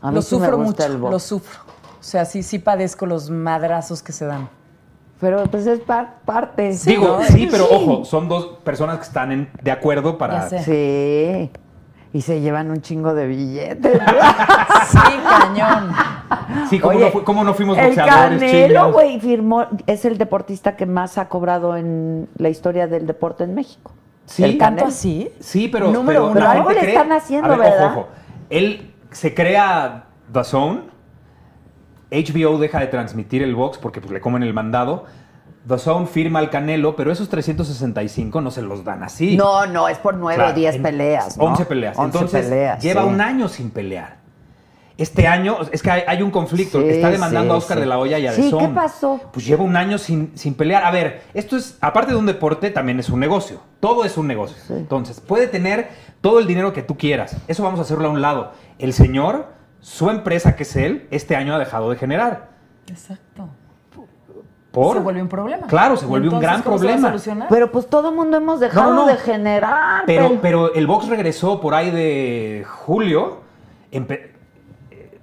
G: A mí
H: Lo
G: sí me
H: sufro
G: gusta
H: mucho,
G: el box.
H: lo sufro. O sea, sí, sí padezco los madrazos que se dan.
G: Pero pues es par- parte.
I: Pues, Digo,
G: ¿no?
I: sí, pero ojo, son dos personas que están en- de acuerdo para...
H: Ya sé.
G: Sí. Y se llevan un chingo de billetes.
H: Sí, cañón.
I: Sí, ¿cómo,
G: Oye,
I: no, fu- cómo no fuimos
G: El
I: boxeadores,
G: Canelo,
I: chingas?
G: güey, firmó, es el deportista que más ha cobrado en la historia del deporte en México.
I: Sí.
G: el Canelo.
I: ¿Tanto así? Sí, pero,
G: Número
I: pero
G: uno.
I: la
G: Algo
I: gente
G: le
I: cree-
G: están haciendo,
I: A ver,
G: ¿verdad?
I: Ojo, ojo. Él se crea The Zone, HBO deja de transmitir el box porque pues, le comen el mandado. The Zone firma al Canelo, pero esos 365 no se los dan así.
G: No, no, es por nueve o
I: Claro,
G: diez
I: en-
G: peleas. ¿no?
I: 11 peleas.
G: 11
I: Entonces,
G: peleas,
I: lleva
G: sí.
I: un año sin pelear. Este año, es que hay, hay un conflicto.
G: Sí,
I: está demandando
G: sí,
I: a Oscar
G: sí.
I: de la Hoya y a
G: Sí,
I: The Zone.
G: ¿qué pasó?
I: Pues lleva un año sin, sin pelear. A ver, esto es, aparte de un deporte, también es un negocio. Todo es un negocio. Entonces, puede tener todo el dinero que tú quieras. Eso vamos a hacerlo a un lado. El señor, su empresa, que es él, este año ha dejado de generar.
H: Exacto.
I: Por.
H: Se volvió un problema.
I: Claro, se volvió un
H: Entonces,
I: gran
H: ¿cómo se va a
I: problema.
H: solucionar?
G: Pero pues todo el mundo hemos dejado
I: No, no, no.
G: de generar.
I: Pero,
G: pel-
I: pero el box regresó por ahí de julio, empe- eh,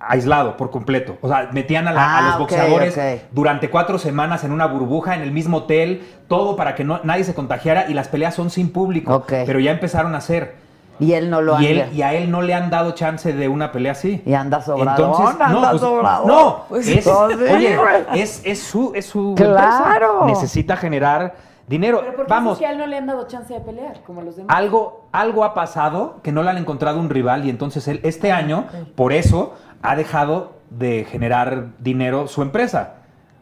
I: aislado por completo. O sea, metían a, la- a
G: Ah,
I: los
G: ok,
I: boxeadores
G: ok.
I: durante cuatro semanas en una burbuja, en el mismo hotel, todo para que no- nadie se contagiara y las peleas son sin público. Pero ya empezaron a hacer.
G: y él no lo
I: Y,
G: ha
I: él- y a él no le han dado chance de una pelea así.
G: Y anda sobradón,
I: no,
G: anda
I: pues,
G: sobradón.
I: No,
G: Pues
I: es,
G: entonces,
I: oye,
G: güey.
I: es, es su, es su
G: Claro.
I: empresa. Necesita generar dinero.
H: Pero ¿por qué dices
I: Vamos,
H: que a él no le han dado chance de pelear, como los demás?
I: algo, algo ha pasado que no le han encontrado un rival y entonces él este
G: Ah,
I: año, por eso, ha dejado de generar dinero su empresa.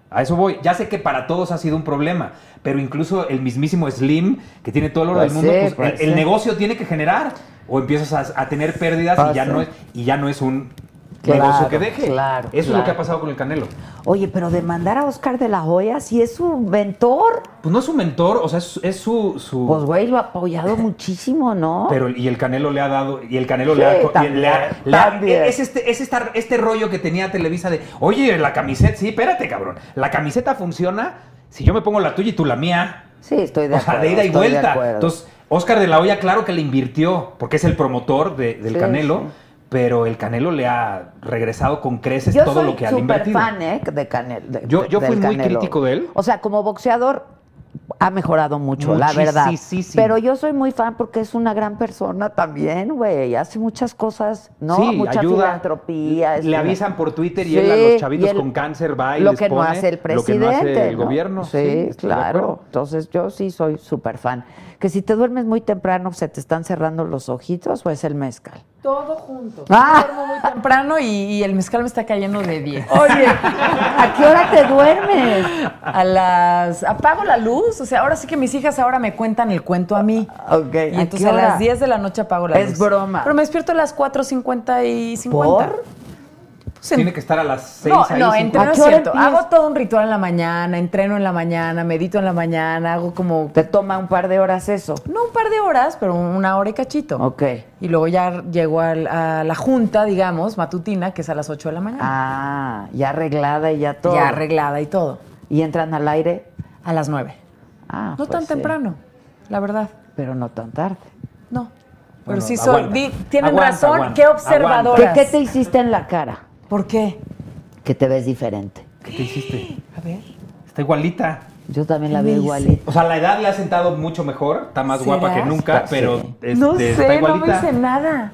I: A eso voy. Ya sé que para todos ha sido un problema, pero incluso el mismísimo Slim, que tiene todo el oro
P: Pues
I: del mundo,
P: sí,
I: pues,
P: pues
I: el, el
P: sí.
I: negocio tiene que generar o empiezas a, a tener pérdidas
G: Pues
I: y, ya
G: sí.
I: no es, y ya no es un
G: Claro,
I: negocio que deje.
G: claro,
I: eso es
G: claro.
I: lo que ha pasado con el Canelo.
G: Oye, pero demandar a Oscar de la Hoya si es su mentor.
I: Pues no es su mentor, o sea, es, es su... su-
G: Pues güey, lo ha apoyado muchísimo, ¿no?
I: Pero y el Canelo le ha dado, y el Canelo le
G: Sí,
I: ha... co- y
G: también,
I: le ha- le ha-
G: también.
I: es este, es esta- este rollo que tenía Televisa de, oye, la camiseta, sí, espérate, cabrón. La camiseta funciona si yo me pongo la tuya y tú la mía.
G: Sí, estoy de
I: o sea,
G: acuerdo.
I: de ida y
G: estoy de
I: vuelta.
G: acuerdo.
I: Entonces, Oscar de la Hoya, claro que le invirtió, porque es el promotor de- del
G: Sí,
I: Canelo,
G: sí.
I: pero el Canelo le ha regresado con creces
G: yo
I: todo
G: soy
I: lo que ha
G: súper
I: invertido.
G: fan, ¿eh? De Canelo. de-
I: Yo- yo
G: del
I: fui muy
G: Canelo.
I: crítico de él.
G: O sea, como boxeador ha mejorado mucho, la verdad.
I: Muchisísimo.
G: Pero yo soy muy fan porque es una gran persona también, güey. Hace muchas cosas, ¿no?
I: Sí,
G: Mucha
I: ayuda.
G: filantropía. es
I: Le
G: una-
I: avisan por Twitter y
G: Sí,
I: él a los chavitos
G: y él-
I: con cáncer va y
G: lo
I: les
G: que no
I: pone
G: hace el
I: lo
G: presidente.
I: que no hace el
G: ¿no?
I: gobierno.
G: Sí,
I: estoy de
G: claro.
I: acuerdo.
G: Entonces yo sí soy súper fan. Que si te duermes muy temprano, ¿se te están cerrando los ojitos o es el mezcal?
H: Todo junto.
G: Ah.
H: Yo duermo muy temprano y, y el mezcal me está cayendo de 10.
G: Oye, ¿a qué hora te duermes?
H: A las. Apago la luz. O sea, ahora sí que mis hijas ahora me cuentan el cuento a mí.
G: Ok.
H: Y entonces a las 10 de la noche apago la
G: Es
H: luz.
G: broma.
H: Pero me despierto a las 4.50 y 50.
G: ¿Por?
H: Pues en-
I: Tiene que estar a las seis
H: no,
I: ahí,
H: no,
I: cinco.
H: entreno
G: ¿A
H: es
G: qué hora
H: cierto.
G: empiezas?
H: Hago todo un ritual en la mañana, entreno en la mañana, medito en la mañana, hago como.
G: Te toma un par de horas eso.
H: No un par de horas, pero una hora y cachito.
G: Ok.
H: Y luego ya llego al- a la junta, digamos, matutina, que es a las 8 de la mañana.
G: Ah, ya arreglada y ya todo.
H: Ya arreglada y todo.
G: Y entran al aire.
H: A las 9.
G: Ah,
H: No
G: pues
H: tan
G: sí.
H: temprano, la verdad.
G: Pero no tan tarde.
H: No. Pero
I: Bueno,
H: sí soy.
I: aguanta.
H: di- tienen
I: Aguanta,
H: razón.
I: aguanta,
H: qué
I: aguanta.
H: observadoras.
G: ¿Qué, qué te hiciste en la cara?
H: ¿Por qué?
G: Que te ves diferente.
I: ¿Qué te hiciste?
H: A ver.
I: Está igualita.
G: Yo también la
H: ¿Qué
G: veo
H: me hice?
G: igualita.
I: O sea, la edad le ha sentado mucho mejor, está más guapa
H: ¿Será?
I: que nunca,
G: Está-
I: pero
G: sí.
I: este,
H: no sé,
I: está
H: no me
I: igualita.
H: hice nada.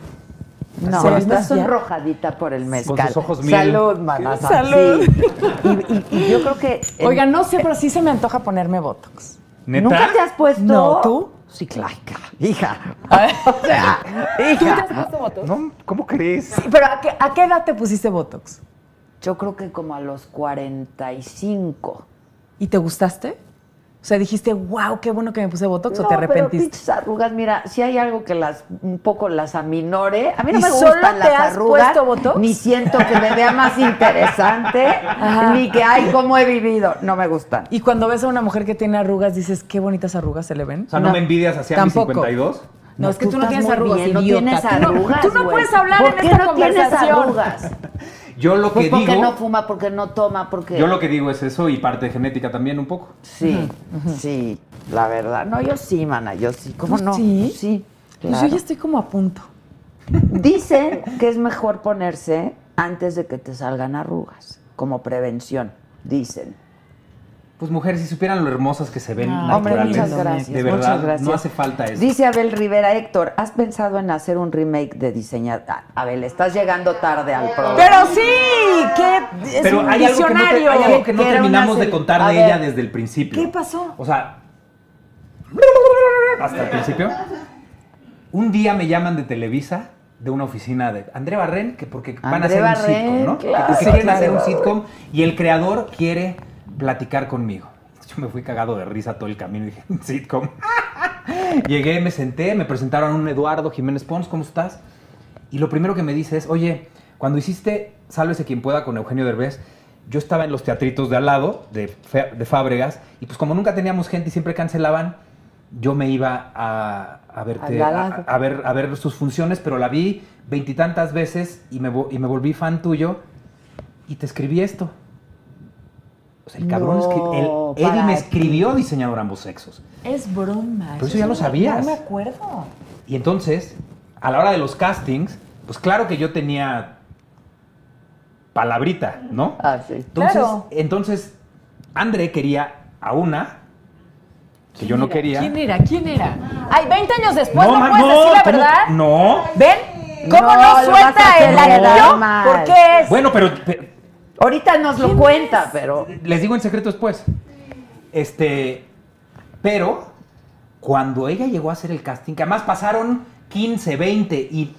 G: No,
H: ¿Se ve
G: estás
H: demasiado?
G: sonrojadita por el mezcal.
I: sus ojos miel.
G: Salud, maná.
H: Salud.
G: sí. Y, y- y ¿eh? yo creo que... en-
H: Oiga, no sé, pero sí se me antoja ponerme botox.
I: ¿Neta?
G: ¿Nunca te has puesto?
H: No, ¿tú?
G: Sí, claro, hija, hija. O sea,
H: ¿Tú te has
G: hija.
H: puesto botox?
I: No, ¿cómo crees?
H: Sí, pero ¿a qué, a qué edad te pusiste botox?
G: Yo creo que como a los 45.
H: ¿Y te gustaste? O sea, dijiste, wow, qué bueno que me puse botox o te
G: No, Pero
H: arrepentiste.
G: pinches arrugas, mira, si hay algo que las un poco las aminore, a mí no
H: ¿Y
G: me
H: solo
G: gustan
H: te
G: las
H: has
G: arrugas,
H: puesto Botox?
G: ni siento que me vea más interesante,
H: Ajá.
G: ni que ay cómo he vivido, no me gustan.
H: Y cuando ves a una mujer que tiene arrugas, dices, qué bonitas arrugas se le ven.
I: O sea, ¿no,
G: No,
I: me envidias hacia
H: tampoco.
I: mis 52?
H: No, es que tú no
G: estás
H: tienes
G: muy
H: arrugas,
G: bien, no
H: idiota.
G: tienes
H: Tú no-
G: arrugas.
H: tú no
G: güey.
H: puedes hablar
G: ¿Por
H: en
G: qué
H: esta
G: no tienes
H: conversación?
G: arrugas?
I: Yo lo
G: Pues
I: que
G: porque
I: digo,
G: no fuma, porque no toma, porque
I: yo lo que digo es eso y parte de genética también un poco.
G: Sí, sí, la verdad. No, yo sí, mana, yo sí. ¿Cómo
H: ¿Tú
G: no?
H: sí?
G: Sí.
H: Pues
G: claro.
H: yo ya estoy como a punto.
G: Dicen que es mejor ponerse antes de que te salgan arrugas, como prevención, dicen.
I: Pues mujeres, si supieran lo hermosas que se ven
H: Ah,
I: naturales,
G: Hombre, muchas gracias.
I: de verdad,
G: muchas gracias.
I: no hace falta eso.
G: Dice Abel Rivera, Héctor, ¿has pensado en hacer un remake de diseñar? Ah, Abel, estás llegando tarde al programa.
H: Pero sí,
D: es
I: Pero
D: un
I: hay algo que no, te- hay
D: visionario.
I: algo que
D: Que era
I: no
D: una
I: terminamos de
D: serie.
I: contar
D: A
I: de
D: ver,
I: ella desde el principio.
D: ¿Qué pasó?
I: O sea, hasta el principio. Un día me llaman de Televisa, de una oficina de André Barren, que porque van a
D: André
I: hacer
D: Barrén,
I: un sitcom,
D: claro.
I: ¿no? Que
D: Sí,
I: porque quieren
D: claro.
I: hacer un sitcom y el creador quiere platicar conmigo. Yo me fui cagado de risa todo el camino y dije, sitcom. Llegué, me senté, me presentaron a un Eduardo Jiménez Pons, ¿cómo estás? Y lo primero que me dice es, oye, cuando hiciste Sálvese quien pueda con Eugenio Derbez, yo estaba en los teatritos de al lado, de, Fe- de Fábregas, y pues como nunca teníamos gente y siempre cancelaban, yo me iba a, a verte,
D: Al
I: a,
D: lado.
I: a ver, a ver sus funciones, pero la vi veintitantas veces y me, vo- y me volví fan tuyo, y te escribí esto. O sea, el cabrón
Q: No,
I: escri- el- Eddie
Q: para
I: me
Q: ti.
I: escribió diseñador ambos sexos.
Q: Es broma.
I: Pero eso ya lo sabías.
Q: No me acuerdo.
I: Y entonces, a la hora de los castings, pues claro que yo tenía palabrita, ¿no?
D: Ah, sí.
I: Entonces,
Q: Claro.
I: entonces André quería a una que yo no
Q: era?
I: quería.
Q: ¿Quién era? ¿Quién era? Ay, 20 años después no,
I: ma-
Q: puedes decir la
I: ¿cómo?
Q: verdad.
I: No.
Q: ¿Ven? ¿Cómo
D: No,
Q: no,
D: lo vas a
Q: suelta el
D: tener
Q: anillo?
D: mal.
Q: ¿Por qué es?
I: Bueno, pero, pero
D: Ahorita nos lo cuenta, pero.
I: les digo en secreto después. Este, pero cuando ella llegó a hacer el casting, que además pasaron 15, 20 y,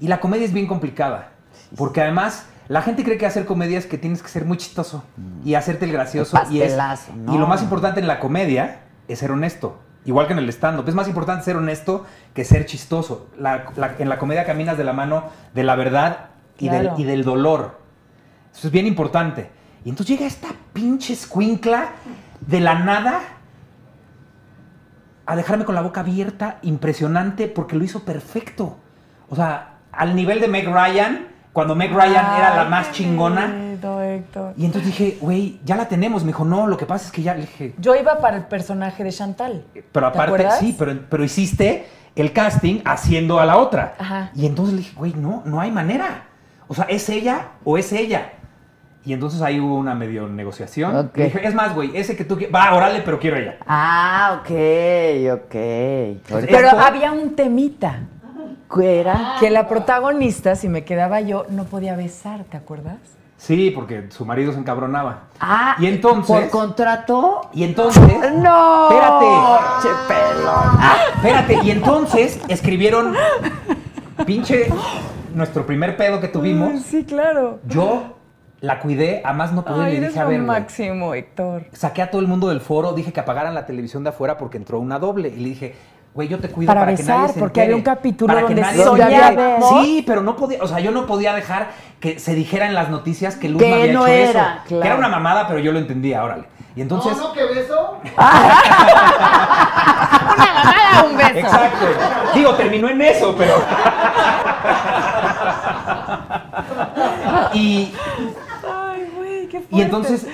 I: y la comedia es bien complicada, porque además la gente cree que hacer comedia es que tienes que ser muy chistoso y hacerte el gracioso
D: El
I: y es
D: pastelazo,
I: y
D: no.
I: lo más importante en la comedia es ser honesto. Igual que en el stand-up. Es más importante ser honesto que ser chistoso. La- la- en la comedia caminas de la mano de la verdad y,
Q: Claro.
I: del, y del dolor. Eso es bien importante. Y entonces llega esta pinche escuincla de la nada a dejarme con la boca abierta, impresionante, porque lo hizo perfecto. O sea, al nivel de Meg Ryan, cuando Meg Ryan era la más chingona. Y entonces dije, güey, ya la tenemos. Me dijo, no, lo que pasa es que ya le dije.
Q: Yo iba para el personaje de Chantal.
I: Pero
Q: ¿Te
I: aparte,
Q: acuerdas?
I: sí, pero, pero hiciste el casting haciendo a la otra.
Q: Ajá.
I: Y entonces le dije, güey, no, no hay manera. O sea, ¿es ella o es ella? Y entonces ahí hubo una medio negociación.
D: Ok.
I: Le dije, es más, güey, ese que tú quieres. Va, órale, pero quiero ella.
D: Ah, ok, ok. Ahorita-
Q: Pero
I: Esto-
H: ah,
Q: había un temita.
D: ¿Qué era?
Q: Que la protagonista, si me quedaba yo, no podía besar, ¿te acuerdas?
I: Sí, porque su marido se encabronaba.
D: Ah,
I: y entonces.
D: ¿Por contrato?
I: Y entonces.
D: No.
I: Espérate.
D: Che pelón.
I: Ah, espérate, y entonces escribieron. Pinche. Nuestro primer pedo que tuvimos.
Q: Sí, claro.
I: Yo la cuidé a más no poder.
Q: Ay,
I: le
Q: eres
I: dije, a ver,
Q: un
I: güey,
Q: máximo, Héctor.
I: saqué a todo el mundo del foro, dije que apagaran la televisión de afuera porque entró una doble. Y le dije, güey, yo te cuido
Q: Para
I: para,
Q: besar,
I: que nadie se
Q: porque había
I: entere,
Q: un capítulo
I: para que
Q: donde
I: nadie se
D: soñaba.
I: entere".
D: ¿no?
I: Sí, pero no podía, o sea, yo no podía dejar que se dijera en las noticias que Luzma
D: Que
I: había
D: no
I: hecho
D: era,
I: eso.
D: claro.
I: Que era una mamada, pero yo lo entendía, órale. Y entonces...
E: ¿No, no, que beso?
Q: un beso.
I: Exacto. Digo, terminó en eso, pero. y,
Q: Ay, güey, qué fuerte.
I: y entonces,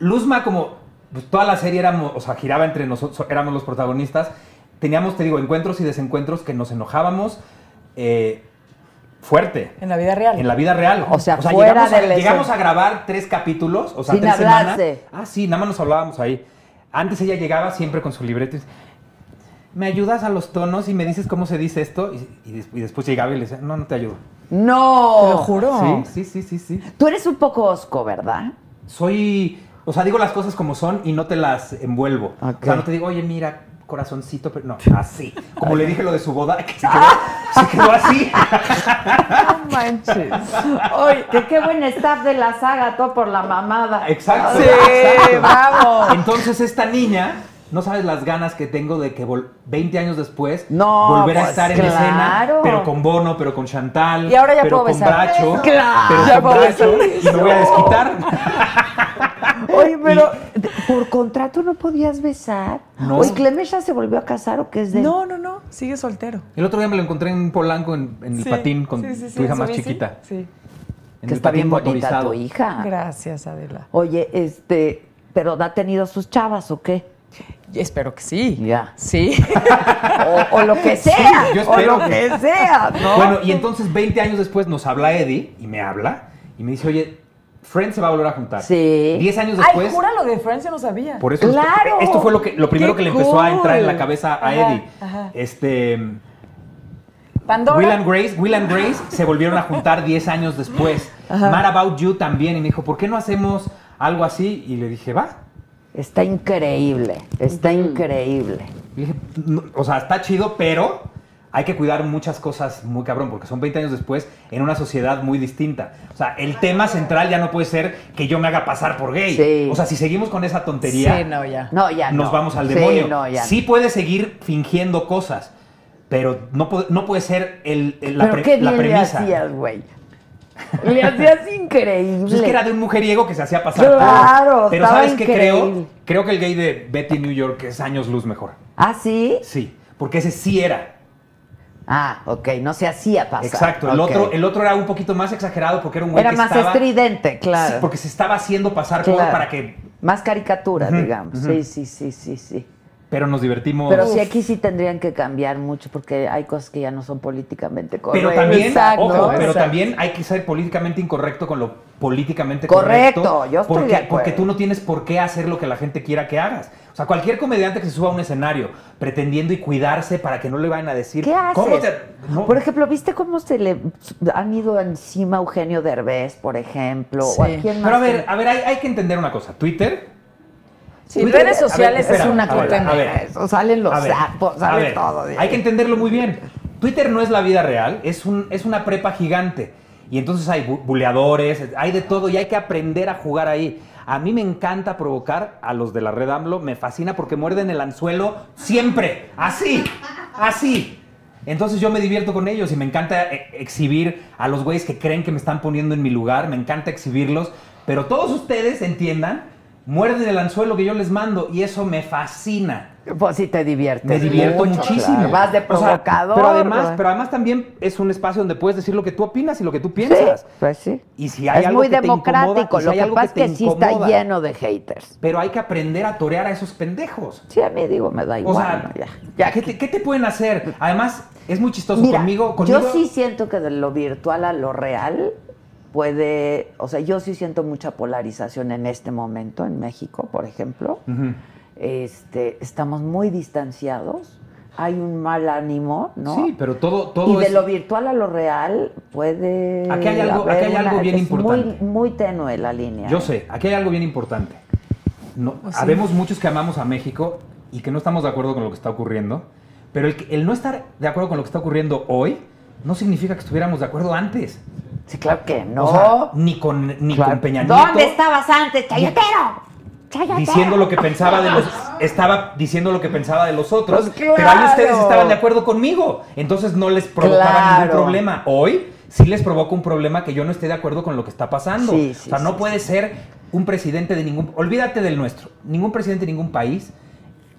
I: Luzma, como pues, toda la serie éramos, o sea, giraba entre nosotros, éramos los protagonistas, teníamos, te digo, encuentros y desencuentros que nos enojábamos eh, fuerte.
Q: En la vida real.
I: En la vida real.
D: O sea, fuera
I: llegamos, a,
D: de la
I: llegamos
D: escena.
I: a grabar tres capítulos, o sea,
D: Sin
I: tres
D: hablarse.
I: semanas. Ah, sí, nada más nos hablábamos ahí. Antes ella llegaba siempre con su libreto y dice, ¿me ayudas a los tonos y me dices cómo se dice esto? Y, y des- y después llegaba y le decía, no, no te ayudo.
D: No.
Q: Te lo juro.
I: Sí, sí, sí, sí, sí.
D: Tú eres un poco osco, ¿verdad?
I: Soy, o sea, digo las cosas como son y no te las envuelvo.
D: Ok.
I: O sea, no te digo, oye, mira, corazoncito, pero no, así. Como le dije lo de su boda, que se
D: Ah.
I: quedó, se quedó así.
D: No manches. Oye, que qué buen staff de la saga, todo por la mamada.
I: Exacto.
D: Sí,
I: Exacto.
D: bravo.
I: Entonces esta niña, no sabes las ganas que tengo de que vol- 20 años después
D: No,
I: volver a
D: pues,
I: estar en
D: claro.
I: escena, pero con Bono, pero con Chantal,
Q: Y ahora ya
I: pero
Q: puedo
I: con
Q: besar.
I: Bracho,
D: Claro,
I: pero
D: ya
I: con
D: puedo
I: Bracho,
D: besar.
I: y me voy a desquitar.
D: Oye, pero de- por contrato no podías besar.
I: No.
D: Oye, Clemes ya se volvió a casar o qué es de.
Q: No, no, no. Sigue soltero.
I: El otro día me lo encontré en Polanco en, en el
Q: Sí,
I: patín con
Q: sí, sí, sí,
I: tu hija
Q: en su
I: más
Q: bici.
I: chiquita.
Q: Sí.
I: En
D: que
I: el
D: está
I: patín
D: bien bonita
I: motorizado.
D: tu hija.
Q: Gracias, Adela.
D: Oye, este, pero ¿ha tenido sus chavas o qué?
Q: Y espero que sí.
D: Ya.
Q: Sí.
D: O, o lo que
I: Sí,
D: sea.
I: yo
D: o
I: espero
D: lo
I: que-
D: que sea, ¿no?
I: Bueno, y entonces 20 años después nos habla Eddie y me habla y me dice, oye, Friends se va a volver a juntar.
D: Sí.
I: 10 años
Q: Ay,
I: después.
Q: jura lo de Francia, no sabía.
I: Por eso
D: ¡Claro!
I: esto, esto fue lo que lo primero
Q: ¡Qué
I: que le empezó a entrar en la
Q: cool!
I: cabeza a
Q: Ajá,
I: Eddie.
Q: ajá.
I: Este
H: Pandora.
I: Will and Grace, Will and Grace se volvieron a juntar 10 años después.
H: Ajá.
I: Mad About You también. Y me dijo, ¿por qué no hacemos algo así? Y le dije, va.
G: Está increíble, está increíble.
I: Y dije, "No, o sea, está chido, pero hay que cuidar muchas cosas muy cabrón, porque son 20 años después en una sociedad muy distinta. O sea, el tema central ya no puede ser que yo me haga pasar por gay.
G: Sí.
I: O sea, si seguimos con esa tontería,
H: Sí, no, ya.
G: No, ya
I: nos
G: no.
I: vamos al
G: Sí,
I: demonio.
G: no, ya
I: sí puede seguir fingiendo cosas, pero no, puede- no puede ser el, el- la,
G: Pero
I: pre-
G: qué bien
I: la premisa.
G: le hacías, güey. Le hacías increíble.
I: Pues es que era de un mujeriego que se hacía pasar
G: Claro,
I: por. Pero
G: estaba
I: ¿sabes qué creo?
G: increíble.
I: Creo que el gay de Betty New York es años luz mejor.
G: ¿Ah, sí?
I: Sí, porque ese sí era.
G: Ah, ok, no se hacía pasar.
I: Exacto, el,
G: Ok.
I: otro, el otro era un poquito más exagerado porque era un güey
G: Era
I: que
G: más
I: estaba-
G: estridente, claro.
I: Sí, porque se estaba haciendo pasar por
G: Claro.
I: para que...
G: Más caricatura,
I: Ujú,
G: digamos.
I: ujú.
G: Sí, sí, sí, sí, sí.
I: Pero nos divertimos.
G: Pero sí, aquí sí tendrían que cambiar mucho porque hay cosas que ya no son políticamente correctas.
I: Pero también,
G: Exacto,
I: ojo,
G: ¿no?
I: pero
G: Exacto.
I: también hay que ser políticamente incorrecto con lo políticamente correcto.
G: Correcto, yo estoy
I: porque,
G: de acuerdo.
I: porque tú no tienes por qué hacer lo que la gente quiera que hagas. O sea, cualquier comediante que se suba a un escenario pretendiendo y cuidarse para que no le vayan a decir...
G: ¿Qué haces?
I: ¿Cómo te- no.
G: Por ejemplo, ¿viste cómo se le han ido encima a Eugenio Derbez, por ejemplo? ¿O a
H: Sí.
G: quién más?
I: Pero a ver, a ver, hay, hay que entender una cosa. Twitter...
G: Sí,
H: redes
G: Twitter- a
H: sociales
I: es
H: una
I: a ver,
H: cotemia.
I: a ver.
G: Eso, salen los
I: A ver,
G: sapos,
I: a
G: sale
I: ver,
G: todo. de
I: Hay
G: ahí.
I: que entenderlo muy bien. Twitter no es la vida real, es, un, es una prepa gigante. Y entonces hay bu- buleadores, hay de todo y hay que aprender a jugar ahí. A mí me encanta provocar a los de la red AMLO, me fascina porque muerden el anzuelo siempre, así, así. Entonces yo me divierto con ellos y me encanta eh, exhibir a los güeyes que creen que me están poniendo en mi lugar, me encanta exhibirlos, pero todos ustedes entiendan, muerden el anzuelo que yo les mando y eso me fascina.
G: Pues sí, te diviertes.
I: Me divierto
G: mucho,
I: muchísimo.
G: claro. Vas de
I: O sea,
G: provocador.
I: pero, además,
G: güey.
I: pero además también es un espacio donde puedes decir lo que tú opinas y lo que tú piensas.
G: Sí, pues sí.
I: Y si hay
G: es
I: algo
G: muy
I: que te
G: democrático.
I: incomoda, y si
G: lo
I: hay
G: que
I: algo
G: pasa es
I: que te
G: que sí está
I: incomoda.
G: lleno de haters.
I: Pero hay que aprender a torear a esos pendejos.
G: Sí, a mí digo, me da
I: O
G: igual.
I: sea,
G: ¿no? Ya.
I: ¿qué, te, qué te pueden hacer? Además, es muy chistoso
G: Mira,
I: conmigo. conmigo
G: Yo sí siento que de lo virtual a lo real puede, o sea, yo sí siento mucha polarización en este momento en México, por ejemplo.
I: Ujú.
G: Este, estamos muy distanciados, hay un mal ánimo, ¿no?
I: Sí, pero todo, todo
G: y de
I: es-
G: lo virtual a lo real puede.
I: Aquí hay algo-
G: haber
I: aquí hay algo bien
G: es
I: importante.
G: Muy, muy tenue la línea.
I: Yo
G: ¿eh?
I: sé, aquí hay algo bien importante. No,
G: Oh,
H: Pues sí.
I: habemos muchos que amamos a México y que no estamos de acuerdo con lo que está ocurriendo, pero el, que- el no estar de acuerdo con lo que está ocurriendo hoy no significa que estuviéramos de acuerdo antes.
G: Sí, claro que no.
I: O sea, ni con, ni
G: Claro.
I: con Peña Nieto
G: ¿Dónde estabas antes, Chayotero? Chayotero.
I: diciendo lo que pensaba de los estaba diciendo lo que pensaba de los otros,
G: Pues claro.
I: pero ahí ustedes estaban de acuerdo conmigo, entonces no les provocaba
G: Claro.
I: ningún problema. Hoy sí les provoca un problema que yo no esté de acuerdo con lo que está pasando.
G: Sí, sí,
I: o sea, no
G: sí,
I: puede ser un presidente de ningún olvídate del nuestro, ningún presidente de ningún país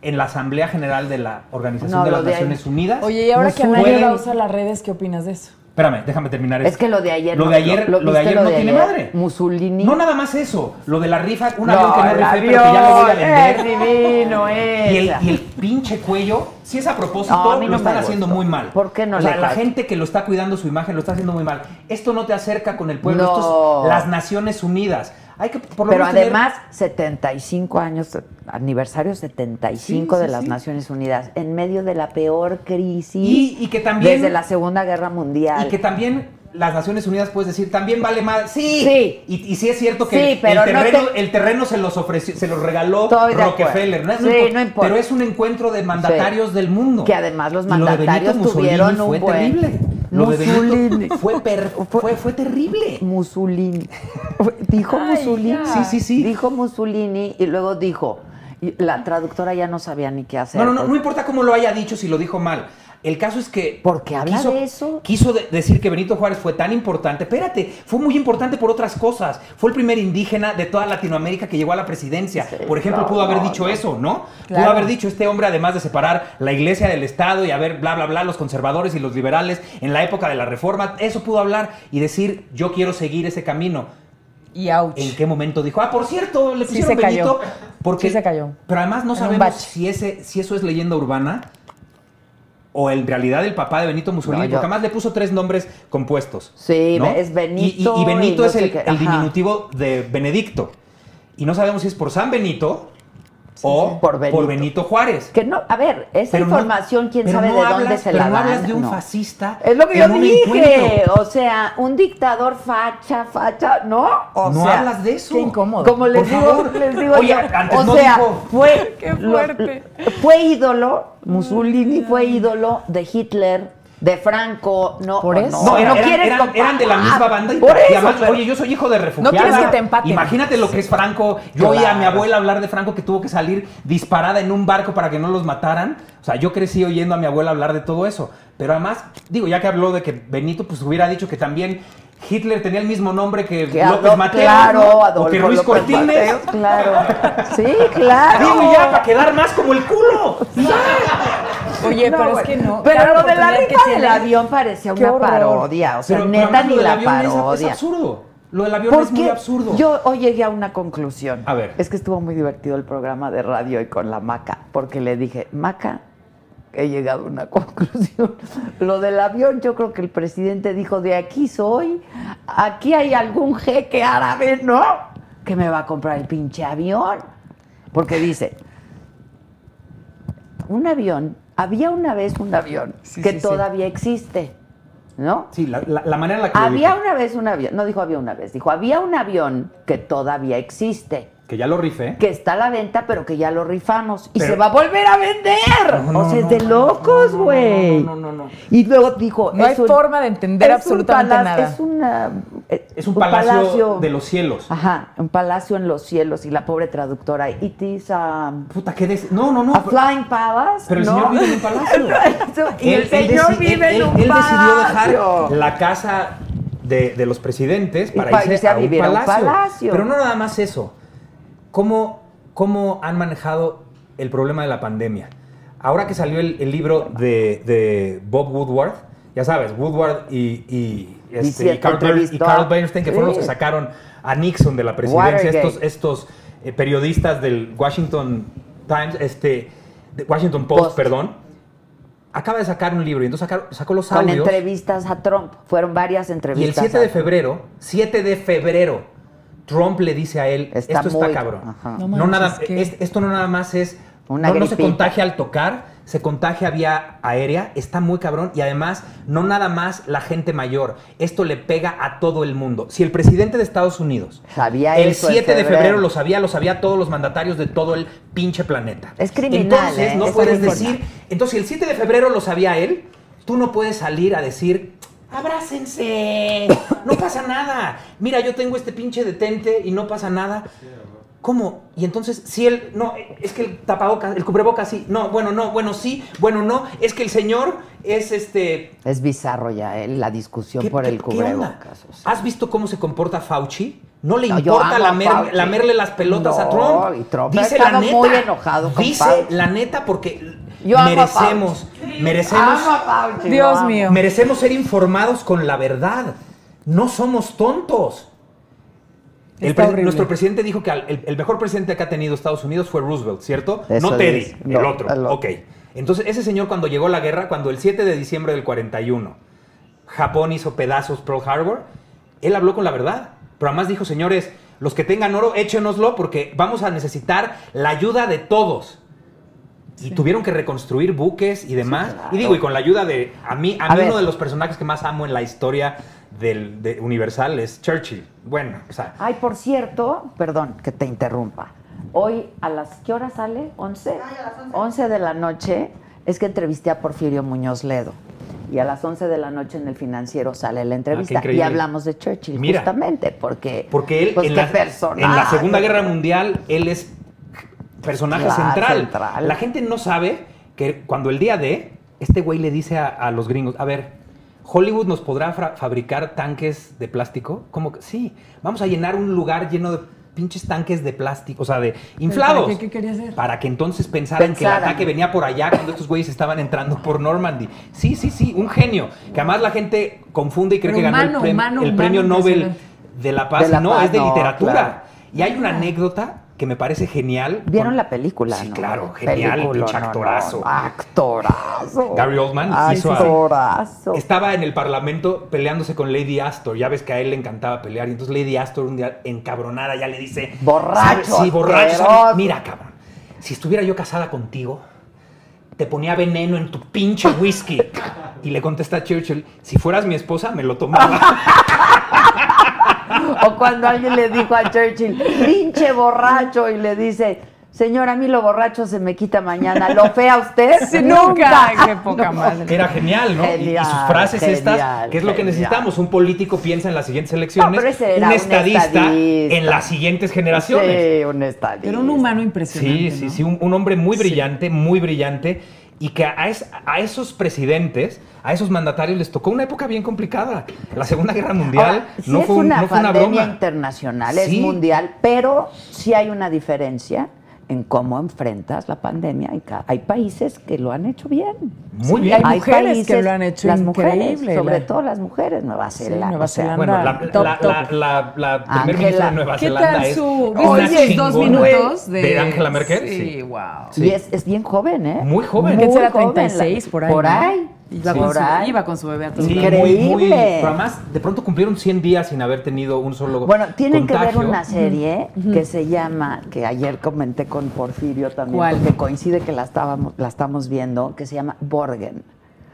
I: en la Asamblea General de la Organización
G: No,
I: de
G: lo
I: las
G: de ahí.
I: Naciones Unidas.
H: Oye, y ahora
I: no
H: que Anaya
I: pueden-
H: la usa las redes, ¿qué opinas de eso?
I: Espérame, déjame terminar esto.
G: Es que lo de ayer
I: Lo
G: no-
I: de ayer,
G: lo-
I: lo,
G: lo
I: de
G: viste
I: ayer
G: lo
I: no
G: de
I: tiene
G: ayer.
I: madre.
G: Mussolini.
I: No nada más eso, lo de la rifa, un
G: No,
I: avión que no
G: el
I: rifé, pero que ya lo voy a
G: avión,
I: vender.
G: es divino,
I: y, el,
G: esa.
I: y el pinche cuello, si es a propósito,
G: No, a mí no
I: lo están
G: me
I: haciendo
G: gustó.
I: muy mal.
G: ¿Por qué no
I: O sea,
G: le
I: la
G: cae?
I: gente que lo está cuidando su imagen lo está haciendo muy mal. Esto no te acerca con el pueblo, esto
G: No.
I: es las Naciones Unidas. Hay que por lo
G: Pero
I: menos tener-
G: además, 75 años, aniversario 75
I: Sí,
G: de
I: sí,
G: las
I: sí.
G: Naciones Unidas, en medio de la peor crisis
I: Y- y que también-
G: desde la Segunda Guerra Mundial.
I: Y que también las Naciones Unidas puedes decir, también vale más. Sí,
G: Sí.
I: Y, y sí es cierto que
G: Sí,
I: el-
G: pero
I: el,
G: no
I: terreno,
G: te-
I: el terreno se los ofreció, se los regaló
G: Estoy de
I: Rockefeller.
G: acuerdo.
I: No,
G: Sí,
I: importa.
G: no importa.
I: Pero es un encuentro de mandatarios del mundo.
G: Que además los
I: Y lo de Benito
G: mandatarios
I: Mussolini
G: tuvieron un
I: fue
G: buen-
I: terrible. Lo de Benito
G: Mussolini.
I: fue, per- fue, fue terrible.
G: Mussolini. Dijo
H: Ay,
G: Mussolini.
H: ya. Sí,
I: sí, sí.
G: Dijo Mussolini y luego dijo, y la traductora ya no sabía ni qué hacer.
I: No, no, no,
G: porque-
I: no importa cómo lo haya dicho, si lo dijo mal. El caso es que.
G: ¿Por qué habla de eso?
I: Quiso de- decir que Benito Juárez fue tan importante. Espérate, fue muy importante por otras cosas. Fue el primer indígena de toda Latinoamérica que llegó a la presidencia.
G: Sí,
I: por ejemplo,
G: no,
I: pudo haber
G: no,
I: dicho
G: no.
I: eso, ¿no?
H: Claro.
I: Pudo haber dicho este hombre, además de separar la iglesia del Estado y haber bla, bla, bla, los conservadores y los liberales en la época de la reforma. Eso pudo hablar y decir, yo quiero seguir ese camino.
H: Y ouch.
I: ¿En qué momento dijo? Ah, por cierto, le
H: Sí
I: pusieron
H: se cayó.
I: Benito", Porque,
H: Sí se cayó.
I: Pero además no
H: En un
I: sabemos
H: bache.
I: si, ese, si eso es leyenda urbana o en realidad el papá de Benito Mussolini,
G: No, yo-
I: porque además le puso tres nombres compuestos.
G: Sí,
I: ¿no?
G: es Benito
I: Y, y- y Benito
G: y no
I: es
G: sé
I: el,
G: qué,
I: el
G: ajá.
I: diminutivo de Benedicto. Y no sabemos si es por San Benito o
D: sí. Por
I: Por,
D: Benito.
I: Benito. Juárez.
D: Que no, a ver, esa
I: Pero no-
D: información, quién
I: pero
D: sabe
I: no
D: de dónde
I: hablas-
D: se
I: pero
D: la
I: no
D: dan.
I: hablas de un
D: No.
I: fascista
D: Es lo que yo
I: en un
D: dije.
I: encuentro.
D: O sea, un dictador facha, facha, ¿no? O
I: No
D: sea,
I: hablas de eso.
D: Qué incómodo. Como les
I: Por
D: digo,
I: favor.
D: les digo
I: Oye,
D: yo,
I: antes
D: o
I: no
D: sea,
I: dijo.
D: fue
Q: Qué
D: lo-
Q: fuerte.
D: fue ídolo, Mussolini fue
I: Mm.
D: ídolo de Hitler, de Franco, no.
Q: Por
D: o
Q: eso.
I: No, era-
D: no
I: eran,
D: quieres
I: eran-
D: comparar.
I: eran de la misma banda y,
D: Por
I: y
D: eso,
I: además,
D: pero-
I: oye, yo soy hijo de refugiada.
Q: quieres que te empaten.
I: Imagínate lo que es Franco. Yo oí a mi abuela hablar de Franco que tuvo que salir disparada en un barco para que no los mataran. O sea, yo crecí oyendo a mi abuela hablar de todo eso. Pero además, digo, ya que habló de que Benito pues hubiera dicho que también Hitler tenía el mismo nombre que,
D: Que
I: López
D: Adolfo-
I: Mateos,
D: claro,
I: ¿no?
D: Adolfo
I: o que Luis
D: López
I: Cortines.
D: Mateos, Ah, claro. Sí, claro.
I: Digo, ya, para quedar más como el culo.
Q: Oye,
D: No,
Q: pero es
D: güey.
Q: que no.
D: Pero
Q: cada
D: lo de la
Q: oportunidad que
D: rifa del
Q: tienes-
D: avión parecía
Q: Qué
D: una
Q: horror.
D: parodia. O sea,
I: Pero,
D: neta
I: además,
D: ni
I: lo del
D: la
I: avión es-
D: parodia.
I: Es absurdo. Lo del avión es
D: Porque
I: muy absurdo.
D: yo hoy llegué a una conclusión.
I: A ver.
D: Es que estuvo muy divertido el programa de radio y con la Maca, porque le dije, Maca, he llegado a una conclusión. Lo del avión, yo creo que el presidente dijo, de aquí soy, aquí hay algún jeque árabe, ¿no? Que me va a comprar el pinche avión. Porque dice, un avión, había una vez un avión
I: Sí,
D: que
I: sí, sí.
D: todavía existe, ¿no?
I: Sí, la, la- la manera en la que lo
D: Había
I: dijo.
D: una vez un avión, no dijo había una vez, dijo había un avión que todavía existe,
I: Que ya lo rifé.
D: que está a la venta, pero que ya lo rifamos y
I: Pero-
D: se va a volver a vender.
I: No,
D: o
I: no,
D: sea, es
I: no,
D: de
I: no,
D: locos,
I: no, no,
D: güey.
I: no, no, no, no.
D: Y luego dijo,
Q: No hay
D: es un-
Q: forma de entender
D: es un
Q: absolutamente
D: palacio-
Q: nada.
D: Es una eh,
I: Es un, palacio, Ah, de los cielos.
D: Ajá, un palacio en los cielos y la pobre traductora, it is a,
I: Puta, qué des... No, no, no.
D: a
I: Ah, pero-
D: flying palace.
I: Pero el
D: ¿no?
I: señor vive en un palacio.
D: y el
I: Él- él
D: señor
I: deci-
D: vive
I: él-
D: en un
I: él- él decidió dejar
D: palacio.
I: la casa de, de los presidentes
D: Y
I: para,
D: para irse
I: irse
D: a
I: un
D: vivir a un
I: palacio.
D: palacio.
I: Pero no nada más eso. ¿Cómo, cómo han manejado el problema de la pandemia? Ahora que salió el, el libro de, de Bob Woodward, ya sabes, Woodward y, y, este,
D: Diciendo,
I: y Carl, Ber- y
D: entrevistó a-
I: Carl Bernstein, que fueron los que
D: Sí.
I: sacaron a Nixon de la presidencia,
D: Watergate.
I: estos, estos eh, periodistas del Washington Times, este, de Washington Post,
D: Post.
I: perdón, acaba de sacar un libro y entonces sacaron- sacó los
D: Con
I: audios.
D: entrevistas a Trump. Fueron varias
I: Y el
D: entrevistas.
I: 7 de
D: a-
I: febrero, 7 de febrero, Trump le dice a él,
D: Está
I: esto
D: muy-
I: está cabrón.
D: ajá.
Q: No
I: No,
Q: manches,
I: nada,
Q: ¿qué?
I: es- esto no nada más es,
D: Una
I: no, no se
D: gripita.
I: contagia al tocar, se contagia vía aérea, está muy cabrón y además no nada más la gente mayor, esto le pega a todo el mundo. Si el presidente de Estados Unidos
D: Sabía
I: el
D: eso en
I: 7 de
D: febrero.
I: febrero lo sabía, lo sabía todos los mandatarios de todo el pinche planeta.
D: Es criminal,
I: Entonces,
D: ¿eh?
I: no
D: Es
I: puedes
D: criminal.
I: decir, entonces si el 7 de febrero lo sabía él, tú no puedes salir a decir, abrácense, no pasa nada. Mira, yo tengo este pinche detente y no pasa nada. ¿Cómo? Y entonces, si él, no, es que el tapabocas, el cubrebocas sí, no, bueno, no, bueno, sí, bueno, no, es que el señor es este,
D: Es bizarro ya eh, la discusión
I: ¿Qué-
D: por
I: qué-
D: el
I: qué onda?
D: cubrebocas. o sea.
I: ¿Has visto cómo se comporta Fauci? No le
D: No, yo
I: importa
D: amo a
I: lamer-
D: Fauci.
I: lamerle las pelotas a
D: No,
I: Trump.
D: y Trump ha
I: dice
D: estado
I: la neta.
D: muy enojado con
I: dice
D: Fauci.
I: la neta porque
D: Yo amo a
I: merecemos, merecemos,
D: Amo a Fauci,
Q: Dios
D: lo amo.
Q: mío.
I: merecemos ser informados con la verdad. No somos tontos. El
Q: Está
I: pre-
Q: horrible.
I: nuestro presidente dijo que al- el, el mejor presidente que ha tenido Estados Unidos fue Roosevelt, ¿cierto?
D: Eso
I: no Teddy,
D: es, no,
I: el otro.
D: el otro.
I: Ok. Entonces, ese señor cuando llegó la guerra, cuando el 7 de diciembre del 41, Japón hizo pedazos Pearl Harbor, él habló con la verdad. Pero además dijo, señores, los que tengan oro, échenoslo porque vamos a necesitar la ayuda de todos. Y tuvieron que reconstruir buques y demás. Y digo, y con la ayuda de... A mí, a
D: A
I: mí
D: ver.
I: uno de los personajes que más amo en la historia del, de Universal es Churchill. Bueno, o sea,
D: Ay, por cierto, perdón que te interrumpa. Hoy, ¿a las qué hora sale? ¿11? 11 de la noche. Es que entrevisté a Porfirio Muñoz Ledo. Y a las 11 de la noche en el financiero sale la entrevista. y
I: increíble.
D: hablamos de Churchill,
I: Mira.
D: justamente, porque.
I: Porque él,
D: pues,
I: en,
D: qué
I: la,
D: personaje.
I: en la Segunda Guerra Mundial, él es personaje
D: Claro,
I: central.
D: central.
I: La gente no sabe que cuando el día de, este güey le dice a, a los gringos, a ver, Hollywood nos podrá fra- fabricar tanques de plástico. Como que sí, vamos a llenar un lugar lleno de pinches tanques de plástico, o sea, de inflados.
Q: para qué? ¿Qué quería hacer?
I: Para que entonces pensaran que
D: Pensaran.
I: el ataque venía por allá cuando estos güeyes estaban entrando por Normandy. Sí, sí, sí, un genio. Que además la gente confunde y cree
Q: Pero
I: que ganó
Q: humano,
I: el, prem-
Q: humano,
I: el
Q: humano,
I: premio Nobel
Q: impresionante.
I: de la paz,
D: De La
I: no,
D: Paz,
I: es de
D: no,
I: literatura.
D: claro.
I: Y hay una anécdota que me parece genial.
D: Vieron
I: Con-
D: la película,
I: Sí,
D: ¿no?
I: claro, genial,
D: Película,
I: pinche
D: no, no,
I: actorazo.
D: no, Actorazo.
I: Gary Oldman hizo a-
D: Actorazo.
I: Estaba en el parlamento peleándose con Lady Astor. Ya ves que a él le encantaba pelear. Y entonces Lady Astor un día encabronada ya le dice...
D: Borracho,
I: "¿Sabes? Sí, borracho.
D: asqueroso.
I: Mira, cabrón. si estuviera yo casada contigo, te ponía veneno en tu pinche whisky. Y le contesta Churchill, si fueras mi esposa, me lo tomaba.
D: O cuando alguien le dijo a Churchill, pinche borracho, y le dice, señor, a mí lo borracho se me quita mañana, ¿lo fea usted?
Q: Sí, nunca. Qué poca madre.
I: Era genial, ¿no? Y- y, sus
D: Genial,
I: frases
D: genial,
I: estas, que es lo que
D: genial.
I: necesitamos. Un político piensa en las siguientes elecciones,
D: No, pero ese era
I: un
D: un
I: estadista,
D: estadista.
I: en las siguientes generaciones.
D: Sí, un estadio.
H: Era un humano impresionante.
I: Sí, sí, sí, un, un hombre muy brillante, muy brillante, y que a, es- a esos presidentes, a esos mandatarios les tocó una época bien complicada. La Segunda Guerra Mundial
D: Ahora, Ah, sí
I: no,
D: es
I: fue un-
D: una
I: no fue una
D: pandemia
I: broma.
D: internacional, es
I: Sí.
D: mundial, pero sí hay una diferencia en cómo enfrentas la pandemia. Hay, ca- hay países que lo han hecho bien.
I: Muy
D: Sí,
I: bien.
Q: Hay mujeres que lo han hecho
D: las mujeres,
Q: increíble,
D: sobre
Q: la-
D: todo las mujeres, Nueva Zelanda.
Q: Nueva
D: o sea,
Q: Zelanda.
I: Bueno, la,
Q: Top,
I: la-
Q: top.
I: la- la- la primer
D: Ángela.
I: ministra de Nueva
Q: ¿Qué
I: Zelanda
Q: tal
I: es
Q: su-
I: una
Q: viste sus
I: chingona.
Q: dos minutos de-
I: de Angela Merkel?
Q: Sí,
I: Sí.
Q: wow.
I: Sí.
D: Y es, es bien joven, ¿eh?
I: Muy joven.
Q: ¿Qué
D: Muy
Q: será
D: joven, la-
Q: 36 por ahí?
D: Por
Q: ¿no?
D: ahí.
Q: Iba,
D: Sí.
Q: con
D: Por
Q: su,
D: ahí.
Q: iba con su bebé a todos
I: Sí,
Q: lados.
D: Increíble.
I: muy- muy- pero además, de pronto cumplieron 100 días sin haber tenido un solo
D: Bueno, tienen que
I: contagio.
D: ver una serie que se llama, que ayer comenté con Porfirio también,
Q: ¿Cuál?
D: porque coincide que la, estábamos, la estamos viendo, que se llama Borgen.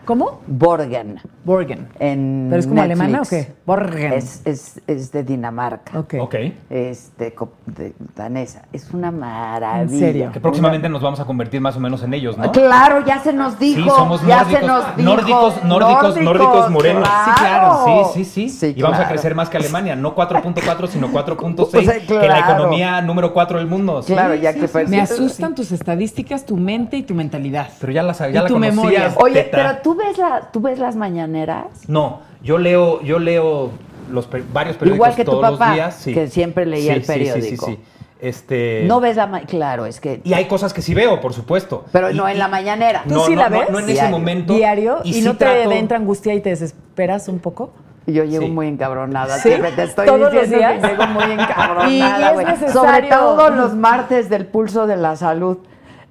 Q: ¿Cómo?
D: Borgen.
Q: Borgen.
D: En
Q: ¿Pero es como
D: Netflix.
Q: alemana o qué? Borgen.
D: Es, es- es de Dinamarca.
Q: Ok.
I: Ok.
D: Este, co- de- danesa. Es una maravilla.
Q: ¿En serio?
I: Que próximamente nos vamos a convertir más o menos en ellos, ¿no?
D: Claro, ya se nos dijo.
I: Sí, somos
D: ya
I: nórdicos,
D: se nos dijo.
I: nórdicos, nórdicos, nórdicos morenos. Sí, claro, sí, sí, sí. y vamos a
D: claro.
I: crecer más que Alemania, no 4.4, sino 4.6,
D: O sea,
I: en la
D: claro.
I: economía número 4 del mundo. Sí.
D: Claro, ya que fue-
H: Me asustan tus estadísticas, tu mente y tu mentalidad.
I: Pero ya la
H: Y
I: sabía, ya la
H: tu
I: conocías,
H: memoria.
D: Oye,
I: teta.
D: pero tú ves, la, tú ves las mañaneras.
I: No, yo leo, yo leo los per- varios periódicos
D: Igual que tu
I: todos
D: papá,
I: los días, sí.
D: que siempre leía el
I: Sí, sí, sí, sí,
D: periódico.
I: sí. Este
D: No ves la ma- claro, es que
I: y hay cosas que sí veo, por supuesto.
D: pero
I: Y-
D: no en la
I: y-
D: mañanera.
I: No,
Q: sí
I: no,
Q: la
I: no,
Q: ves?
I: no en ese
D: Diario.
I: momento.
Q: Diario. ¿Y,
I: sí
Q: no te
I: trato-
Q: entra angustia y te desesperas un poco?
D: Yo llego
I: Sí.
D: muy encabronada,
Q: ¿Sí?
D: siempre te estoy
Q: ¿Todos los
D: diciendo
Q: días?
D: que llego muy
Q: Y
D: encabronada,
Q: es
D: güey.
Q: necesario.
D: Sobre todo los martes del pulso de la salud.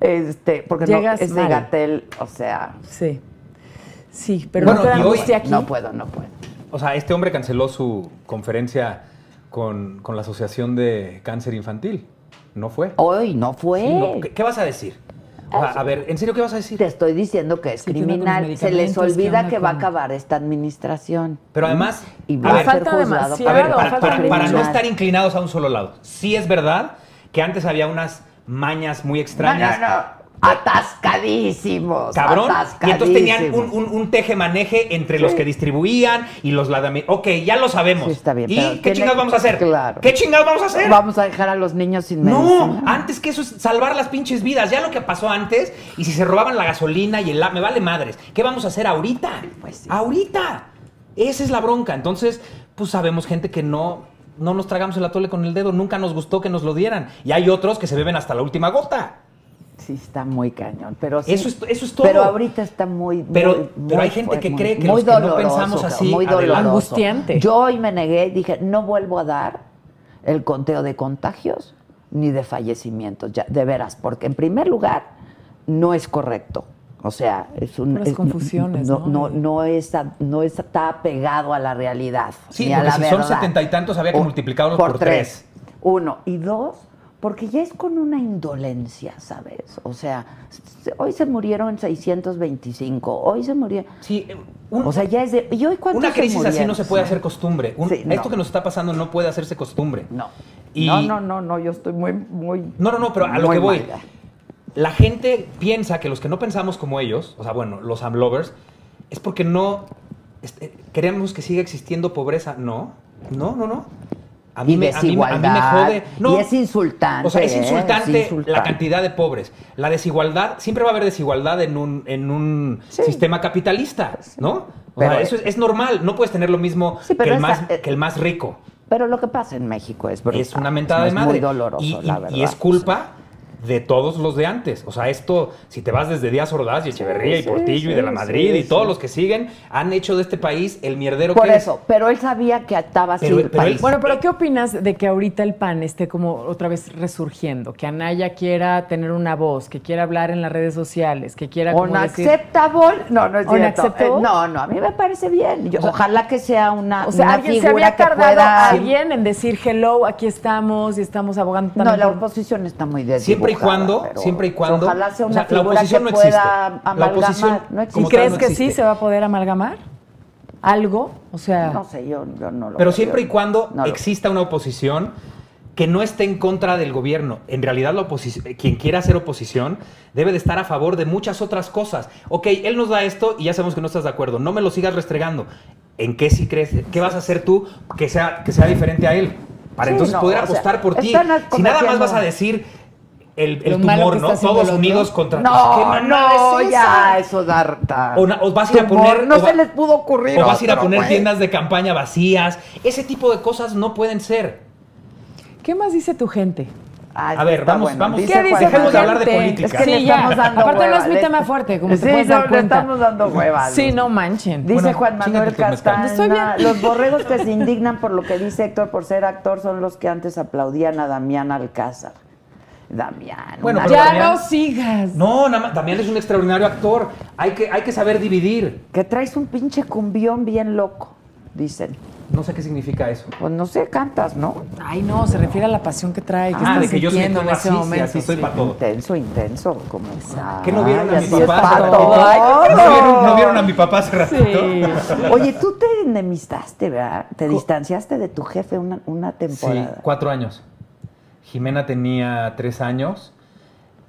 D: Este, porque
Q: Llegas
D: no, es de
Q: mal.
D: Gatel, o sea,
Q: Sí. Sí, pero
I: Bueno,
Q: no te
I: y
Q: da
I: hoy-
Q: angustia aquí.
D: no pues. puedo, no puedo.
I: O sea, este hombre canceló su conferencia con, con la Asociación de Cáncer Infantil. No fue.
D: Hoy no fue.
I: Sí, no, ¿qué, qué vas a decir? O sea, a ver, ¿en serio qué vas a
D: Te
I: decir?
D: estoy diciendo que es
H: Sí, que no con los
D: criminal. Se les
H: medicamentos, que
D: olvida
H: onda
D: que va a
H: con-
D: acabar esta administración.
I: Pero además,
D: Y
I: a
D: va a,
I: ver,
D: ser
Q: Falta
D: juzgado
Q: demasiado,
I: a ver, para,
Q: falta
I: para-
Q: de
I: para no
Q: criminal.
I: estar inclinados a un solo lado. Sí es verdad que antes había unas mañas muy extrañas.
D: No, no, no. Atascadísimos.
I: Cabrón. Y entonces tenían un,
D: atascadísimos.
I: un, un teje-maneje entre los que distribuían y los ladami. Ok, ya lo sabemos.
D: Sí, está bien,
I: ¿Y
D: pero
I: qué
D: tiene-
I: chingados vamos a hacer?
D: Claro.
I: ¿Qué chingados vamos a hacer?
D: Vamos a dejar a los niños sin
I: No,
D: medicina.
I: antes que eso es salvar las pinches vidas. Ya lo que pasó antes, y si se robaban la gasolina y el... a- Me vale madres. ¿Qué vamos a hacer ahorita?
D: Pues sí.
I: Ahorita. Esa es la bronca. Entonces, pues sabemos gente que no... No nos tragamos el atole con el dedo. Nunca nos gustó que nos lo dieran. Y hay otros que se beben hasta la última gota.
D: Sí, está muy cañón. Pero sí-
I: Eso es- eso es todo.
D: Pero ahorita está muy.
I: Pero-
D: muy-
I: pero
D: muy
I: hay gente
D: fuerte,
I: que
D: muy-
I: cree que
D: muy
I: los que no
D: doloroso,
I: pensamos
D: cabrón,
I: así,
D: Muy doloroso.
I: adelante.
H: Angustiante.
D: Yo hoy me negué, dije, no vuelvo a dar el conteo de contagios ni de fallecimientos, ya, de veras, porque en primer lugar, no es correcto. O sea, es un.
Q: Puras
D: es-
Q: confusiones, ¿no?
D: No, no, es a- no está pegado a la realidad.
I: Sí,
D: ni a
I: porque
D: la
I: si son
D: verdad.
I: setenta y tantos, había que
D: O-
I: multiplicarlos por tres.
D: Uno. Y dos, porque ya es con una indolencia, ¿sabes? O sea, se- hoy se murieron 625, hoy se murieron.
I: Sí, eh, un-
D: o sea, ya es de. ¿Y hoy cuántos
I: una
D: se
I: crisis así
D: murieron?
I: no se puede hacer costumbre. Un-
D: Sí, no.
I: Esto que nos está pasando no puede hacerse costumbre.
D: No.
I: Y-
D: No, no, no, no, yo estoy muy, muy.
I: No, no, no, pero a lo
D: muy
I: que voy.
D: mal.
I: La gente piensa que los que no pensamos como ellos, o sea, bueno, los amlovers, es porque no este, queremos que siga existiendo pobreza. No, no, no, no. A
D: y
I: me- a me- a mí me
D: desigualdad,
I: jode. No.
D: y es insultante,
I: O sea, es
D: ¿eh? Es
I: insultante, la
D: insultante.
I: cantidad de pobres. La desigualdad, siempre va a haber desigualdad en un, en un
D: Sí.
I: sistema capitalista, ¿no? O
D: Pero-
I: sea, eso es, es normal. No puedes tener lo mismo
D: Sí, pero
I: que, el
D: esa-
I: más,
D: eh,
I: que el más rico.
D: Pero lo que pasa en México es brutal.
I: Es una mentada de
D: es
I: madre.
D: muy doloroso,
I: y, y-
D: la verdad.
I: y es culpa de todos los de antes. O sea, esto, si te vas desde Díaz Ordaz y Echeverría y
D: sí,
I: Portillo y
D: sí,
I: de la Madrid
D: sí,
I: y
D: sí.
I: todos los que siguen, han hecho de este país el mierdero
D: Por
I: que
D: eso, pero él sabía que ataba así
I: Pero-
D: el
I: pero él-
D: país.
I: Bueno,
Q: Bueno, pero ¿qué opinas de que ahorita el PAN esté como otra vez resurgiendo? Que Anaya quiera tener una voz, que quiera hablar en las redes sociales, que quiera como decir...
D: Unacceptable. No, no es cierto.
Q: Unacceptable.
D: Eh, no, no, a mí me parece bien. Yo- ojalá que sea una,
Q: O sea,
D: una
Q: alguien se
D: figura
Q: había
D: que
Q: tardado
D: pueda.
Q: alguien en decir hello, aquí estamos y estamos abogando
D: No,
Q: también
D: la
Q: por-
D: oposición está muy
I: es.
D: desigualada.
I: Siempre siempre y
D: dibujada,
I: cuando,
D: pero
I: siempre y cuando,
D: Ojalá sea
I: o
D: una
I: sea, la
D: figura
I: oposición
D: que
I: no existe.
D: pueda
I: La
D: amalgamar.
I: oposición
D: No
I: como
Q: ¿Y
I: tal
Q: crees
I: no
Q: que sí
I: existe.
Q: se va a poder amalgamar? ¿Algo? O sea.
D: No sé, yo, yo no lo
I: Pero
D: veo,
I: siempre
D: yo
I: y cuando
D: no lo-
I: exista una oposición que no esté en contra del gobierno. En realidad, la oposi- eh, quien quiera hacer oposición debe de estar a favor de muchas otras cosas. Ok, él nos da esto y ya sabemos que no estás de acuerdo. No me lo sigas restregando. ¿En qué sí crees? ¿Qué vas a hacer tú que sea, que sea diferente a él? Para
D: Sí,
I: entonces
D: no,
I: poder
D: o sea,
I: apostar por ti.
D: están
I: Si nada más
D: cometiendo-
I: vas a decir el, el
Q: Lo malo
I: tumor,
Q: que
I: ¿no?
Q: está haciendo
I: Todos
Q: el otro.
I: unidos contra... pues, ¿Qué
D: No,
I: manada
D: no,
I: es esa?
D: ya, eso da da-
I: O na- o vas a ir a
D: tumor.
I: poner-
D: No
I: o va-
D: se les pudo ocurrir.
I: O vas a ir a
D: otro,
I: poner
D: güey.
I: tiendas de campaña vacías. Ese tipo de cosas no pueden ser.
Q: ¿Qué más dice tu gente?
D: Ah,
I: A ver,
D: está
I: vamos,
D: bueno.
I: vamos.
D: Dice
Q: ¿Qué dice
D: Juan
I: Dejemos de
D: Manuel.
I: hablar de política.
D: Es que le
Q: Sí, ya.
D: estamos dando
Q: Aparte, no
D: hueva,
Q: es mi
D: le-
Q: tema fuerte, como te
D: sí,
Q: puedes
D: no,
Q: dar
D: le
Q: cuenta.
D: estamos dando hueva.
Q: Sí,
D: Luz.
Q: no manchen.
D: Dice
I: Bueno,
D: Juan Manuel
I: chíngate tus
Q: mezcales.
D: Castaña,
Q: Estoy bien.
D: los borregos que se indignan por lo que dice Héctor por ser actor son los que antes aplaudían a Damián Alcázar. Damián.
I: Bueno,
D: una-
I: pero
Q: ya
I: Damián-
Q: no sigas.
I: No, nada más, también es un extraordinario actor. Hay que, hay que saber dividir.
D: Que traes un pinche cumbión bien loco, dicen.
I: No sé qué significa eso.
D: Pues no sé, cantas, ¿no?
Q: Ay, no, se refiere a la pasión que trae, que
I: Ah,
Q: está
I: de que yo soy
Q: sintiendo en
I: mejor
Q: ese
I: así, sí,
Q: momento.
I: así soy
Q: sí.
I: para todo.
D: Intenso, intenso. Como...
I: Ah, ¿Qué no
D: Ay,
I: vieron a mi
D: Ah, así es
I: papá?
D: pa'
I: hace
D: todo.
I: ratito? ¿No, vieron, no vieron a mi papá hace ratito?
D: Oye, tú te enemistaste, ¿verdad? Te distanciaste de tu jefe una, una
I: Sí,
D: temporada.
I: cuatro años. Jimena tenía tres años.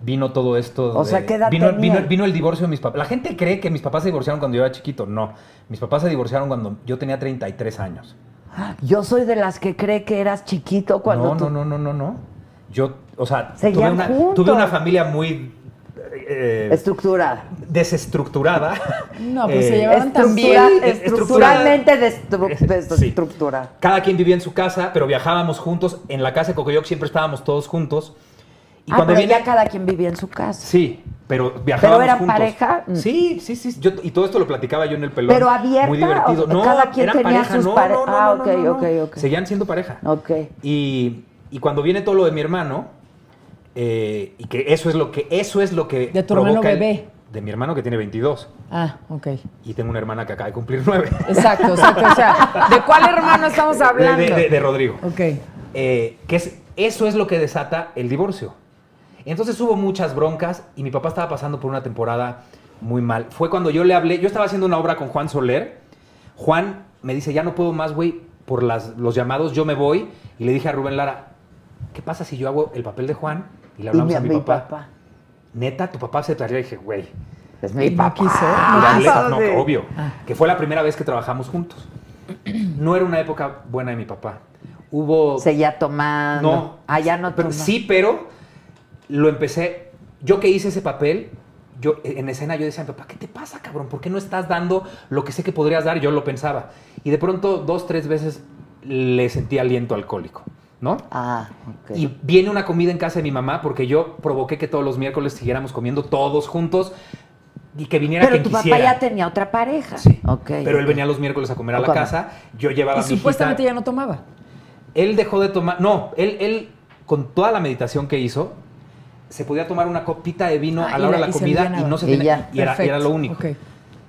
I: Vino todo esto.
D: O
I: de-
D: sea, ¿qué edad
I: vino,
D: tenía?
I: vino- vino el divorcio de mis papás. La gente cree que mis papás se divorciaron cuando yo era chiquito. No. Mis papás se divorciaron cuando yo tenía 33 años.
D: Yo soy de las que cree que eras chiquito cuando
I: no,
D: tú...
I: no, no, no, no, no. Yo, o sea, tuve
D: Seguían
I: una,
D: juntos.
I: tuve una familia muy eh,
D: Estructurada.
I: desestructurada.
Q: No, pero
I: Eh,
Q: se llevaban
I: estructura-
D: Estructura-
Q: también.
D: estructuralmente
I: Sí.
D: desestructurada.
I: Cada quien vivía en su casa, pero viajábamos juntos. En la casa de Cocoyoc siempre estábamos todos juntos. Y
D: Ah,
I: cuando
D: pero
I: viene,
D: ya cada quien vivía en su casa.
I: Sí, pero viajábamos
D: ¿Pero eran
I: juntos.
D: pareja? Mm.
I: Sí, sí, sí. Yo, y todo esto lo platicaba yo en el pelón.
D: ¿Pero abierta
I: Muy divertido.
D: o
I: No,
D: cada quien
I: eran
D: tenía
I: pareja.
D: sus
I: no,
D: pare-
I: no, no,
D: Ah,
I: no,
D: ok,
I: no, no.
D: ok, ok.
I: Seguían siendo pareja.
D: Ok.
I: Y, y cuando viene todo lo de mi hermano, eh, y que eso es lo que eso es lo que
Q: De tu hermano
I: provoca el-
Q: bebé.
I: de mi hermano que tiene 22
Q: Ah, ok.
I: y tengo una hermana que acaba de cumplir 9.
Q: Exacto, exacto. O sea, ¿de cuál hermano estamos
I: De,
Q: hablando?
I: de- de- de Rodrigo.
Q: Ok.
I: Eh, que es, eso es lo que desata el divorcio. Entonces hubo muchas broncas y mi papá estaba pasando por una temporada muy mal. Fue cuando yo le hablé, yo estaba haciendo una obra con Juan Soler. Juan me dice, ya no puedo más, güey, por las, los llamados, yo me voy. Y le dije a Rubén Lara, ¿qué pasa si yo hago el papel de Juan? Y le
D: Y
I: hablamos
D: mi,
I: a mi,
D: mi
I: papá.
D: papá.
I: Neta, tu papá se traía y dije, güey,
D: Es mi papá.
Q: quiso,
I: Mira,
D: Ah,
I: Alexa, no,
D: sí.
I: obvio. Que fue la primera vez que trabajamos juntos. No era una época buena de mi papá. Hubo.
D: Seguía tomando.
I: No.
D: Ah, ya no
I: pero,
D: toma.
I: Sí, pero lo empecé. Yo que hice ese papel, yo en escena yo decía, papá, ¿qué te pasa, cabrón? ¿Por qué no estás dando lo que sé que podrías dar? Yo lo pensaba. Y de pronto, dos, tres veces le sentí aliento alcohólico, ¿no?
D: Ah, ok.
I: Y viene una comida en casa de mi mamá porque yo provoqué que todos los miércoles siguiéramos comiendo todos juntos y que viniera
D: pero
I: quien
D: tu
I: quisiera.
D: papá ya tenía otra pareja.
I: Sí.
D: Ok.
I: Pero él venía los miércoles a comer a la
D: ¿Cuándo?
I: casa. Yo llevaba
Q: Y
I: a mi
Q: supuestamente
I: hijita.
Q: ya no tomaba.
I: Él dejó de tomar. No, él, él, con toda la meditación que hizo, se podía tomar una copita de vino
Q: Ah,
I: a
Q: y
I: la hora
Q: la- y
I: de la
Q: se
I: comida
Q: alivianaba.
I: y no se
D: Y
I: tenía.
D: ya.
I: Y era, y era
Q: Perfecto,
I: lo único.
Q: ok.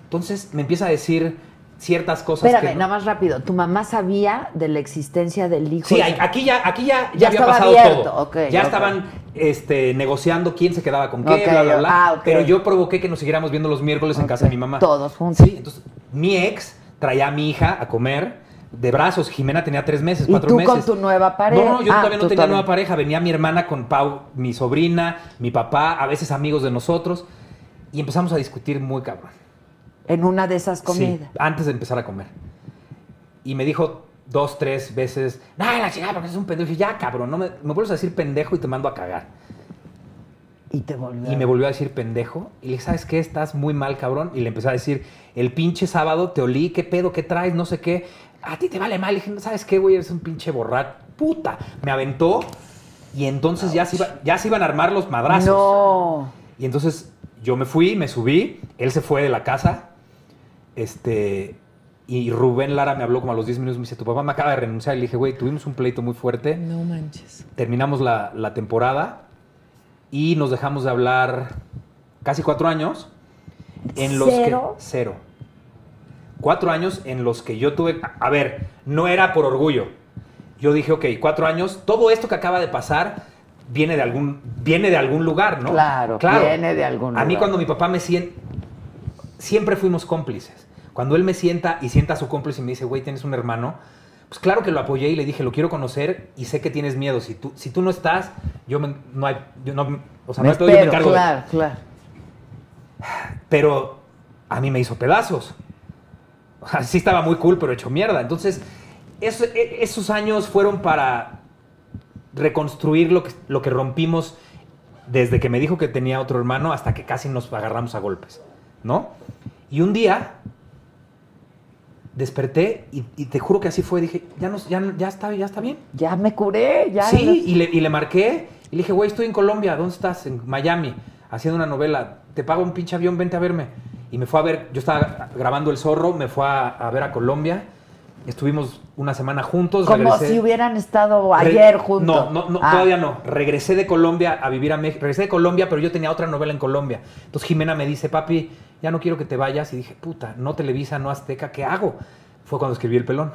I: Entonces me empieza a decir ciertas cosas.
D: Espérame,
I: que no-
D: nada más rápido. ¿Tu mamá sabía de la existencia del hijo?
I: Sí,
D: de-
I: ahí- aquí ya, aquí ya, ya,
D: Ya
I: había
D: estaba
I: pasado
D: abierto,
I: todo.
D: ok,
I: ya
D: ok.
I: estaban este, negociando quién se quedaba con qué,
D: Ok,
I: bla, bla, bla.
D: ah, ok.
I: Pero yo provoqué que nos siguiéramos viendo los miércoles en
D: Ok,
I: casa de mi mamá.
D: todos juntos.
I: Sí, entonces mi ex traía a mi hija a comer de brazos. Jimena tenía tres meses,
D: ¿Y
I: cuatro
D: tú
I: meses.
D: con tu nueva pareja?
I: No, no, yo
D: Ah,
I: todavía
D: tú
I: no tenía
D: todavía.
I: nueva pareja. Venía mi hermana con Pau, mi sobrina, mi papá, a veces amigos de nosotros. Y empezamos a discutir muy cabrón.
D: En una de esas
I: Sí,
D: comidas.
I: antes de empezar a comer. Y me dijo dos, tres veces, nada, la chingada, porque es un pendejo. Y dije, ya, cabrón, no me, me vuelves a decir pendejo y te mando a cagar.
D: Y te volvió.
I: Y me volvió a decir pendejo. Y le dije, ¿sabes qué? Estás muy mal, cabrón. Y le empecé a decir, el pinche sábado te olí, ¿qué pedo? ¿Qué traes? No sé qué. A ti te vale mal. Le dije, ¿sabes qué, güey? Eres un pinche borrat. Puta. Me aventó. Y entonces ya se, iba- ya se iban a armar los madrazos.
D: No.
I: Y entonces yo me fui, me subí, él se fue de la casa. Este. Y Rubén Lara me habló como a los 10 minutos. Me dice: Tu papá me acaba de renunciar. Y le dije: Güey, tuvimos un pleito muy fuerte.
Q: No manches.
I: Terminamos la, la temporada y nos dejamos de hablar casi cuatro años. En los
D: ¿Cero?
I: que. Cero. Cuatro años en los que yo tuve. A ver, no era por orgullo. Yo dije, ok, cuatro años, todo esto que acaba de pasar viene de algún viene de algún lugar, ¿no?
D: Claro, viene de algún
I: A mí
D: lugar.
I: cuando mi papá me sienta, siempre fuimos cómplices. Cuando él me sienta y sienta a su cómplice y me dice, güey, tienes un hermano, pues claro que lo apoyé y le dije, lo quiero conocer y sé que tienes miedo. Si tú, si tú no estás, yo me- no hay, yo no, o sea,
D: me
I: no hay pedo, yo me
D: espero,
I: encargo de-
D: claro, claro.
I: pero a mí me hizo pedazos. O sea, sí estaba muy cool, pero hecho mierda. Entonces, eso- e- esos años fueron para reconstruir lo que, lo que rompimos desde que me dijo que tenía otro hermano hasta que casi nos agarramos a golpes, ¿no? Y un día desperté y, y te juro que así fue. Dije, ya, no, ya, no- ya, está, ya está bien.
D: Ya me curé, ya.
I: Sí, y le, y le marqué y le dije, güey, estoy en Colombia, ¿dónde estás? En Miami, haciendo una novela, te pago un pinche avión, vente a verme. Y me fue a ver, yo estaba grabando El Zorro, me fue a, a ver a Colombia, estuvimos una semana juntos.
D: Como
I: regresé-
D: si hubieran estado
I: Re-
D: ayer juntos.
I: No, no, no,
D: Ah,
I: todavía no. Regresé de Colombia a vivir a México. Regresé de Colombia, pero yo tenía otra novela en Colombia. Entonces Jimena me dice, papi, ya no quiero que te vayas. Y dije, puta, no Televisa, no Azteca, ¿qué hago? Fue cuando escribí El Pelón.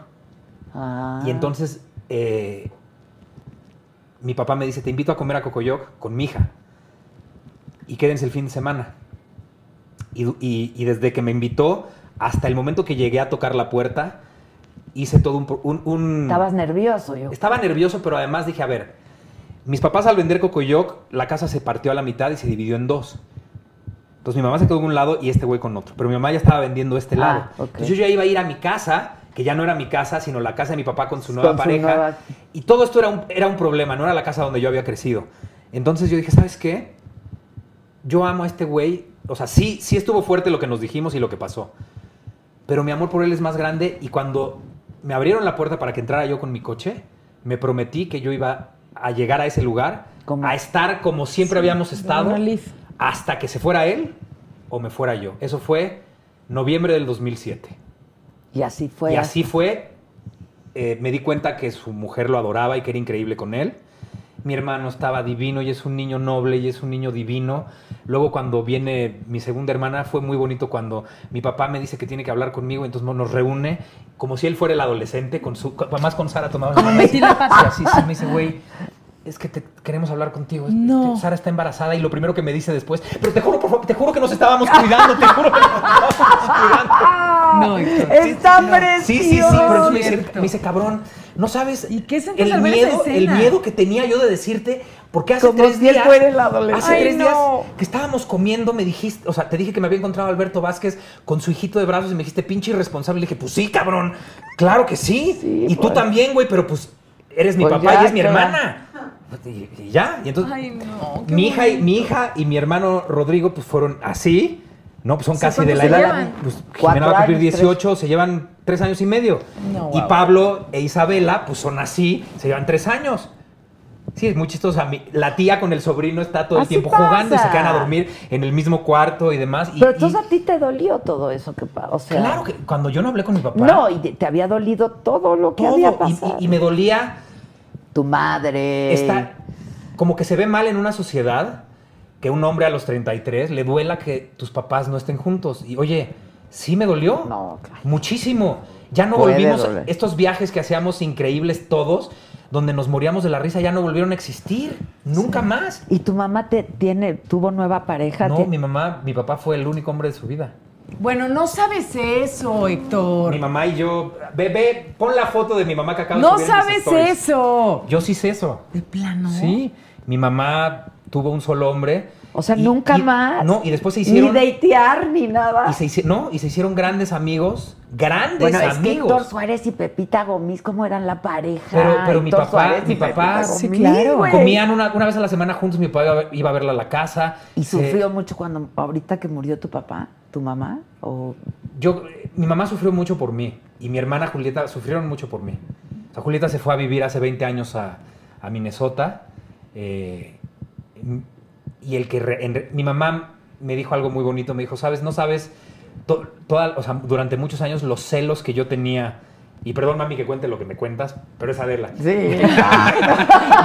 D: ah.
I: Y entonces eh, mi papá me dice, te invito a comer a Cocoyoc con mi hija. Y quédense el fin de semana. Y, du- y- y desde que me invitó hasta el momento que llegué a tocar la puerta, hice todo un... pro- un- un-
D: Estabas nervioso, yo.
I: Estaba nervioso, pero además dije, a ver, mis papás al vender Cocoyoc, la casa se partió a la mitad y se dividió en dos. Entonces mi mamá se quedó con un lado y este güey con otro. Pero mi mamá ya estaba vendiendo este
D: Ah,
I: lado.
D: ok.
I: Entonces yo ya iba a ir a mi casa, que ya no era mi casa, sino la casa de mi papá con su nueva
D: Con su
I: pareja.
D: nueva-
I: Y todo esto era un, era un problema, no era la casa donde yo había crecido. Entonces yo dije, ¿sabes qué? Yo amo a este güey. O sea, sí, sí estuvo fuerte lo que nos dijimos y lo que pasó. Pero mi amor por él es más grande y cuando me abrieron la puerta para que entrara yo con mi coche, me prometí que yo iba a llegar a ese lugar, a estar como siempre habíamos estado,
H: una lif.
I: hasta que se fuera él o me fuera yo. Eso fue noviembre del 2007.
D: Y así fue.
I: Y así fue. Eh, me di cuenta que su mujer lo adoraba y que era increíble con él. Mi hermano estaba divino y es un niño noble y es un niño divino. Luego cuando viene mi segunda hermana fue muy bonito cuando mi papá me dice que tiene que hablar conmigo, entonces mo- nos reúne como si él fuera el adolescente, con su, con- además con Sara tomaba
H: Como Betty la Fea.
I: así, sí, me dice, güey, es que te queremos hablar contigo. es- es
H: No.
I: que Sara está embarazada y lo primero que me dice después, pero te juro, por favor, te juro que nos estábamos cuidando, te juro que nos estábamos cuidando.
D: Ah.
H: No, Héctor.
D: Está
I: Sí, sí, sí, pero entonces me dice,
H: Cierto.
I: me dice, cabrón, no sabes
H: ¿Y qué sientes
I: el
H: al ver esa
I: miedo, el
H: escena?
I: miedo que tenía yo de decirte, porque hace
D: Como
I: tres
D: si él
I: días,
D: fuera el adolescente.
I: hace
D: Ay,
I: tres
D: no.
I: días que estábamos comiendo, me dijiste, o sea, te dije que me había encontrado Alberto Vázquez con su hijito de brazos y me dijiste, pinche irresponsable, y le dije, pues sí, cabrón, claro que sí,
D: Sí,
I: y tú
D: pues.
I: también, güey, pero pues eres mi
D: Pues
I: papá
D: ya,
I: y es mi
D: claro.
I: hermana. Y, y ya, y entonces
Q: Ay, no. qué
I: mi hija, y,
Q: bonito.
I: mi hija y mi hermano Rodrigo pues fueron así, no, pues son
H: O sea,
I: casi de la
H: ¿cuántos se
I: edad.
H: llevan?
I: Pues
D: Cuatro
I: Jimena va a cumplir
D: años, tres.
I: 18, se llevan tres años y medio.
Q: No,
I: y
Q: wow.
I: Pablo e Isabela pues son así, se llevan tres años. Sí, es muy chistoso. A mí- La tía con el sobrino está todo el
D: Así
I: tiempo jugando y se
D: pasa.
I: quedan a dormir en el mismo cuarto y demás. Y-
D: Pero
I: y-
D: entonces a ti te dolió todo eso que pasó. O sea,
I: claro que cuando yo no hablé con mi papá,
D: No, y de- te había dolido todo lo que
I: todo,
D: había
I: y-
D: pasado.
I: y- y me dolía
D: Tu madre.
I: está como que se ve mal en una sociedad que un hombre a los 33 le duela que tus papás no estén juntos. Y oye, sí me dolió.
D: No, claro.
I: Muchísimo. Ya no
D: Puede
I: volvimos.
D: doler.
I: Estos viajes que hacíamos increíbles todos, donde nos moríamos de la risa, ya no volvieron a existir. Nunca más.
D: ¿Y tu mamá te tiene, tuvo nueva pareja?
I: No,
D: ¿Tie-
I: mi mamá, mi papá fue el único hombre de su vida.
H: Bueno, no sabes eso, Héctor.
I: Mi mamá y yo, bebé, pon la foto de mi mamá que acaba de
H: No
I: subir en mis
H: sabes
I: stories.
H: eso.
I: Yo sí sé eso.
H: De plano.
I: Sí, mi mamá tuvo un solo hombre.
D: O sea,
I: Y-
D: nunca
I: y-
D: más.
I: No, y después se hicieron.
D: Ni datear, ni nada.
I: y se hici- no, y se hicieron grandes amigos. Grandes
D: bueno, es que Héctor
I: amigos.
D: Suárez y Pepita Gomis, ¿cómo eran la pareja?
I: Pero- pero mi
D: Héctor
I: papá- mi
D: y
I: papá-
D: Pepita
H: sí,
D: Gomis,
H: claro.
D: güey.
I: Comían una, una vez a la semana juntos, mi papá iba- iba a verla a la casa.
D: ¿Y
I: Se-
D: sufrió mucho cuando, ahorita que murió tu papá, tu mamá? ¿O
I: yo, mi mamá sufrió mucho por mí y mi hermana Julieta sufrieron mucho por mí. O sea, Julieta se fue a vivir hace 20 años a, a Minnesota eh, y el que re- en re- mi mamá me dijo algo muy bonito, me dijo, sabes, no sabes, to- toda- o sea, durante muchos años los celos que yo tenía, y perdón mami que cuente lo que me cuentas, pero es Adela.
D: Sí.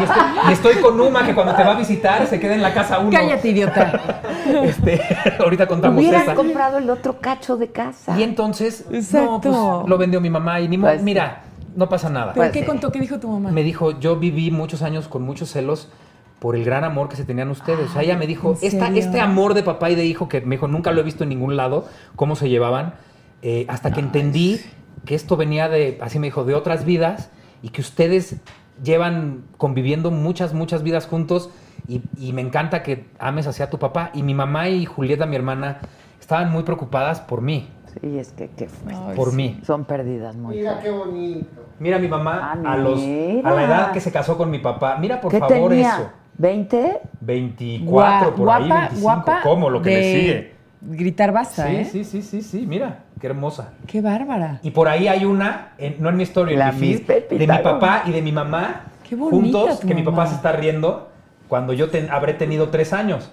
I: y, estoy, y estoy con Uma que cuando te va a visitar se queda en la casa uno.
H: Cállate, idiota.
I: Este, ahorita contamos
D: hubieran
I: esa.
D: comprado el otro cacho de casa?
I: Y entonces,
H: Exacto.
I: no, pues lo vendió mi mamá y ni mo-
D: Pues sí.
I: mira, no pasa nada.
H: ¿Pero
D: Pues
H: qué
D: sí.
H: contó? ¿Qué dijo tu mamá?
I: Me dijo, yo viví muchos años con muchos celos por el gran amor que se tenían ustedes. O sea, ella me dijo,
R: ¿en
I: "Esta-
R: serio?
I: este amor de papá y de hijo que me dijo, nunca lo he visto en ningún lado, cómo se llevaban, eh, hasta que entendí que esto venía de, así me dijo, de otras vidas y que ustedes llevan conviviendo muchas, muchas vidas juntos y, y me encanta que ames hacia tu papá. Y mi mamá y Julieta, mi hermana, estaban muy preocupadas por mí.
D: Sí, es que qué
I: Por mí.
D: Son pérdidas muy
G: Mira
D: fuertes.
G: qué bonito.
I: Mira mi mamá
D: Ah,
I: a, los,
D: mira.
I: a la edad que se casó con mi papá. Mira, por
D: ¿Qué
I: favor,
D: tenía?
I: eso.
D: ¿20?
I: 24 por ahí, 25. ¿Cómo? Lo que
H: de
I: le sigue.
H: Gritar basta,
I: sí,
H: ¿eh?
I: sí, sí, sí, sí. Mira, qué hermosa.
H: Qué bárbara.
I: Y por ahí hay una, en- no en mi historia,
H: La
I: en mi feed,
H: Miss Pepita,
I: de mi
H: ¿no?
I: papá y de mi mamá
H: Qué bonita
I: juntos,
H: tu
I: que mi papá
H: mamá.
I: se está riendo cuando yo ten- habré tenido tres años.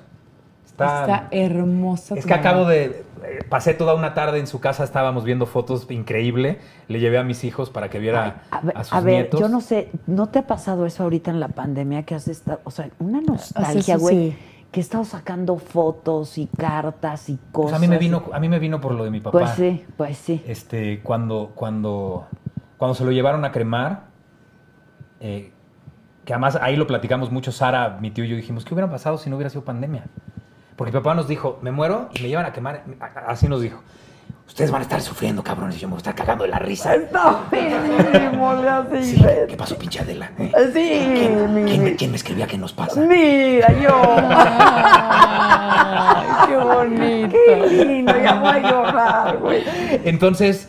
I: Está,
H: Está hermosa.
I: es
H: tu
I: que
H: mamá.
I: acabo de. eh, Pasé toda una tarde en su casa, estábamos viendo fotos increíble. Le llevé a mis hijos para que viera a,
D: A ver,
I: sus
D: a ver,
I: nietos.
D: yo no sé, ¿no te ha pasado eso ahorita en la pandemia que has estado, o sea, una nostalgia,
I: Ah, sí,
D: güey,
I: sí.
D: que he estado sacando fotos y cartas y
I: Pues
D: cosas?
I: a mí me vino, a mí me vino por lo de mi papá.
D: Pues sí, pues sí.
I: Este, cuando, cuando, cuando se lo llevaron a cremar, eh, que además ahí lo platicamos mucho, Sara, mi tío y yo dijimos, ¿qué hubiera pasado si no hubiera sido pandemia? Porque mi papá nos dijo, me muero y me llevan a quemar. A- a- Así nos dijo. Ustedes van a estar sufriendo, cabrones, y yo me voy a estar cagando de la risa. Sí, ¿Qué pasó, pinche Adela? ¿Eh? ¿Quién, quién me, quién me escribía qué nos pasa?
D: Mira, yo.
H: qué bonito.
D: Qué lindo, ya voy a llorar, Ah, güey.
I: Entonces,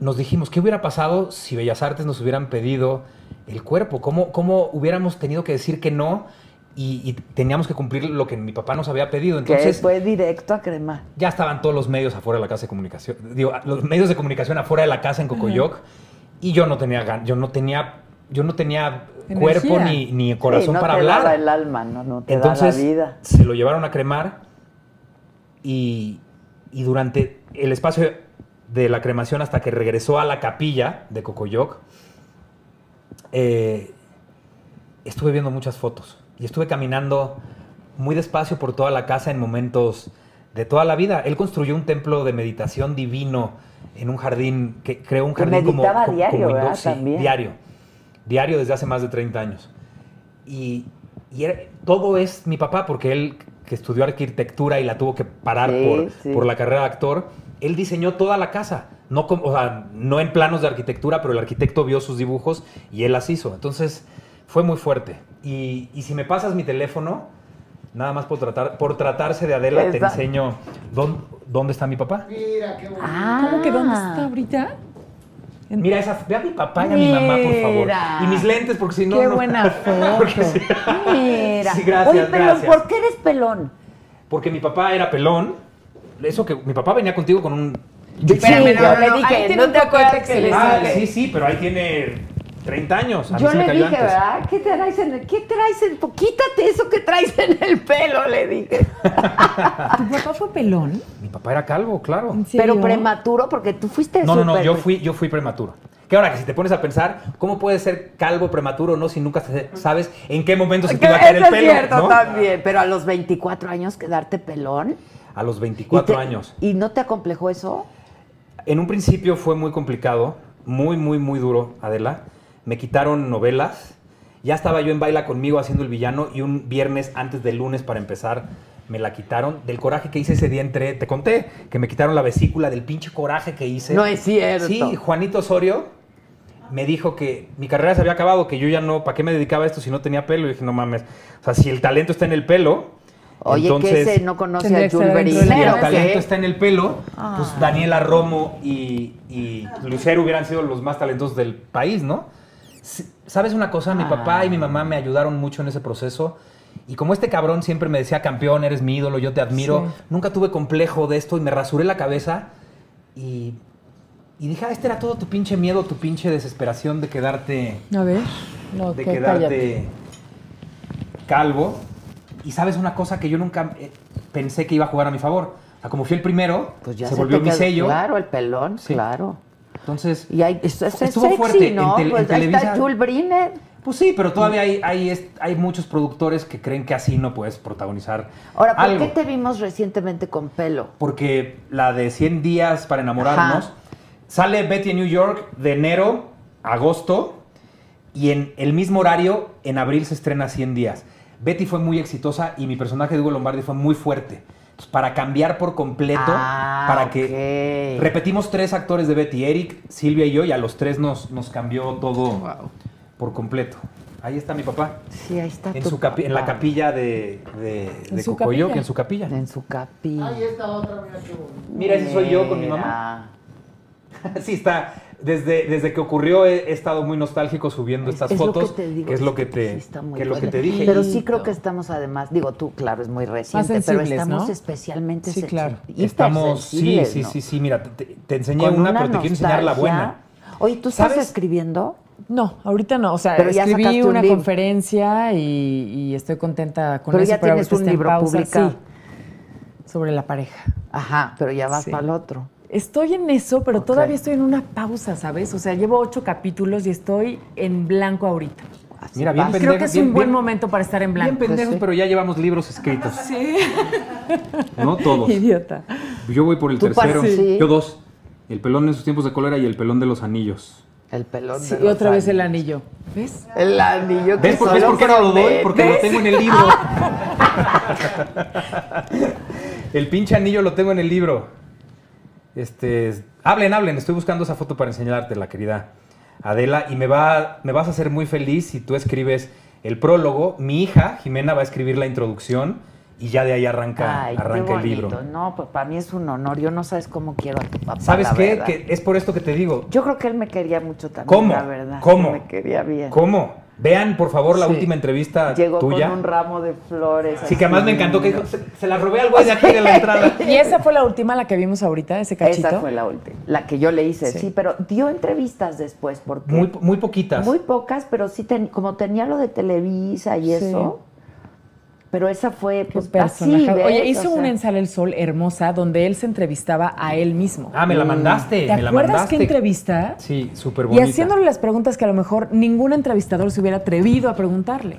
I: nos dijimos, ¿qué hubiera pasado si Bellas Artes nos hubieran pedido el cuerpo? ¿Cómo, cómo hubiéramos tenido que decir que no y, y teníamos que cumplir lo que mi papá nos había pedido?
D: Que
I: Entonces,
D: fue directo a cremar.
I: ya estaban todos los medios afuera de la casa de comunicación, digo, los medios de comunicación afuera de la casa en Cocoyoc y yo no tenía gan- yo no tenía yo no tenía
D: Energía.
I: cuerpo ni, ni corazón
D: Sí, no
I: para
D: te
I: hablar.
D: daba el alma, no, no te
I: Entonces
D: da la vida.
I: se lo llevaron a cremar y, y durante el espacio de la cremación hasta que regresó a la capilla de Cocoyoc, eh, estuve viendo muchas fotos y estuve caminando muy despacio por toda la casa en momentos de toda la vida. Él construyó un templo de meditación divino en un jardín, que creó un
D: Que
I: jardín como,
D: meditaba
I: como-
D: diario,
I: como hindú,
D: ¿verdad?
I: sí,
D: También.
I: diario, diario desde hace más de 30 años. Y, y era- todo es mi papá, porque él que estudió arquitectura y la tuvo que parar
D: Sí,
I: por,
D: sí.
I: por la carrera de actor, él diseñó toda la casa. No, como- o sea, no en planos de arquitectura, pero el arquitecto vio sus dibujos y él las hizo. Entonces fue muy fuerte. Y, y si me pasas mi teléfono, nada más por, tratar, por tratarse de Adela, te
D: Esa-
I: enseño dón- dónde está mi papá.
G: Mira
I: Mm.
G: qué bonito.
D: Ah,
H: ¿Cómo que dónde está ahorita?
I: Mira, esa, ve a mi papá y a mi mamá, por favor.
H: Mira.
I: Y mis lentes, porque si no.
H: Qué
I: no-
H: buena foto.
I: porque si-
D: Mira.
I: Sí, gracias,
D: Oye, pero
I: gracias.
D: ¿por qué eres pelón?
I: Porque mi papá era pelón. Eso que mi papá venía contigo con un.
D: Espérame, no, no, no, ahí tiene un tatuaje que le
I: Ah,
D: sale.
I: sí, sí, pero ahí tiene 30 años. A mí
D: Yo
I: se me
D: le
I: cayó
D: dije,
I: antes.
D: ¿verdad? ¿Qué traes en el, qué traes en, po- quítate eso que traes en el pelo, le dije.
H: ¿Tu papá fue pelón?
I: Mi papá era calvo, claro.
D: Pero prematuro, porque tú fuiste
I: No, no, no,
D: súper-
I: yo fui, yo fui prematuro. Que ahora que si te pones a pensar, ¿cómo puede ser calvo prematuro no si nunca se- sabes en qué momento se te iba a caer
D: Eso
I: el
D: es
I: pelo?
D: cierto
I: ¿no?
D: también, pero a los 24 años quedarte pelón.
I: A los 24
D: ¿Y te-
I: años.
D: ¿Y no te acomplejó eso?
I: En un principio fue muy complicado, muy, muy, muy duro, Adela. Me quitaron novelas. Ya estaba yo en Baila conmigo haciendo el villano y un viernes antes del lunes para empezar me la quitaron. Del coraje que hice ese día entré, te conté que me quitaron la vesícula, del pinche coraje que hice.
D: No es cierto.
I: Sí, Juanito Osorio me dijo que mi carrera se había acabado, que yo ya no, ¿para qué me dedicaba a esto si no tenía pelo? Y dije, no mames, o sea, si el talento está en el pelo.
D: Oye,
I: entonces,
D: que ese no conoce
H: Tendría
D: a
H: que estar
D: Jules
H: dentro
I: si
D: Berinero,
I: el talento
D: ¿qué?
I: está en el pelo,
D: Ah.
I: pues Daniela Romo y, y Lucero hubieran sido los más talentosos del país, ¿no? S- ¿Sabes una cosa? Mi papá y mi mamá me ayudaron mucho en ese proceso. Y como este cabrón siempre me decía, campeón, eres mi ídolo, yo te admiro,
R: Sí.
I: nunca tuve complejo de esto y me rasuré la cabeza y, y dije, ah, este era todo tu pinche miedo, tu pinche desesperación de quedarte
H: A ver. No,
I: de
H: que
I: quedarte
H: cállate.
I: calvo. Y sabes una cosa que yo nunca eh, pensé que iba a jugar a mi favor. O sea, como fui el primero,
D: Pues Ya
I: Pues se volvió
D: te
I: mi
D: quedó-
I: sello.
D: Claro, el pelón, claro.
I: Entonces,
D: y hay, esto, esto es
I: estuvo
D: sexy,
I: fuerte. En
D: ¿no?
I: tel- en
D: pues ahí
I: Televisa-
D: está Jules Briner.
I: Pues sí, pero todavía hay, hay, es- hay muchos productores que creen que así no puedes protagonizar
D: Ahora, ¿por
I: algo.
D: qué te vimos recientemente con pelo?
I: Porque la de 100 días para enamorarnos sale Betty en New York de enero a agosto y en el mismo horario en abril se estrena 100 días. Betty fue muy exitosa y mi personaje de Hugo Lombardi fue muy fuerte. Entonces, para cambiar por completo,
D: Ah,
I: para que...
D: ok.
I: Repetimos tres actores de Betty, Eric, Silvia y yo, y a los tres nos, nos cambió todo por completo. Ahí está mi papá.
D: Sí, ahí está
I: En,
D: Ah, tu
I: su capi- en la
D: papá.
I: capilla de, de,
D: En
I: de
D: su
I: Cocoyoc,
D: capilla.
I: en su capilla.
D: En su capilla.
S: Ahí está otra, mira qué bonito.
I: Mira, ese soy yo con mi
D: Ah,
I: mamá. Sí, está. Desde, desde que ocurrió he, he estado muy nostálgico subiendo estas
D: Es lo
I: fotos.
D: que te digo,
I: que es lo que te,
D: Sí, está muy
I: que es lo que
D: bueno.
I: te dije.
D: Pero
I: Y-
D: sí creo que estamos además, digo tú, claro, es muy reciente, pero
T: sensibles,
D: estamos
T: ¿no?
D: especialmente
T: Sí,
D: sen-
T: claro.
I: Estamos, sí,
D: hipersensibles,
I: sí,
D: ¿no?
I: sí, sí, mira, te, te enseñé
D: Con
I: una, pero te quiero enseñar la
D: nostalgia.
I: buena.
D: Oye, ¿tú estás
T: ¿Sabes?
D: escribiendo?
H: No, ahorita no. O sea,
D: Pero ya
H: escribí
D: sacaste un
H: una
D: libro.
H: conferencia y, y estoy contenta con
D: Pero
H: eso.
D: ya tienes
H: ahorita
D: un
H: está en
D: libro
H: pausa,
D: publicado.
H: sí, sobre la pareja.
D: Ajá, pero ya vas
H: Sí.
D: para el otro.
H: Estoy en eso, pero
D: Ok.
H: todavía estoy en una pausa, ¿sabes? O sea, llevo ocho capítulos y estoy en blanco ahorita.
D: Así
I: Mira, bien
D: pasa.
I: pendejo.
H: Creo que es
I: bien-
H: un buen
I: bien-
H: momento para estar en
I: Bien
H: blanco.
I: pendejos,
D: sí.
I: pero ya llevamos libros escritos.
H: Sí,
I: No todos.
H: idiota.
I: Yo voy por el
D: Tú
I: tercero.
D: pas- sí.
I: Yo dos. El pelón en sus tiempos de cólera y el pelón de los anillos.
D: El pelón
H: Sí,
D: de
H: y
D: los
H: otra vez el
D: años.
H: anillo. ¿Ves?
D: El anillo que
I: ¿Ves por, ves
D: solo
I: por qué no lo doy?
D: promete.
I: Porque lo tengo en el libro. el pinche anillo lo tengo en el libro. Este, hablen, hablen. Estoy buscando esa foto para enseñártela, querida Adela. Y me, va, me vas a hacer muy feliz si tú escribes el prólogo. Mi hija, Jimena, va a escribir la introducción y ya de ahí arranca,
D: Ay, qué
I: arranca el
D: bonito.
I: libro.
D: No, pues para mí es un honor. Yo no sabes cómo quiero a tu papá.
I: ¿Sabes
D: la
I: qué?
D: verdad.
I: Que es por esto que te digo.
D: Yo creo que él me quería mucho también,
I: ¿Cómo?
D: la verdad.
I: ¿Cómo?
D: Me quería bien.
I: ¿Cómo? Vean, por favor, la
D: Sí.
I: último última entrevista
D: Llegó
I: tuya.
D: con un ramo de flores.
I: Sí, que
D: así.
I: además me encantó que dijo, se, se la robé al güey de aquí de la entrada.
H: Y esa fue la última, la que vimos ahorita, ese cachito.
D: Esa fue la última, la que yo le hice, sí,
H: Sí.
D: pero dio entrevistas después porque
I: Muy, muy poquitas.
D: muy pocas, pero sí ten- como tenía lo de Televisa y
H: Sí.
D: eso. Pero esa fue
H: Qué
D: pues así,
H: personaje.
D: ¿ves?
H: Oye, hizo
D: O sea,
H: una en Sale el Sol hermosa donde él se entrevistaba a él mismo.
I: Ah,
D: Mm.
I: me la mandaste.
H: ¿Te
I: me la
H: acuerdas
I: mandaste.
H: qué entrevista?
I: Sí, súper
H: Y
I: bonita.
H: haciéndole las preguntas que a lo mejor ningún entrevistador se hubiera atrevido a preguntarle.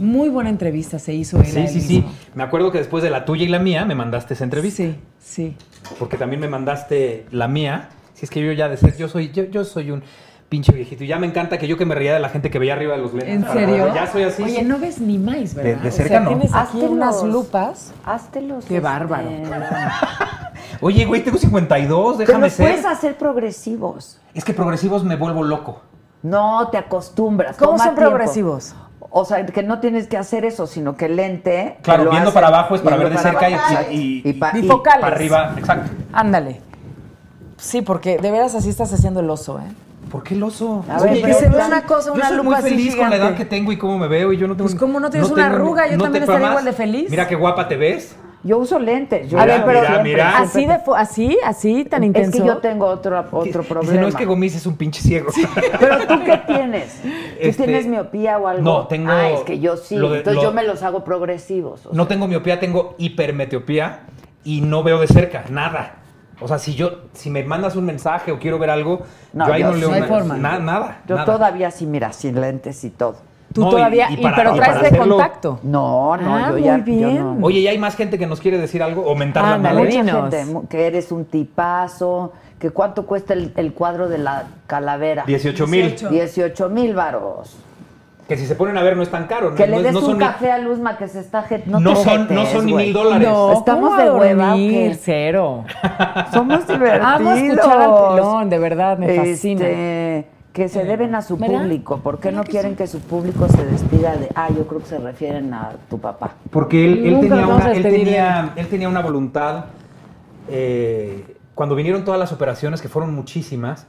H: Muy buena entrevista se hizo él. a
I: Sí,
H: él
I: sí, sí.
H: mismo.
I: Me acuerdo que después de la tuya y la mía me mandaste esa entrevista.
H: Sí, sí.
I: Porque también me mandaste la mía. Si es que yo ya de ser, yo soy, yo, yo soy un pinche viejito. Y ya me encanta que yo que me reía de la gente que veía arriba de los lentes.
H: ¿En
I: para-
H: serio?
I: Ah, Ya soy así.
H: Oye, no ves ni más, ¿verdad?
I: de
H: O
I: cerca
H: sea,
I: no.
H: tienes aquí
D: Hazte
H: unas
D: los-
H: lupas.
D: Hazte los,
H: Qué
D: este,
H: bárbaro.
I: Oye, güey, tengo 52,
D: Pero
I: déjame
D: los
I: ser.
D: puedes hacer progresivos.
I: Es que progresivos me vuelvo loco.
D: No te acostumbras.
H: ¿Cómo
D: toma
H: son
D: tiempo.
H: progresivos?
D: O sea, que no tienes que hacer eso, sino que el lente. te
I: Claro,
D: lo
I: viendo
D: hace.
I: para abajo es para ver de
D: Viendo
I: cerca y,
D: abajo.
I: y,
D: Y pa- y-
H: Bifocales.
I: para arriba. Exacto.
H: Ándale. Sí, porque de veras así estás haciendo el oso, ¿eh?
I: ¿Por qué el oso?
D: A ver,
I: Oye,
D: pero
I: yo-
D: se ve
I: yo
H: una
I: soy-
H: cosa, una
I: Yo soy
H: lupa
I: muy
H: así
I: feliz con la
H: gigante.
I: edad que tengo y cómo me veo y yo no tengo...
H: Pues, ¿cómo no tienes una
I: tengo ni-
H: arruga? Yo
I: te
H: también estaría
I: enfermas.
H: igual de feliz.
I: Mira qué guapa te ves.
D: Yo uso lentes. Yo
I: A
D: uso
I: ver, pero-
D: siempre,
I: mira.
D: siempre
H: Así, de fu- así, así, tan intenso.
D: Es que yo tengo otro, otro
I: Dice,
D: problema.
I: no es que Gomis es un pinche ciego.
D: Pero tú qué tienes? ¿Tú
I: Este,
D: tienes miopía o algo?
I: no, tengo-
D: Ah, es que yo sí.
I: lo de-
D: Entonces
I: lo-
D: yo me los hago progresivos. o
I: No
D: sea.
I: tengo miopía, tengo hipermetiopía y no veo de cerca, nada. O sea, si yo, si me mandas un mensaje o quiero ver algo,
D: No,
I: yo ahí
D: yo
I: no
D: sí.
I: leo
D: No hay
I: na-
H: forma.
I: na- nada.
D: Yo
I: nada.
D: todavía sí, mira, sin lentes y todo.
H: Tú
I: No, y-
H: todavía,
I: y
H: y
I: para-
H: pero
I: y
H: traes
I: para
H: de
I: hacerlo-
H: contacto.
D: No, no,
H: Ah,
D: yo
H: muy
D: ya. yo
H: bien.
D: no.
I: Oye, ¿y hay más gente que nos quiere decir algo o mentar la
H: Ándale.
I: madre?
D: Mucha
H: Dinos.
D: gente, mu- que eres un tipazo, que cuánto cuesta el, el cuadro de la calavera.
I: 18 mil.
D: 18 mil varos.
I: Que si se ponen a ver no es tan caro.
D: Que
I: no,
D: le
I: no-
D: des
I: no
D: un
I: son ni-
D: café a Luzma que se está... jet- No,
I: No
D: te
I: son, no
D: jetes,
I: son ni
D: güey.
I: mil dólares.
H: No,
D: ¿Estamos
H: ¿cómo
D: de
H: a
D: hueva o
H: dormir?
D: qué?
H: Cero.
D: Somos divertidos.
H: Amo escuchar al pelón, de verdad, me fascina. Eh,
D: Este, que se deben a su
H: ¿Verdad?
D: público. ¿Por qué no quieren que su público se despida de, ah, yo creo que se refieren a tu papá?
I: Porque él, él
H: Nunca
I: tenía,
H: nos vamos
I: una,
H: a
I: él,
H: despedir de
I: tenía, él tenía una voluntad. eh, cuando vinieron todas las operaciones, que fueron muchísimas,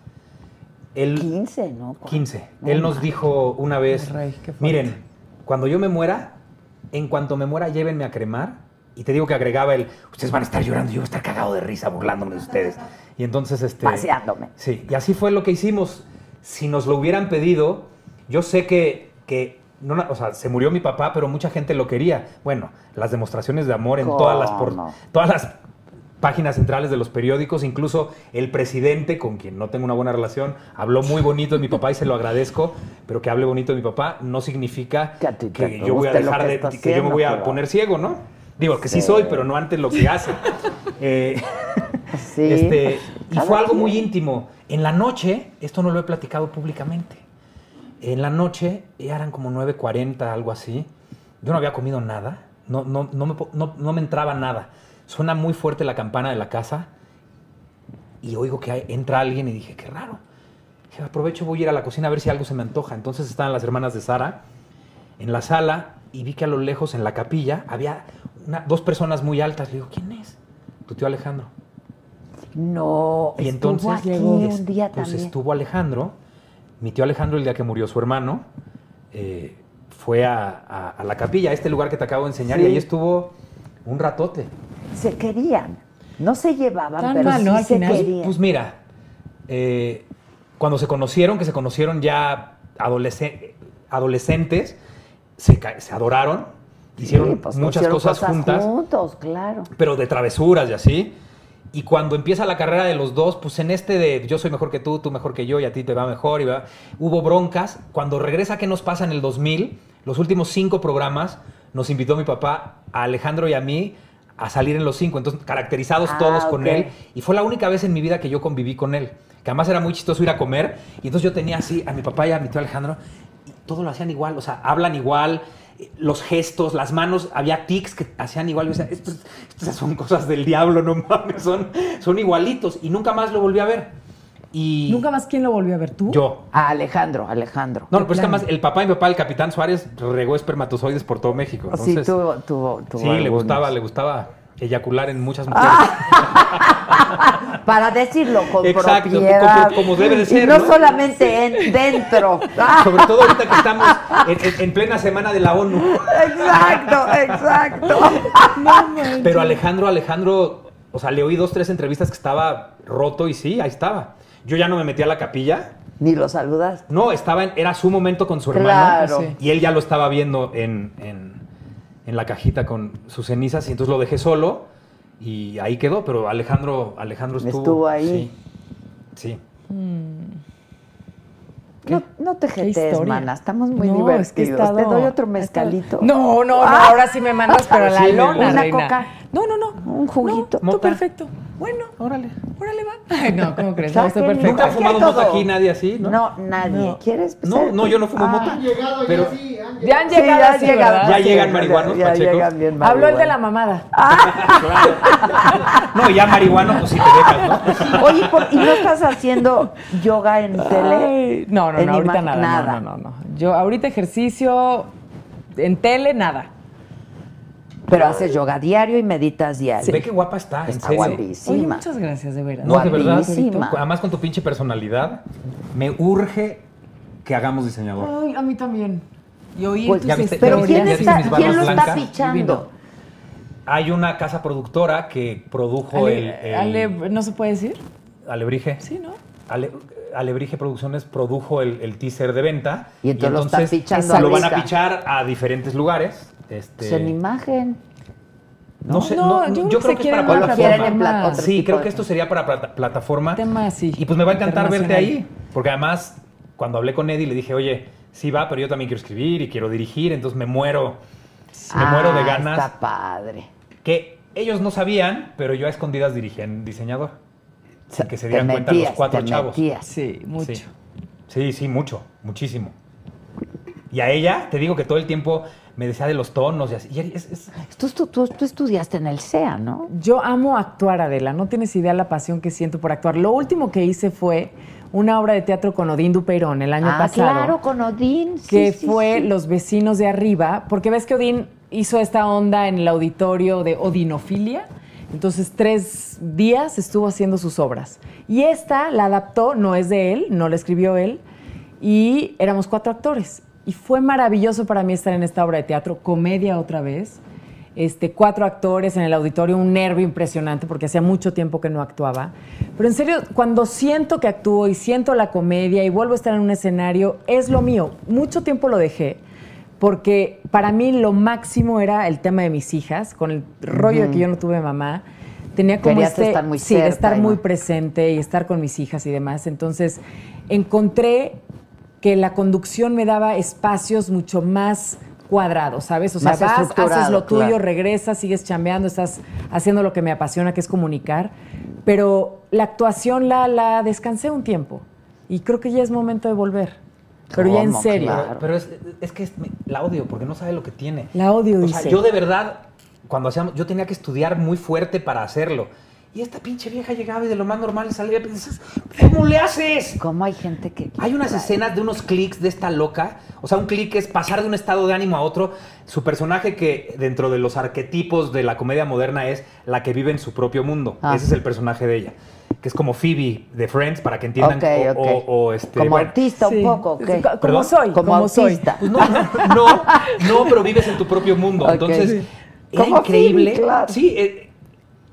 I: él,
D: 15, ¿no?
I: 15,
D: No
I: él nos
D: mames.
I: dijo una vez,
H: Ay, rey, qué fuerte.
I: miren, cuando yo me muera, en cuanto me muera, llévenme a cremar. Y te digo que agregaba el, ustedes van a estar llorando, yo voy a estar cagado de risa burlándome de ustedes. Y entonces, este...
D: Paseándome.
I: Sí, y así fue lo que hicimos. Si nos lo hubieran pedido, yo sé que, que no, na- o sea, se murió mi papá, pero mucha gente lo quería. Bueno, las demostraciones de amor en todas las, por-
D: ¿Cómo?
I: todas las páginas centrales de los periódicos, incluso el presidente, con quien no tengo una buena relación, habló muy bonito de mi papá y se lo agradezco, pero que hable bonito de mi papá no significa
D: Que a ti te
I: yo voy a
D: guste lo
I: dejar
D: que
I: de,
D: está
I: que yo me
D: haciendo,
I: voy a
D: pero-
I: poner ciego, ¿no? Digo, que sí,
D: Sí.
I: soy, pero no antes lo que hace. Eh,
D: Sí.
I: este, y
D: Cada
I: fue algo
D: quien.
I: muy íntimo. En la noche, esto no lo he platicado públicamente. En la noche, ya eran como 9.40, algo así. Yo no había comido nada, no, no, no, me, po- no, no me entraba nada. Suena muy fuerte la campana de la casa y oigo que hay- entra alguien y dije, qué raro. Dije, aprovecho, voy a ir a la cocina a ver si algo se me antoja. Entonces estaban las hermanas de Sara en la sala y vi que a lo lejos en la capilla había una- dos personas muy altas. Le digo, ¿quién es? Tu tío Alejandro.
D: No,
I: Y
D: estuvo
I: entonces
D: aquí un día
I: pues
D: también.
I: estuvo Alejandro, mi tío Alejandro el día que murió su hermano, eh, fue a, a- a la capilla, a este lugar que te acabo de enseñar,
D: Sí.
I: y ahí estuvo un ratote.
D: Se querían, no se llevaban,
H: Tan
D: pero
H: mal,
D: sí
H: ¿no? Al
D: se
H: final,
D: querían.
I: Pues mira, eh, cuando se conocieron, que se conocieron ya adolesce- adolescentes, se, ca- se adoraron, hicieron
D: Sí, pues,
I: muchas
D: hicieron
I: cosas, juntas,
D: juntos, claro.
I: pero de travesuras y así. Y cuando empieza la carrera de los dos, pues en este de yo soy mejor que tú, tú mejor que yo y a ti te va mejor, y va- hubo broncas. Cuando regresa, ¿qué nos pasa en el 2000? Los últimos cinco programas nos invitó mi papá, a Alejandro y a mí, a salir en los cinco, entonces caracterizados
D: Ah,
I: todos con
D: ok.
I: él. Y fue la única vez en mi vida que yo conviví con él, que además era muy chistoso ir a comer. Y entonces yo tenía así a mi papá y a mi tío Alejandro, y todos lo hacían igual, o sea, hablan igual, eh, los gestos, las manos, había tics que hacían igual. Yo decía, "Estos- estas son cosas del diablo, no mames, son, son igualitos. Y nunca más lo volví a ver. Y
H: Nunca más quién lo volvió a ver tú.
I: yo.
D: A Alejandro, Alejandro.
I: No, pero es que
H: Claro.
I: además el papá y mi papá, el capitán Suárez, regó espermatozoides por todo México.
D: Ah, sí,
I: Entonces,
D: tuvo, tuvo, tuvo
I: sí, le
D: algunos.
I: gustaba, le gustaba eyacular en muchas mujeres.
D: Para decirlo con
I: Exacto,
D: propiedad.
I: como- como debe de
D: Y
I: ser,
D: no,
I: ¿no?
D: solamente en- dentro. Ah,
I: Sobre todo ahorita que estamos en, en- en plena semana de la ONU.
D: Exacto, exacto.
I: Pero Alejandro, Alejandro, o sea, le oí dos, tres entrevistas que estaba roto y sí, ahí estaba. Yo ya no me metí a la capilla.
D: Ni lo saludaste.
I: No, estaba en- era su momento con su hermano.
D: Claro.
H: sí.
I: Y él ya lo estaba viendo en, en- en la cajita con sus cenizas. Y entonces lo dejé solo y ahí quedó. Pero Alejandro, Alejandro estuvo.
D: Estuvo ahí.
I: Sí. sí.
D: No, no te
H: Qué
D: jetees,
H: historia.
D: mana. Estamos muy
H: No,
D: divertidos.
H: es que he estado-
D: Te doy otro
H: he
D: mezcalito.
H: estado- No, no, no,
D: Ah.
H: ahora sí me mandas, pero a la
I: Sí,
H: lona,
D: una
H: reina.
D: coca.
H: No, no, no.
D: Un juguito.
H: No, tú
I: Mota.
H: perfecto. Bueno, órale. Órale, va. Ay, no, ¿cómo crees? No,
D: Saquen
H: estoy
I: ¿Nunca
H: perfecta.
I: ha
D: Aquí
I: fumado
D: hay
I: mota
D: todo.
I: aquí nadie así? No,
D: No, nadie. ¿Quieres?
I: no, no, yo no fumo
D: Ah.
I: mota.
E: Han llegado
I: Pero-
E: ya sí, han llegado.
H: Ya han
D: Sí,
H: llegado
D: ya
H: así,
D: llegan.
H: ¿verdad?
I: Ya llegan marihuanos,
D: Ya
I: pachecos.
D: llegan bien
H: Habló el de la
D: marihuanos.
H: mamada.
I: No, ya marihuana, pues sí te dejas, ¿no?
D: Oye, ¿por- ¿y no estás haciendo yoga en tele?
H: Ay, no, no,
D: En
H: no, ahorita
D: ima-
H: nada, No, no, no, no. Yo ahorita ejercicio en tele, nada.
D: Pero haces yoga diario y meditas diario.
I: Ve qué guapa está, en
D: Está
I: serio.
D: guapísima.
H: Oye, muchas gracias, de veras.
I: No, de verdad.
D: Guapísima.
I: Además, con tu pinche personalidad, me urge que hagamos diseñador.
H: Ay, a mí también. Y oír
D: Pues,
H: tus
I: ya viste,
D: Pero
I: Ya
D: ¿quién,
I: viste
D: está,
I: mis barbas
D: ¿quién lo está
I: blancas?
D: fichando?
I: Hay una casa productora que produjo el,
H: Ale,
I: el-
H: Ale, ¿no se puede decir?
I: Alebrije.
H: Sí, ¿no?
I: Ale- Alebrije Producciones produjo el, el teaser de venta.
D: Y entonces lo están fichando
I: lo van a
D: ahorita.
I: fichar a diferentes lugares. Este,
D: Pues en imagen.
I: no, sé,
H: No, yo
I: no,
H: creo
I: yo,
H: que se
I: creo que es
H: quieren
I: para
H: una
D: O lo quieren en pla-
H: plataforma.
D: otro
I: Sí,
D: tipo
I: creo
D: de-
I: que esto sería para plata- plataforma.
H: Tema así,
I: Y pues me va a encantar verte ahí,
H: internacional.
I: porque además cuando hablé con Eddie le dije, oye, sí va, pero yo también quiero escribir y quiero dirigir, entonces me muero, me muero de
D: Ah,
I: ganas.
D: Está padre.
I: Que ellos no sabían, pero yo a escondidas dirigía en diseñador. Sin que se
D: Te
I: dieran cuenta los
D: metías,
I: cuatro
D: te
I: chavos.
D: metías.
H: Sí, mucho.
I: Sí. sí, sí, mucho, muchísimo. Y a ella, te digo que todo el tiempo me decía de los tonos y así. Y es- es-
D: Tú, tú- tú- tú estudiaste en el CEA, ¿no?
H: Yo amo actuar, Adela. No tienes idea la pasión que siento por actuar. Lo último que hice fue una obra de teatro con Odín Dupeirón el año
D: ah,
H: pasado.
D: claro, con Odín. sí,
H: que
D: sí,
H: fue
D: sí.
H: Los vecinos de arriba, porque ves que Odín hizo esta onda en el auditorio de Odinofilia. Entonces, tres días estuvo haciendo sus obras. Y esta la adaptó, no es de él, no la escribió él, y éramos cuatro actores. Y fue maravilloso para mí estar en esta obra de teatro, comedia otra vez. Este, cuatro actores en el auditorio, un nervio impresionante porque hacía mucho tiempo que no actuaba. Pero en serio, cuando siento que actúo y siento la comedia y vuelvo a estar en un escenario, es lo mío. Mucho tiempo lo dejé porque para mí lo máximo era el tema de mis hijas, con el rollo de que yo no tuve mamá. Tenía como
D: Querías
H: este-
D: estar muy
H: sí, de
D: cerca
H: estar
D: y
H: muy
D: no.
H: presente y estar con mis hijas y demás. Entonces, encontré que la conducción me daba espacios mucho más cuadrados, ¿sabes? O sea,
D: Más
H: vas,
D: estructurado,
H: haces lo tuyo,
D: claro.
H: regresas, sigues chambeando, estás haciendo lo que me apasiona, que es comunicar. Pero la actuación la, la descansé un tiempo y creo que ya es momento de volver. Pero ya en serio.
I: Pero, pero es, es que es- me- la odio porque no sabe lo que tiene.
H: La odio,
I: O sea,
H: dice.
I: yo de verdad, cuando hacíamos, yo tenía que estudiar muy fuerte para hacerlo. Y esta pinche vieja llegaba y de lo más normal le salía y dices, ¿cómo le haces?
D: ¿Cómo hay gente que.?
I: Hay unas escenas de unos clics de esta loca. O sea, un clic es pasar de un estado de ánimo a otro. Su personaje que dentro de los arquetipos de la comedia moderna es la que vive en su propio mundo.
D: Ah.
I: Ese es el personaje de ella. Que es como Phoebe de Friends, para que entiendan.
D: Ok,
I: o- o,
D: ok.
I: o, este,
D: Como
I: bueno.
D: autista
H: Sí.
D: un poco, ¿ok?
H: Co- Como
I: ¿Perdón?
H: soy,
D: Como
H: como, soy.
D: autista.
I: Pues no, no, no, pero vives en tu propio mundo.
D: Ok.
I: Entonces,
D: Sí.
I: era
D: Como
I: increíble.
D: Phoebe, claro.
I: Sí, eh,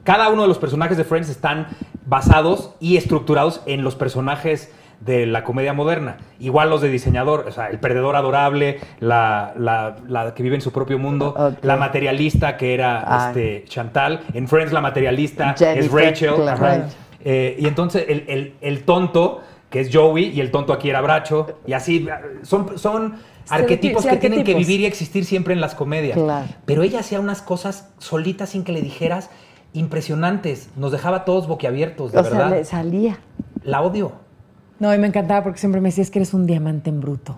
I: cada uno de los personajes de Friends están basados y estructurados en los personajes de la comedia moderna. Igual los de diseñador, o sea, el perdedor adorable, la, la- la que vive en su propio mundo,
D: Ok.
I: la materialista que era
D: Ah.
I: este, Chantal, en Friends la materialista es
D: Jennifer,
I: Rachel.
D: claro.
I: ajá. Eh, y entonces el, el- el tonto, que es Joey, y el tonto aquí era Bracho, y así eh, son, son arquetipos
H: sí,
I: que tienen que
H: arquetipos.
I: vivir y existir siempre en las comedias.
D: Claro.
I: Pero ella hacía unas cosas solitas sin que le dijeras impresionantes, nos dejaba todos boquiabiertos, de
D: O sea,
I: verdad.
D: le salía.
I: La odio.
H: No, y me encantaba porque siempre me decías que eres un diamante en bruto.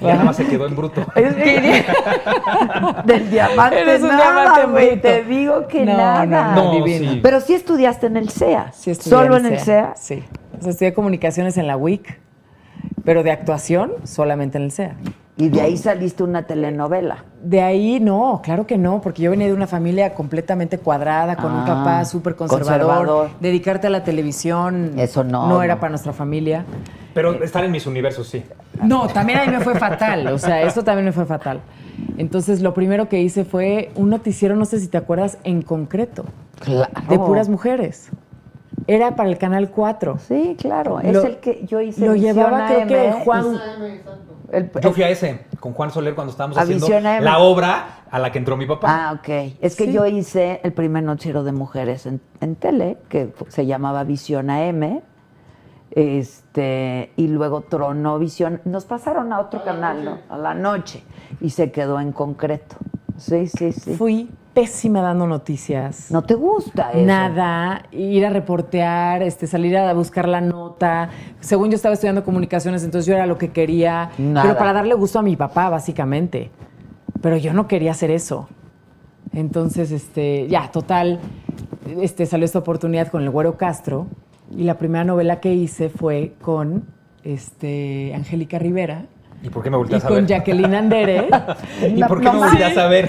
I: Y ya nada más se quedó en bruto.
D: Del diamante
H: Eres un
D: nada,
H: diamante
D: güey.
H: bruto.
D: Te digo que
H: No,
D: nada.
I: no, no,
H: divino.
I: sí.
D: Pero sí estudiaste en el SEA.
H: Sí, estudié
D: Solo en el
H: E
D: E SEA.
H: Sí. O sea, estudié comunicaciones en la UIC, pero de actuación solamente en el SEA.
D: E Y de ahí saliste una telenovela.
H: De ahí no, claro que no, porque yo venía de una familia completamente cuadrada, con un
D: Ah,
H: papá súper conservador.
D: conservador.
H: Dedicarte a la televisión
D: Eso no,
H: no
D: no.
H: era para nuestra familia.
I: Pero estar en mis universos, sí.
H: No, también a mí me fue fatal, o sea, eso también me fue fatal. Entonces, lo primero que hice fue un noticiero, no sé si te acuerdas, en concreto,
D: Claro.
H: de puras mujeres. Era para el Canal 4.
D: Sí, claro. es
H: Lo-
D: el que yo hice.
H: Lo
D: Visión
H: llevaba, creo que
D: AM,
H: Juan.
D: el-
I: Yo fui a ese con Juan Soler cuando estábamos
D: A
I: haciendo
D: Visión AM.
I: la obra a la que entró mi papá.
D: Ah, ok. Es que
H: Sí.
D: yo hice el primer noticiero de mujeres en, en tele, que fu- se llamaba Visión AM. Este, y luego tronó Visión. Nos pasaron a otro canal, ¿no? A la noche. Y se quedó en concreto. Sí, sí, sí.
H: Fui pésima dando noticias.
D: ¿No te gusta eso?
H: Nada, ir a reportear, este, salir a buscar la nota. Según yo estaba estudiando comunicaciones, entonces yo era lo que quería.
D: Nada.
H: Pero para darle gusto a mi papá, básicamente. Pero yo no quería hacer eso. Entonces, este, ya, total, este, salió esta oportunidad con el Güero Castro. Y la primera novela que hice fue con este, Angélica Rivera
I: ¿Y por qué me
H: y
I: volteas a ver?
H: con Jacqueline Andere.
I: ¿Y por qué me volteas a ver?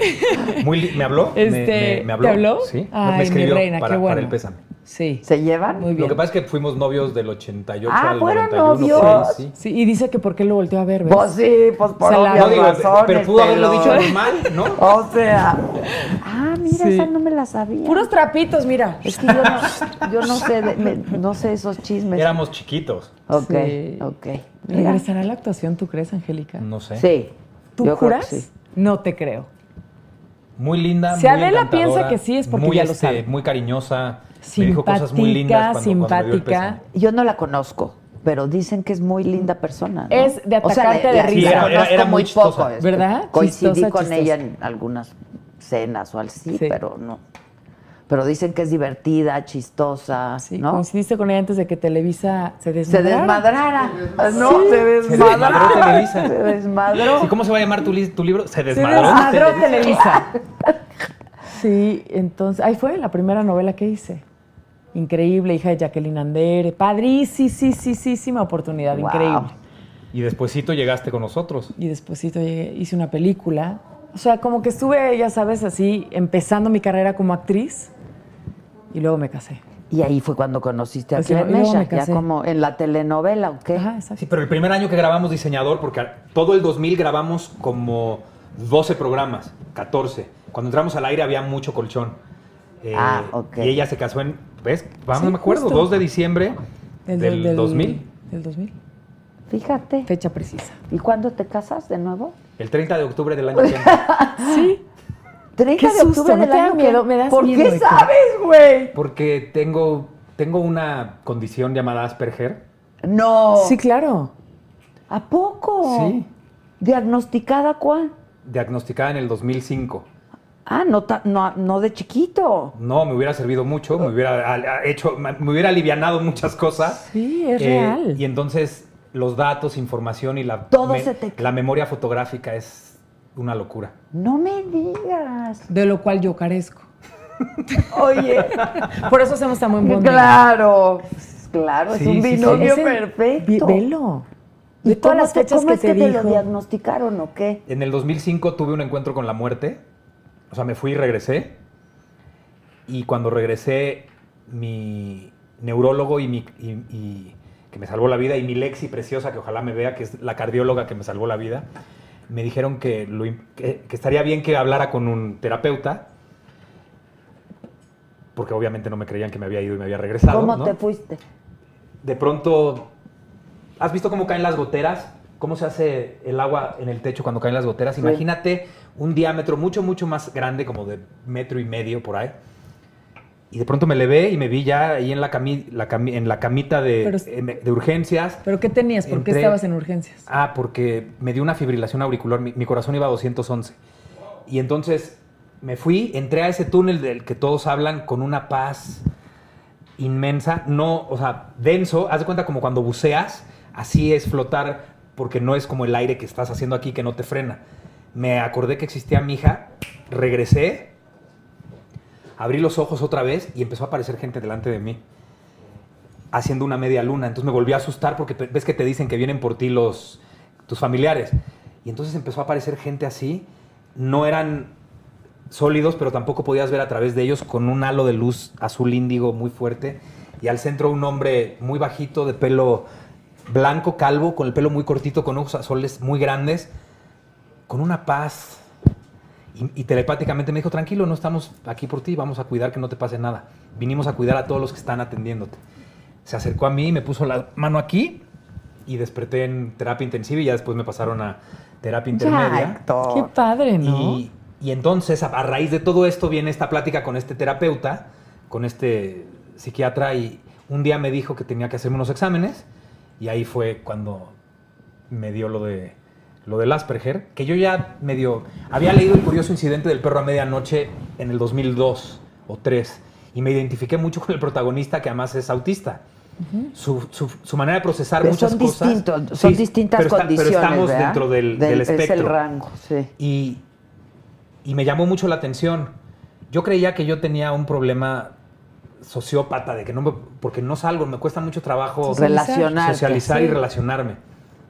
I: Muy li- ¿Me habló? Me-
H: Este,
I: me, me habló?
H: ¿Te habló?
I: Sí.
H: Ay,
I: me escribió
H: mi reina,
I: para,
H: qué bueno.
I: para el pésame.
H: Sí.
D: ¿Se llevan?
H: Muy bien.
I: Lo que pasa es que fuimos novios del 88
D: Ah,
I: al
D: ¿fueron
I: 91.
D: novios?
I: Sí, sí.
H: Sí, y dice que por qué lo volteó a ver, ¿ves?
D: Pues sí, pues por
H: Se la-
D: obvias
I: No, digo,
D: razones,
I: pero pudo haberlo
D: pelón.
I: dicho normal, ¿no?
D: O sea. Ah, mira,
H: Sí.
D: esa no me la sabía.
H: Puros trapitos, mira.
D: Es que yo no, yo no sé, de- me- no sé esos chismes.
I: Éramos chiquitos.
D: Ok,
H: Sí.
D: ok. Mira.
H: ¿Regresará a la actuación, tú crees, Angélica?
I: No sé.
D: Sí.
H: ¿Tú
D: yo creo que
H: juras?
D: sí.
H: No te creo.
I: Muy linda.
H: Si
I: muy
H: Adela
I: encantadora,
H: piensa que sí, es porque
I: muy, este,
H: ya lo sabe.
I: Muy cariñosa. me dijo
H: Simpática,
I: cosas muy lindas cuando, cuando me dio el
H: simpática.
I: pésame.
D: Yo no la conozco, pero dicen que es muy linda persona. ¿no?
H: Es de atacarte de
D: la
H: risa. Sí, era-
I: era- era
D: conozco
I: muy
D: muy
I: chistosa.
D: poco. este,
H: ¿Verdad?
D: Coincidí
H: Chistosa,
D: con
H: chistosa.
D: ella en algunas cenas o así,
H: Sí.
D: pero no. Pero dicen que es divertida, chistosa,
H: Sí,
D: ¿no?
H: coincidiste con ella antes de que Televisa se
D: Se
H: desmadrara.
D: desmadrara. No,
H: Sí.
D: se desmadrara.
I: desmadró Televisa.
D: Se desmadró.
I: Sí, ¿Cómo se va a llamar tu, li- tu libro? Se
H: Se
I: desmadró.
H: desmadró Televisa. Sí, entonces, ahí fue la primera novela que hice. Increíble, hija de Jacqueline Andere. Padrísima, sí, sí, sí, sí, oportunidad,
D: Wow.
H: increíble.
I: Y despuésito llegaste con nosotros.
H: Y despuésito llegué- hice una película. O sea, como que estuve, ya sabes, así, empezando mi carrera como actriz y luego me casé.
D: Y ahí fue cuando conociste a
H: Pues sí,
D: Clemen
H: y luego
D: Mella,
H: me
D: ya
H: casé.
D: como en la telenovela o qué.
H: Ajá, exacto.
I: Sí, pero el primer año que grabamos diseñador, porque a- todo el 2000 grabamos como 12 programas, 14. Cuando entramos al aire había mucho colchón. Eh,
D: Ah, ok.
I: Y ella se casó en, ¿ves? Vamos,
H: Sí,
I: me acuerdo,
H: justo.
I: 2 de diciembre
H: Del-
I: del,
H: del-
I: 2000.
H: Del 2000.
D: Fíjate.
H: Fecha precisa.
D: ¿Y cuándo te casas de nuevo?
I: El 30 de octubre del año 80.
H: Sí.
D: 30
H: Qué
D: de
H: susto,
D: octubre
H: ¿no
D: del
H: te da
D: año que-
H: miedo? Me das
D: ¿Por
H: miedo,
D: qué
H: Héctor.
D: sabes, güey?
I: Porque tengo, tengo una condición llamada Asperger.
D: No.
H: Sí, claro.
D: ¿A poco?
I: Sí.
D: ¿Diagnosticada cuál?
I: Diagnosticada en el 2005.
D: Ah, no, ta- no, no de chiquito.
I: No, me hubiera servido mucho, me hubiera al- a- hecho, me hubiera alivianado muchas cosas. Eh,
H: Sí, es real.
I: Y entonces los datos, información y la,
D: Todo se te-
I: la memoria fotográfica es una locura.
D: No me digas.
H: De lo cual yo carezco.
D: Oye.
H: Por eso hacemos tan buen bondi.
D: Claro,
I: Pues,
D: claro, es
H: Sí,
D: un
H: sí, sí.
D: binomio
H: Es el-
D: perfecto.
H: Ve- velo.
D: ¿Y
H: De todas
D: cómo
H: las
D: te-
H: fechas
D: cómo
H: que
D: es
H: te
D: que te lo
H: dijo.
D: diagnosticaron o qué?
I: En el 2005 tuve un encuentro con la muerte. O sea, me fui y regresé. Y cuando regresé, mi neurólogo y mi. y- y- que me salvó la vida, y mi Lexi preciosa, que ojalá me vea, que es la cardióloga que me salvó la vida, me dijeron que, lo im- que- que estaría bien que hablara con un terapeuta, porque obviamente no me creían que me había ido y me había regresado.
D: ¿Cómo
I: ¿no?
D: te fuiste?
I: de pronto, ¿has visto cómo caen las goteras? ¿Cómo se hace el agua en el techo cuando caen las goteras?
D: Sí.
I: Imagínate un diámetro mucho, mucho más grande, como de metro y medio por ahí. Y de pronto me levé y me vi ya ahí en la, cami- la cami- en la camita de,
H: Pero es-
I: em- de urgencias.
H: ¿Pero qué tenías? ¿Por qué
I: Entré-
H: estabas en urgencias?
I: Ah, porque me dio una fibrilación auricular, mi, mi corazón iba a 211. Y entonces me fui, entré a ese túnel del que todos hablan con una paz inmensa, no, o sea, denso, haz de cuenta como cuando buceas, así es flotar, porque no es como el aire que estás haciendo aquí que no te frena. Me acordé que existía mi hija, regresé, abrí los ojos otra vez y empezó a aparecer gente delante de mí haciendo una media luna. Entonces me volví a asustar porque pe- ves que te dicen que vienen por ti los tus familiares. Y entonces empezó a aparecer gente así. No eran sólidos, pero tampoco podías ver a través de ellos con un halo de luz azul índigo muy fuerte. Y al centro un hombre muy bajito, de pelo blanco, calvo, con el pelo muy cortito, con ojos azules muy grandes, con una paz. Y, y telepáticamente me dijo, tranquilo, no estamos aquí por ti, vamos a cuidar que no te pase nada. Vinimos a cuidar a todos los que están atendiéndote se acercó a mí, me puso la mano aquí y desperté en terapia intensiva y ya después me pasaron a terapia intermedia.
H: Qué padre, ¿no?
I: Oh. Y, y entonces, a, a raíz de todo esto, viene esta plática con este terapeuta, con este psiquiatra, y un día me dijo que tenía que hacerme unos exámenes, y ahí fue cuando me dio lo de lo del Asperger, que yo ya medio había leído el curioso incidente del perro a medianoche en el 2002 o 3 y me identifiqué mucho con el protagonista que además es autista. su, su- su manera de procesar
D: Pero
I: muchas
D: son
I: cosas
D: distintos, son
I: Sí,
D: distintas
I: pero está-
D: condiciones.
I: pero estamos
D: ¿verdad?
I: dentro del, del espectro
D: Es el rango, sí.
I: y, y me llamó mucho la atención. Yo creía que yo tenía un problema sociópata, de que no me- porque no salgo, me cuesta mucho trabajo
D: Socializar. Relacionarte,
I: socializar y
D: sí.
I: relacionarme.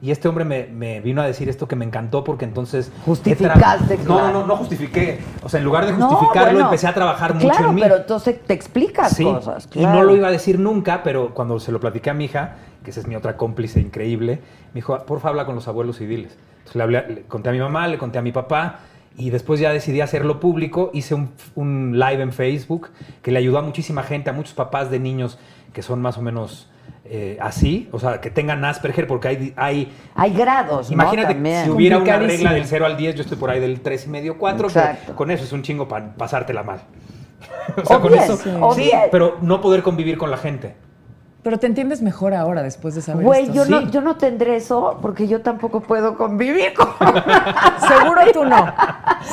I: Y este hombre me, me vino a decir esto que me encantó porque entonces...
D: Justificaste,
I: he tra- No,
D: claro.
I: no, no, no justifiqué. O sea, en lugar de
D: No,
I: justificarlo,
D: bueno,
I: empecé a trabajar mucho
D: Claro,
I: en mí.
D: pero entonces te explicas
I: Sí,
D: cosas.
I: Y no
D: claro.
I: lo iba a decir nunca, pero cuando se lo platiqué a mi hija, que esa es mi otra cómplice increíble, me dijo, "Ah, porfa, habla con los abuelos y diles. Entonces le, hablé- le conté a mi mamá, le conté a mi papá, y después ya decidí hacerlo público. Hice un, un live en Facebook que le ayudó a muchísima gente, a muchos papás de niños que son más o menos eh, así, o sea, que tengan Asperger, porque hay... hay
D: Hay grados, ¿no?
I: Imagínate que
D: También.
I: si hubiera una
D: Complicadísimo.
I: regla del 0 al 10, yo estoy por ahí del 3 y medio, 4,
D: Exacto.
I: con eso es un chingo para pasártela mal. O
D: O bien, o
I: sí,
D: bien.
I: pero no poder convivir con la gente.
H: Pero te entiendes mejor ahora después de saber
D: Güey,
H: esto.
D: yo, no,
I: Sí.
D: yo no tendré eso porque yo tampoco puedo convivir con.
H: Seguro tú no.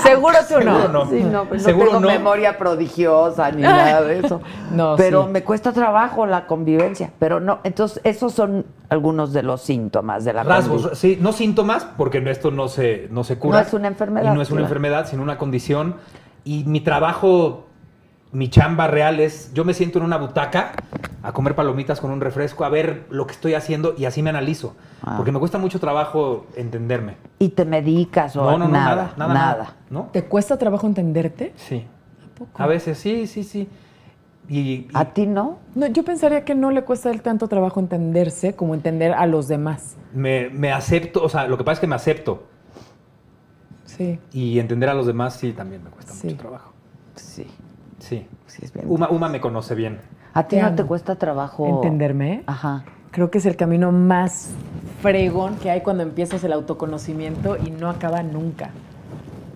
H: Seguro tú no.
I: Seguro no.
D: Sí, no, pues
I: Seguro
D: no tengo
I: no.
D: memoria prodigiosa ni nada de eso.
H: No,
D: pero
H: sí.
D: me cuesta trabajo la convivencia. Pero no, entonces esos son algunos de los síntomas de la
I: Rasgos,
D: convivencia.
I: sí, no síntomas, porque esto no se, no se cura.
D: No es una enfermedad,
I: Y no es una
D: claro.
I: enfermedad, sino una condición. Y mi trabajo, mi chamba real es, yo me siento en una butaca a comer palomitas con un refresco, a ver lo que estoy haciendo y así me analizo.
D: Ah.
I: Porque me cuesta mucho trabajo entenderme.
D: Y te medicas o
I: No, no, no,
D: nada,
I: nada,
D: nada,
I: nada, nada. ¿No?
H: ¿Te cuesta trabajo entenderte?
I: Sí. A veces sí, sí, sí. Y, y-
D: ¿A ti no?
H: No, yo pensaría que no le cuesta a él tanto trabajo entenderse como entender a los demás.
I: me, me acepto, o sea, lo que pasa es que me acepto.
H: Sí.
I: Y entender a los demás sí también me cuesta
H: Sí.
I: mucho trabajo.
D: Sí,
I: Sí.
D: sí es bien.
I: Uma, Uma me conoce bien.
D: ¿A ti
H: Te
D: no
H: amo.
D: te cuesta trabajo?
H: Entenderme.
D: Ajá.
H: Creo que es el camino más fregón que hay cuando empiezas el autoconocimiento y no acaba nunca.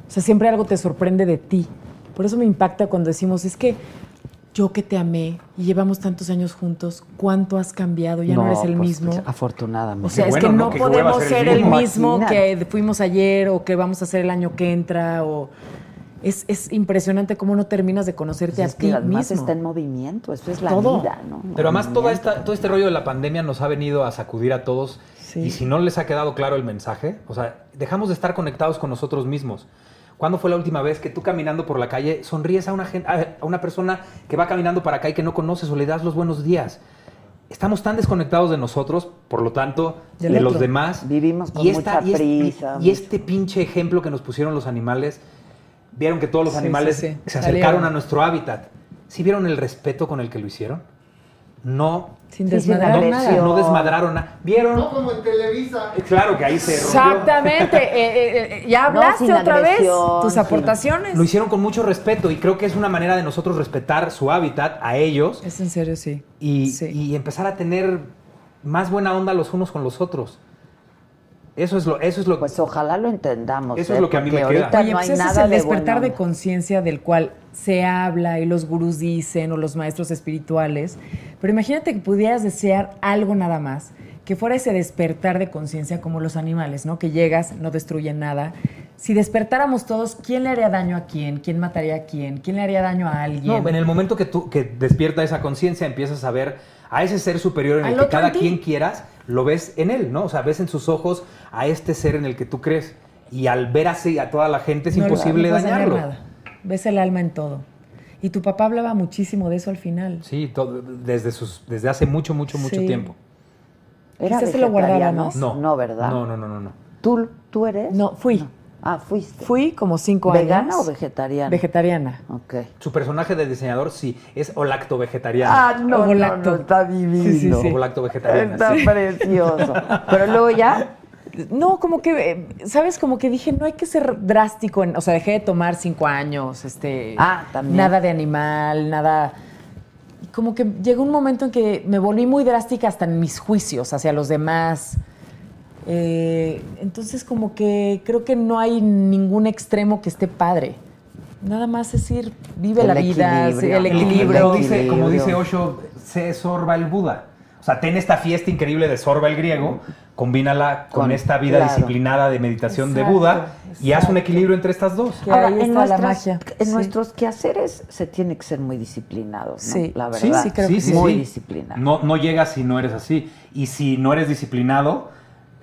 H: O sea, siempre algo te sorprende de ti. Por eso me impacta cuando decimos, es que yo que te amé y llevamos tantos años juntos, ¿cuánto has cambiado? Ya no, eres el
D: pues,
H: mismo.
D: pues, afortunadamente.
H: O sea, es
I: bueno,
H: que
I: ¿no?
H: no
I: Qué hueva
H: podemos ser
I: ser el
H: el
I: mismo.
H: mismo
D: Imagínate.
H: que fuimos ayer o que vamos a hacer el año que entra o
Q: Es, es impresionante cómo no terminas de conocerte
D: Pues es
Q: a
D: que
Q: ti
D: además
Q: mismo.
D: está en movimiento, eso es la
Q: Todo.
D: vida, ¿no?
I: Pero además toda
D: Movimiento.
I: esta, todo este rollo de la pandemia nos ha venido a sacudir a todos y si no les ha quedado claro el mensaje, o sea, dejamos de estar conectados con nosotros mismos. ¿Cuándo fue la última vez que tú caminando por la calle sonríes a una, gen- a- a una persona que va caminando para acá y que no conoces o le das los buenos días? Estamos tan desconectados de nosotros, por lo tanto,
D: Del
I: de
D: otro.
I: los demás.
D: Vivimos con mucha
I: y este- y-
D: prisa,
I: Y, este pinche ejemplo que nos pusieron los animales, vieron que todos los
Q: Sí,
I: animales
Q: sí, sí.
I: se acercaron
Q: Salieron.
I: a nuestro hábitat. ¿Sí vieron el respeto con el que lo hicieron? No.
Q: Sin
I: Sí, sí,
Q: desmadrar
I: no,
Q: nada.
I: No desmadraron nada. ¿Vieron?
E: No como en Televisa.
I: Eh, Claro que ahí se rompió.
Q: Exactamente. eh, eh, eh, ya
D: No,
Q: hablaste
D: sin
Q: otra vez
D: agresión,
Q: tus
D: sin-
Q: aportaciones.
I: Lo hicieron con mucho respeto y creo que es una manera de nosotros respetar su hábitat a ellos
Q: Es en serio, sí.
I: y,
Q: Sí.
I: y empezar a tener más buena onda los unos con los otros. Eso es lo, eso es lo
D: Pues ojalá lo entendamos.
I: Eso es
D: ¿eh?
I: lo que a mí me
D: Porque
I: queda.
D: ahorita
I: Oye,
D: no
H: pues
D: hay
H: ese
D: nada
H: es el
D: de
H: despertar
D: buena
H: de conciencia del cual se habla y los gurús dicen o los maestros espirituales. Pero imagínate que pudieras desear algo nada más, que fuera ese despertar de conciencia como los animales, ¿no? Que llegas, no destruyen nada. Si despertáramos todos, ¿quién le haría daño a quién? ¿Quién mataría a quién? ¿Quién le haría daño a alguien?
I: No, en el momento que tú que despierta esa conciencia, empiezas a ver a ese ser superior en
H: Al
I: el que
H: otro
I: cada
H: en ti.
I: quien quieras, lo ves en él, ¿no? O sea, ves en sus ojos a este ser en el que tú crees. Y al ver así a toda la gente es
H: No lo- no
I: imposible
H: puedes dañar
I: dañarlo.
H: nada. Ves el alma en todo. Y tu papá hablaba muchísimo de eso al final.
I: Sí, todo- desde, sus, desde hace mucho, mucho, mucho
H: Sí.
I: tiempo.
D: ¿Era
H: Quizás se lo
D: vegetariano?
H: guardábamos.
I: No.
D: No, ¿verdad?
I: No, no, no, no. no.
D: ¿Tú, ¿Tú eres?
H: No, fui.
D: Ah, fuiste.
H: Fui como cinco
D: ¿Vegana
H: años.
D: o vegetariana?
H: Vegetariana.
D: ok.
I: Su personaje de diseñador sí es o lacto-vegetariano.
D: Ah, no,
H: Ovo
D: no,
H: lacto.
D: no, está divino.
H: Sí, sí, sí.
I: O lacto-vegetariana.
D: Está
I: sí.
D: precioso. Pero luego ya,
H: No, como que, eh, ¿sabes? Como que dije, no hay que ser drástico. en- o sea, dejé de tomar cinco años, este.
D: Ah, también.
H: Nada de animal, nada. y Como que llegó un momento en que me volví muy drástica hasta en mis juicios hacia los demás. Eh, entonces, como que creo que no hay ningún extremo que esté padre. Nada más es ir, vive
D: El
H: la vida, sí,
D: equilibrio,
H: el
D: ¿no?
H: equilibrio.
I: Como dice, como dice
D: Equilibrio.
I: Osho, sé sorba el Buda. O sea, ten esta fiesta increíble de sorba el griego, combínala con,
D: Con-
I: esta vida
D: claro.
I: disciplinada de meditación de
H: Exacto,
I: Buda y haz un equilibrio entre estas dos.
H: Que
D: ahora,
H: ahí
D: en,
H: está la
D: nuestras-
H: magia,
D: en
H: sí.
D: nuestros quehaceres se tiene que ser muy disciplinados, ¿no?
H: Sí.
D: La
H: Sí,
D: verdad.
H: sí, creo que sí.
D: Muy disciplinado.
I: No, no llegas si no eres así. Y si no eres disciplinado,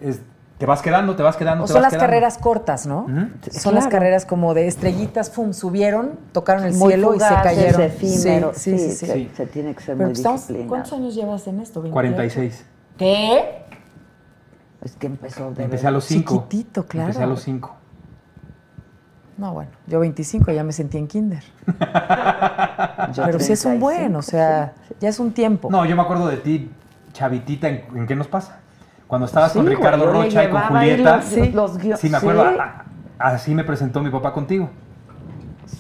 I: es- te vas quedando, te vas quedando,
H: O
I: te
H: son
I: vas
H: las
I: quedando.
H: carreras cortas, ¿no?
I: Ujú.
H: Son las
D: Claro.
H: carreras como de estrellitas, fum, subieron, tocaron el
D: Muy
H: cielo y se
D: fugaces,
H: cayeron.
D: efímeros, Sí,
H: sí, sí. sí.
D: Se, se tiene que ser
H: Pero
D: muy
H: estamos-
D: disciplinado.
H: ¿Cuántos años llevas en esto? 28?
I: 46.
H: ¿Qué?
D: Es que empezó de
I: Empecé a los 5.
H: Chiquitito, claro.
I: Empecé a los 5.
H: No, bueno, yo 25 ya me sentí en kinder.
D: yo
H: Pero sí es
D: 35,
H: un buen, o sea,
D: sí, sí.
H: ya es un tiempo.
I: No, yo me acuerdo de ti, chavitita, ¿en, en qué nos pasa? Cuando estabas con
D: Sí,
I: Ricardo
D: güey, yo le
I: Rocha y con
D: llevaba ahí
I: Julieta.
D: los- Sí. los guio-
I: Sí, me acuerdo.
D: sí.
I: a- a- así me presentó mi papá contigo.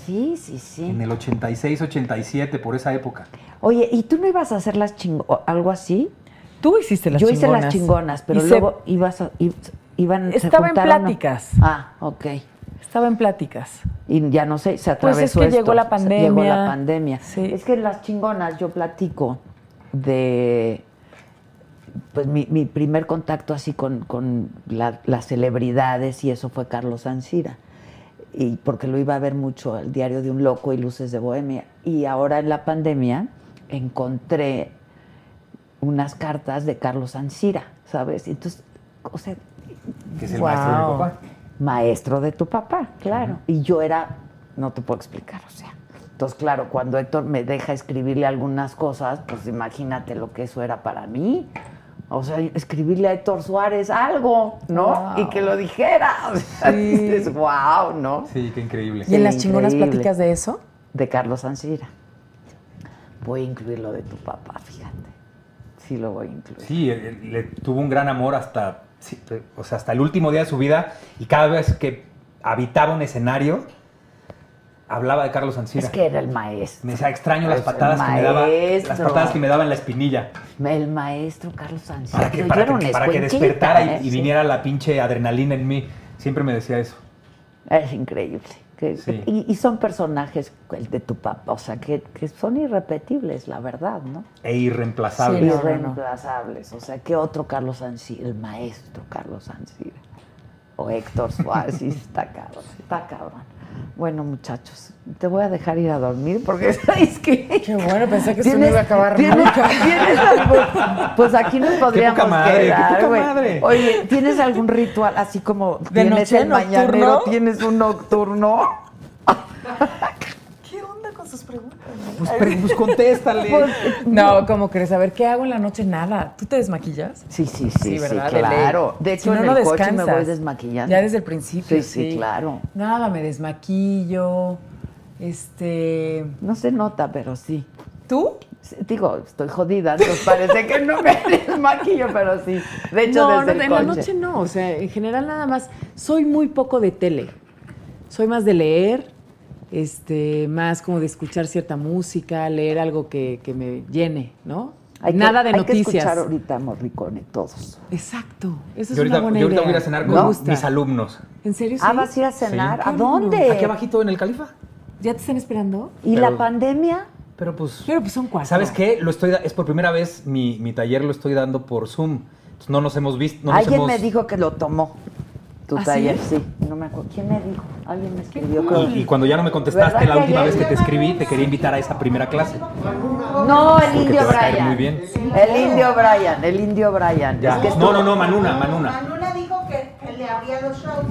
D: Sí, sí, sí.
I: En el 86, 87, por esa época.
D: Oye, ¿y tú no ibas a hacer las chingo o algo así?
H: Tú hiciste las
D: Yo
H: chingonas.
D: hice las chingonas, pero
H: Y se-
D: luego ibas a, i- iban se
H: Estaba en
D: juntaron a-
H: pláticas.
D: Ah, ok.
H: Estaba en pláticas.
D: Y ya no sé, se
H: Pues
D: atravesó
H: es que
D: esto,
H: llegó la
D: se-
H: pandemia.
D: Llegó la pandemia.
H: Sí.
D: Es que en las chingonas yo platico de pues mi, mi primer contacto así con, con la- las celebridades y eso fue Carlos Ansira. Y porque lo iba a ver mucho el diario de un loco y Luces de Bohemia. Y ahora en la pandemia encontré unas cartas de Carlos Ansira, ¿sabes? Entonces, o sea,
I: Que es el
H: Wow.
I: maestro de mi papá.
D: maestro de tu papá, claro. Y yo era, no te puedo explicar, o sea. Entonces, claro, cuando Héctor me deja escribirle algunas cosas, pues imagínate lo que eso era para mí. O sea, escribirle a Héctor Suárez algo, ¿no?
H: Wow.
D: Y que lo dijera. O sea,
H: Sí.
D: dices, wow, ¿no?
I: Sí, qué increíble.
H: ¿Y en las
D: increíble.
H: chingonas pláticas de eso?
D: De Carlos Ansira. Voy a incluir lo de tu papá, fíjate. Sí lo voy a incluir.
I: Sí, él- él- le tuvo un gran amor hasta, sí, pe- o sea, hasta el último día de su vida. Y cada vez que habitaba un escenario, hablaba de Carlos Ancira.
D: es que era el maestro.
I: Me decía, extraño las
D: Es
I: patadas que me daba. Las
D: maestro.
I: patadas que me daba en la espinilla.
D: El maestro Carlos Ansira.
I: para que,
D: Yo
I: para
D: era
I: que-
D: una
I: para que
D: escuinclita,
I: despertara y,
D: ¿eh?
I: y
D: Sí.
I: viniera la pinche adrenalina en mí. Siempre me decía eso.
D: Es increíble. Que-
I: Sí.
D: y, y son personajes, el de tu papá, o sea, que, que son irrepetibles, la verdad, ¿no?
I: E irreemplazable.
H: Sí, no, no, no.
D: Irreemplazables. O sea, ¿qué otro Carlos Ansira? El maestro Carlos Ansira. O Héctor Suárez, sí, está cabrón, está cabrón. Bueno, muchachos, te voy a dejar ir a dormir porque sabes que.
Q: Qué bueno, pensé que esto no iba a acabar nunca.
D: ¿tienes algún- pues aquí nos podríamos
I: madre, qué
D: quedar,
I: poca
D: güey.
I: madre.
D: Oye, ¿tienes algún ritual así como
Q: ¿De
D: tienes
Q: noche,
D: el mañanero,
Q: nocturno?
D: tienes un nocturno?
Q: ¿Qué onda con sus preguntas?
I: Pues, pre- pues contéstale.
Q: No, ¿cómo crees? A ver, ¿qué hago en la noche? Nada. ¿Tú te desmaquillas?
D: Sí, sí, sí, sí,
Q: ¿verdad? De ley.
D: claro. De
Q: Si
D: hecho, en
Q: no, no
D: el coche me
Q: descansas.
D: voy desmaquillando.
Q: Ya desde el principio.
D: Sí, sí, claro.
Q: Nada, me desmaquillo. Este.
D: No se nota, pero sí.
Q: ¿Tú?
D: Sí, Digo, estoy jodida, nos parece que no me desmaquillo, pero sí. De hecho,
U: no,
D: desde
U: no,
D: el
U: en
D: coche.
U: la noche no. O sea, en general nada más. Soy muy poco de tele. Soy más de leer, este, más como de escuchar cierta música, leer algo que, que me llene, ¿no?
D: Hay que-
U: nada de
D: hay
U: noticias.
D: que escuchar ahorita a Morricone todos.
U: Exacto. Esa es
I: Yo ahorita,
U: una buena
I: yo ahorita
U: idea.
I: voy a cenar con
U: Me gusta.
I: mis alumnos.
U: ¿En serio?
D: Ah,
U: sí?
D: ¿vas a ir a cenar?
U: Sí.
D: ¿A dónde?
I: Aquí abajito en el Califa.
U: ¿Ya te están esperando?
D: ¿Y
I: Pero-
D: la pandemia?
I: Pero pues.
U: Pero pues son cuatro.
I: ¿Sabes qué? Lo estoy da- es por primera vez mi, mi taller lo estoy dando por Zoom. Entonces, no nos hemos visto. No nos
D: Alguien
I: hemos-
D: me dijo que lo tomó. Tu
U: ¿Ah, sí?
D: taller, sí? No me acuerdo. ¿Quién me dijo? Alguien me escribió. creo que-
I: Y, y cuando ya no me contestaste
D: ¿Verdad
I: la
D: que
I: última
D: ayer?
I: vez que te escribí, te quería invitar a esa primera clase.
D: No, el
I: Porque
D: indio
I: te va a caer
D: Brian.
I: muy bien.
D: El indio Brian, el indio Brian.
I: Ya.
D: Es que
I: no,
D: estuvo-
I: no, no, Manuna, Manuna.
V: Manuna dijo que, que le abría los shows.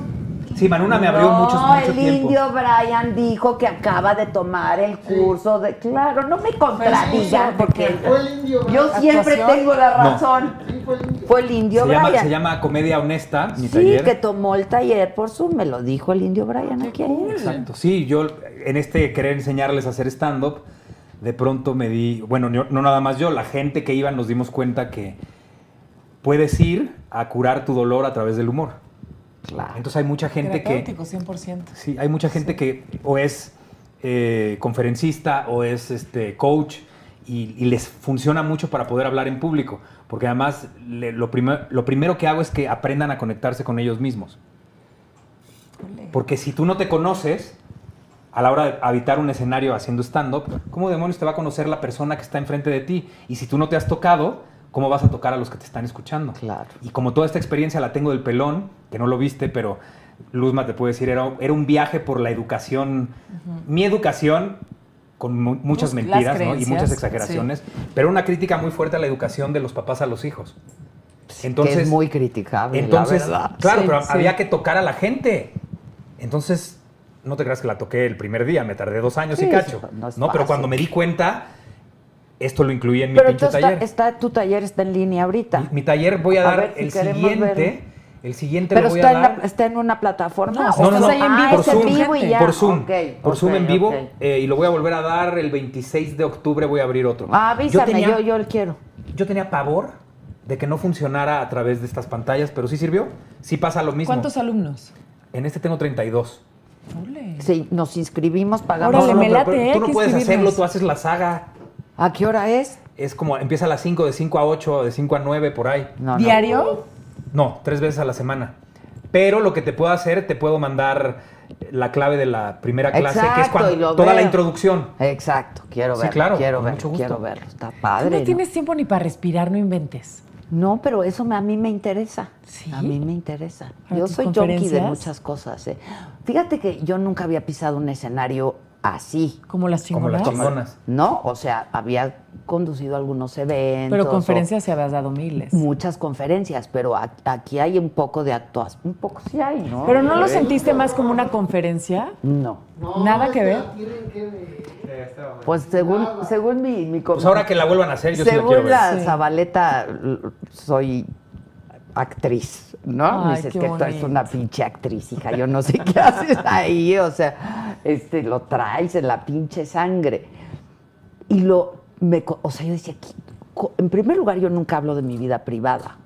I: Sí, Manuna me abrió
D: no,
I: muchos, mucho
D: el
I: tiempo.
D: indio Brian dijo que acaba de tomar el curso de. Claro,
E: Pues,
D: no me contradigan porque
E: Fue el indio.
D: yo siempre
E: Actuación.
D: tengo la
I: No.
D: razón.
E: Sí, fue el indio.
D: Fue el indio
I: se, llama,
D: Brian.
I: se llama Comedia Honesta, mi
D: sí,
I: taller.
D: que tomó el taller por Zoom, me lo dijo el indio
E: Ah,
D: Brian aquí ayer.
I: Exacto. Sí, yo en este querer enseñarles a hacer stand-up, de pronto me di, bueno, yo- no nada más yo, la gente que iba nos dimos cuenta que puedes ir a curar tu dolor a través del humor.
D: Claro.
I: Entonces hay mucha gente que...
Q: Terapéutico, 100%.
I: Sí, hay mucha gente que o es eh, conferencista o es este, coach y, y les funciona mucho para poder hablar en público, porque además le- lo, primer- lo primero que hago es que aprendan a conectarse con ellos mismos. Porque si tú no te conoces, a la hora de habitar un escenario haciendo stand-up, ¿cómo demonios te va a conocer la persona que está enfrente de ti? Y si tú no te has tocado, ¿cómo vas a tocar a los que te están escuchando?
D: Claro.
I: Y como toda esta experiencia la tengo del pelón, que no lo viste, pero Luzma te puede decir, era, era un viaje por la educación, mi educación, con mu-
Q: Las
I: muchas mentiras ¿no? y
Q: creencias,
I: muchas exageraciones, pero una crítica muy fuerte a la educación de los papás a los hijos. Entonces,
D: que es muy criticable,
I: entonces,
D: la verdad.
I: claro,
U: Sí,
I: pero
U: sí.
I: había que tocar a la gente. Entonces, no te creas que la toqué el primer día, me tardé dos años
D: Sí,
I: y cacho.
D: eso no
I: No,
D: es fácil.
I: pero cuando me di cuenta, esto lo incluí en mi
D: Pero
I: pinche
D: entonces está,
I: taller.
D: está- tu taller está en línea ahorita.
I: Mi, mi taller voy a,
D: A
I: dar
D: ver si
I: el
D: queremos
I: siguiente.
D: verlo.
I: El siguiente
D: Pero
I: lo voy
D: está
I: a
D: en,
I: dar.
D: la- está en una plataforma.
Q: No,
D: ¿o
I: No, no, no,
D: está
Q: ahí
D: en ah,
Q: en vivo,
I: por
D: es
Q: por
I: Zoom,
Q: Zoom.
D: vivo y ya.
I: por Zoom,
D: Ok,
I: por Zoom
D: ok,
I: en vivo
D: ok.
I: eh, y lo voy a volver a dar el 26 de octubre voy a abrir otro.
D: Ah, avísame,
I: tenía-
D: yo, yo, lo quiero.
I: yo tenía pavor de que no funcionara a través de estas pantallas, pero sí sirvió, sí pasa lo mismo.
Q: ¿Cuántos alumnos?
I: En este tengo 32.
Q: Ole.
D: Sí, nos inscribimos, pagamos.
I: No,
U: Órale,
I: no,
U: me
I: pero-
U: late,
I: pero
U: ¿eh?
I: Tú no
U: Hay que
I: puedes hacerlo,
U: escribirnos.
I: tú haces la saga.
D: ¿A qué hora es?
I: Es como empieza a las 5, de 5 a 8, de 5 a 9, por ahí.
D: No, no.
Q: ¿Diario?
I: No, tres veces a la semana. Pero lo que te puedo hacer, te puedo mandar la clave de la primera clase, que es
D: Exacto,
I: cuando-
D: y lo
I: toda la
D: veo.
I: introducción.
D: Exacto, quiero
I: Sí,
D: verlo.
I: claro,
D: quiero
I: con
D: verlo,
I: mucho gusto.
D: quiero verlo. Está
U: Tú
D: padre.
U: no
D: ¿no?
U: tienes tiempo ni para respirar, no inventes.
D: No, pero eso me- a mí me interesa.
U: ¿Sí?
D: A mí me interesa.
U: ¿Para
D: Yo
U: tus
D: soy junkie de
U: conferencias?
D: muchas cosas. eh. Fíjate que yo nunca había pisado un escenario así,
U: Como las
I: Como
U: chingonas.
I: las chingonas.
D: ¿no? O sea, había conducido algunos eventos.
U: Pero
D: o
U: conferencias se habías dado miles.
D: Muchas conferencias, pero a- aquí hay un poco de actuación. Un poco sí hay, ¿no?
U: Pero no lo sentiste más como una conferencia.
D: No.
U: Nada
E: es
U: que ver.
E: la tienen que ver.
D: Pues según, según mi, mi
I: Pues ahora que la vuelvan a hacer, yo sí la quiero
D: Según
I: ver.
D: la
U: Sí.
D: Zabaleta, l- soy actriz, ¿no?
U: Ay,
D: Me dices
U: qué
D: que tú eres
U: bonito.
D: una pinche actriz, hija, yo no sé qué haces ahí, o sea, este, lo traes en la pinche sangre. Y lo, me, co- o sea, yo decía, "¿Qué- co-?" en primer lugar, yo nunca hablo de mi vida privada,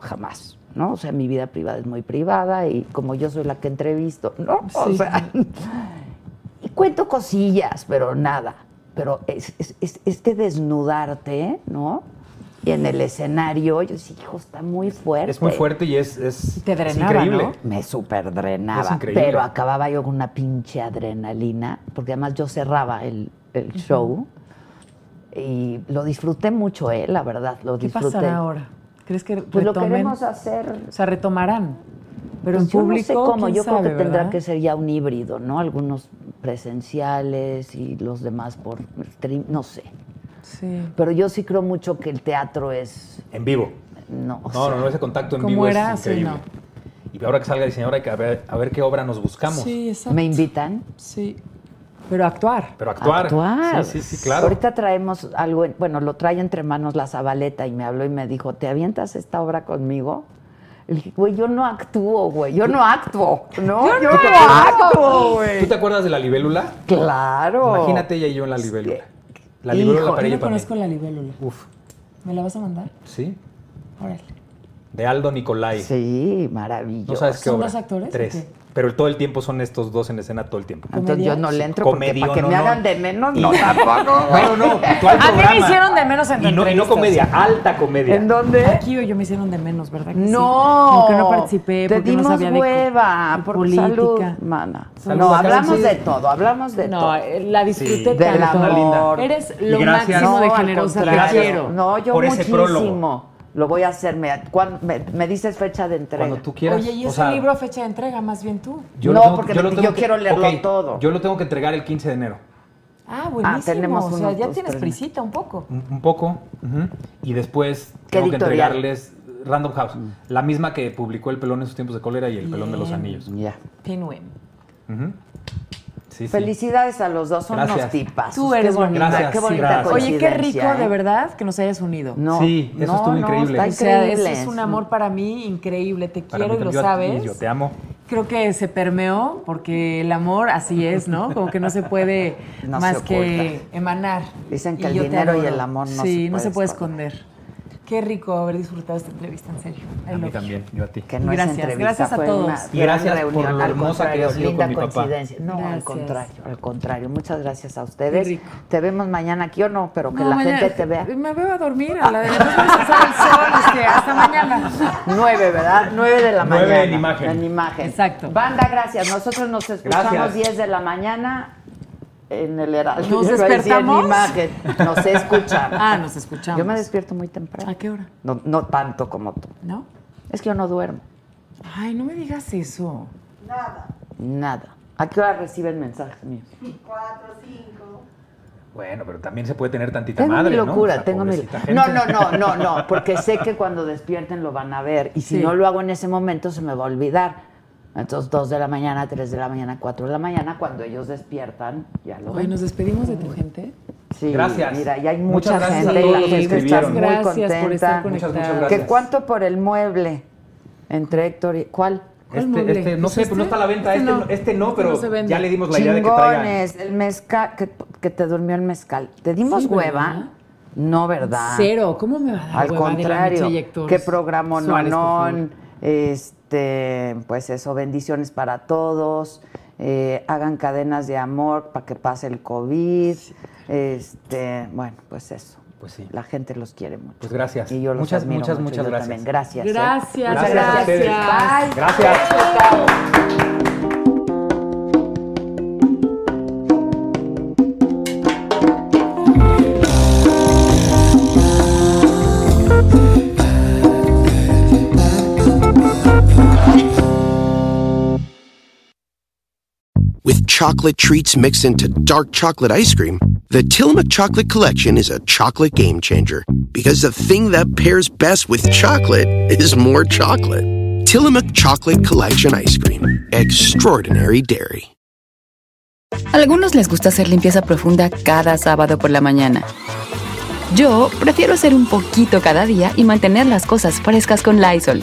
D: jamás, ¿no? O sea, mi vida privada es muy privada y como yo soy la que entrevisto, ¿no? O
U: Sí.
D: sea, y cuento cosillas, pero nada. Pero es, es- es- este desnudarte, ¿no? Y en el escenario, yo decía, hijo, está muy fuerte.
I: Es muy fuerte y es, es-
U: Y te
I: es
U: drenaba,
I: increíble.
U: ¿no?
D: Me súper drenaba.
I: Es increíble.
D: Pero acababa yo con una pinche adrenalina, porque además yo cerraba el, el show. Y lo disfruté mucho, ¿eh? La verdad, lo
U: ¿Qué
D: disfruté.
U: pasará ahora? ¿Crees que
D: Pues lo
U: retomen?
D: queremos hacer
U: O sea, retomarán.
H: Pero en
D: Pues yo
H: público,
D: no sé cómo,
H: quién
D: yo creo
H: sabe,
D: que tendrá
H: ¿verdad?
D: que ser ya un híbrido, ¿no? Algunos presenciales y los demás por stream, no sé.
H: Sí.
D: Pero yo sí creo mucho que el teatro es
I: En vivo.
D: no, o
I: No,
D: sea,
I: no, no, ese contacto en
D: ¿cómo
I: vivo
D: era?
I: es
D: Sí,
I: increíble. Y ahora que salga diseñadora hay que a ver, a ver qué obra nos buscamos.
D: ¿Me invitan?
H: Sí. Pero actuar.
I: Pero actuar.
D: Actuar.
I: Sí, sí, sí, claro.
D: Ahorita traemos algo, en- bueno, lo trae entre manos la Zabaleta y me habló y me dijo, ¿te avientas esta obra conmigo? Le dije, güey, yo no actúo, güey, yo no actúo, ¿no? Yo no actúo, güey.
I: ¿Tú te acuerdas de la libélula?
D: Claro.
I: Imagínate ella y yo en la libélula. La
H: Oh. Híjole,
I: libélula para ella y
H: no
I: para mí.
H: conozco la libélula.
I: Uf.
H: ¿Me la vas a mandar?
I: Sí.
H: Órale.
I: De Aldo Nicolai.
D: Sí, maravilloso.
I: ¿No sabes qué
H: ¿Son
I: obra?
H: dos actores o
I: Tres.
H: qué?
I: Pero todo el tiempo son estos dos en escena todo el tiempo.
D: Entonces yo no le entro porque para que me hagan de menos, no,
I: Y-
D: tampoco.
I: Bueno, Ah, no, tú al
H: Ah, A mí
I: programa.
H: me hicieron de menos en
I: Y no, y no
H: entrevistas.
I: comedia, alta comedia.
D: ¿En dónde?
H: ¿Eh? Aquí o yo me hicieron de menos, ¿verdad? que sí?
D: No,
H: Como que no participé,
D: te
H: porque
D: dimos
H: no sabía de
D: hueva,
H: de
D: por
H: política.
D: salud, mana.
H: Salud,
D: no,
H: acá
D: hablamos
H: sí.
D: de todo, hablamos de
H: No,
D: todo.
H: eh, la disfruté
D: de
H: tanto.
D: la
H: Linda. Eres lo Y gracias. máximo de generosa, te quiero.
D: No, yo
H: Por ese
D: muchísimo.
H: prólogo.
D: Lo voy a hacer, me, cuan- me- me dices fecha de entrega.
I: Cuando tú quieras.
H: Oye, y
I: o
H: ese
I: sea,
H: libro a fecha de entrega, más bien tú.
I: yo
D: No,
I: lo tengo-
D: porque
I: yo, lo
D: yo
I: tengo que-
D: quiero leerlo
I: ok,
D: todo.
I: Yo lo tengo que entregar el 15 de enero.
H: Ah, buenísimo.
D: tenemos
H: o sea,
D: unos
H: ya
D: dos,
H: tienes
D: tres.
H: prisita un poco.
I: Un, un poco. ujú. Y después
H: ¿Qué
I: tengo que
H: editorial?
I: entregarles Random House. La misma que publicó El Pelón en sus tiempos de cólera y El Pelón de los
H: Bien.
I: Anillos.
D: Ya.
H: Pinwin.
I: Ujú. Sí, sí.
D: Felicidades a los dos, son
I: Gracias.
D: unos tipas.
H: Tú eres
D: qué bonita,
H: bonita.
I: Gracias,
D: qué
I: sí,
D: bonita
I: gracias.
H: Oye, qué rico,
D: coincidencia, ¿eh?
H: de verdad, que nos hayas unido.
D: No,
I: Sí, eso
D: no,
I: estuvo
D: no,
I: increíble.
D: está
H: O sea,
D: increíble.
H: eso es un amor para mí increíble. Te
I: Para
H: quiero
I: mí
H: y lo
I: también, yo a ti,
H: sabes.
I: Yo te amo.
H: Creo que se permeó porque el amor así es, ¿no? Como que no se puede
D: No se
H: más que
D: oculta.
H: emanar.
D: Dicen que
H: Y
D: el
H: yo te
D: dinero y
H: adoro.
D: el amor no
H: Sí,
D: se
H: no se
D: puede
H: puede esconder. Qué rico haber disfrutado esta entrevista, en serio. I
I: A mí
H: love you.
I: también, yo a ti.
D: Que no
H: Gracias,
D: es entrevista,
H: gracias a
D: fue
H: todos.
D: una
H: Y
D: gran
I: gracias por
D: reunión,
I: lo
D: al
I: hermosa que
D: contrario,
I: has sido
D: linda
I: con mi papá.
D: coincidencia. No, al
H: Gracias.
D: contrario, al contrario. Muchas gracias a ustedes.
H: Qué rico.
D: Te vemos mañana aquí o no, pero que
H: No,
D: la
H: mañana- eh,
D: gente te vea.
H: Me veo a dormir a la de las al sol, este, hasta mañana.
D: Nueve, ¿verdad? Nueve de la
I: Nueve
D: mañana.
I: en imagen.
D: En imagen.
H: Exacto.
D: Banda, gracias. Nosotros nos escuchamos
I: Gracias.
D: 10 de la mañana en el Heraldo.
H: ¿Nos
D: Yo iba a decir
H: despertamos?
D: En imagen. Nos escuchamos.
H: Ah, nos escuchamos.
D: Yo me despierto muy temprano.
H: ¿A qué hora?
D: No, no tanto como tú.
H: ¿No?
D: Es que yo no duermo.
H: Ay, no me digas eso.
W: Nada.
D: Nada. ¿A qué hora reciben mensajes míos?
W: Cuatro, cinco.
I: Bueno, pero también se puede tener tantita
D: Tengo
I: madre,
D: mi
I: ¿no?
D: locura,
I: O sea,
D: tengo mi
I: pobrecita gente.
D: No, no, no, no, no, porque sé que cuando despierten lo van a ver y si
H: Sí.
D: no lo hago en ese momento se me va a olvidar. Entonces, 2 de la mañana, 3 de la mañana, 4 de la mañana, cuando ellos despiertan, ya lo
H: Hoy
D: ven.
H: nos despedimos de tu gente.
D: Sí,
I: Gracias.
D: Mira, ya hay mucha
I: Muchas gracias a
D: gente y
I: todos
D: la
I: los que
D: gente está
I: escribieron.
D: muy
H: Gracias
D: contenta.
H: por estar
I: Muchas, muchas
H: conectados.
I: gracias.
D: ¿Que cuánto por el mueble entre Héctor y cuál?
H: ¿Cuál
I: Este,
H: mueble?
I: este, no
H: ¿Es
I: sé, pues
H: este?
I: no está a la venta.
H: Este
I: Este,
H: no.
I: no, este no,
H: Este no
I: pero
H: se vende.
I: ya le dimos la idea de que traigan.
D: Chingones, el mezcal que, que te durmió el mezcal. ¿Te dimos
H: Sí,
D: hueva?
H: ¿verdad?
D: No, ¿verdad?
H: Cero. ¿Cómo me va a dar
D: Al
H: hueva de la Micha y
D: contrario,
H: Héctor
D: qué programa
H: Suárez, por favor?
D: nonón, este, pues eso, bendiciones para todos, eh, hagan cadenas de amor para que pase el COVID, este, bueno, pues eso.
I: Pues sí.
D: La gente los quiere mucho.
I: Pues gracias.
D: Y yo los
I: Muchas,
D: admiro
I: muchas,
D: mucho,
I: muchas
D: yo
I: gracias.
D: también. Gracias. ¿eh?
H: Gracias,
D: Muchas
I: Gracias a ustedes.
D: Bye.
I: Gracias.
D: Chao.
A: With chocolate treats mixed into dark chocolate ice cream, the Tillamook Chocolate Collection is a chocolate game changer because the thing that pairs best with chocolate is more chocolate. Tillamook Chocolate Collection Ice Cream. Extraordinary Dairy.
G: Algunos les gusta hacer limpieza profunda cada sábado por la mañana. Yo prefiero hacer un poquito cada día y mantener las cosas frescas con Lysol.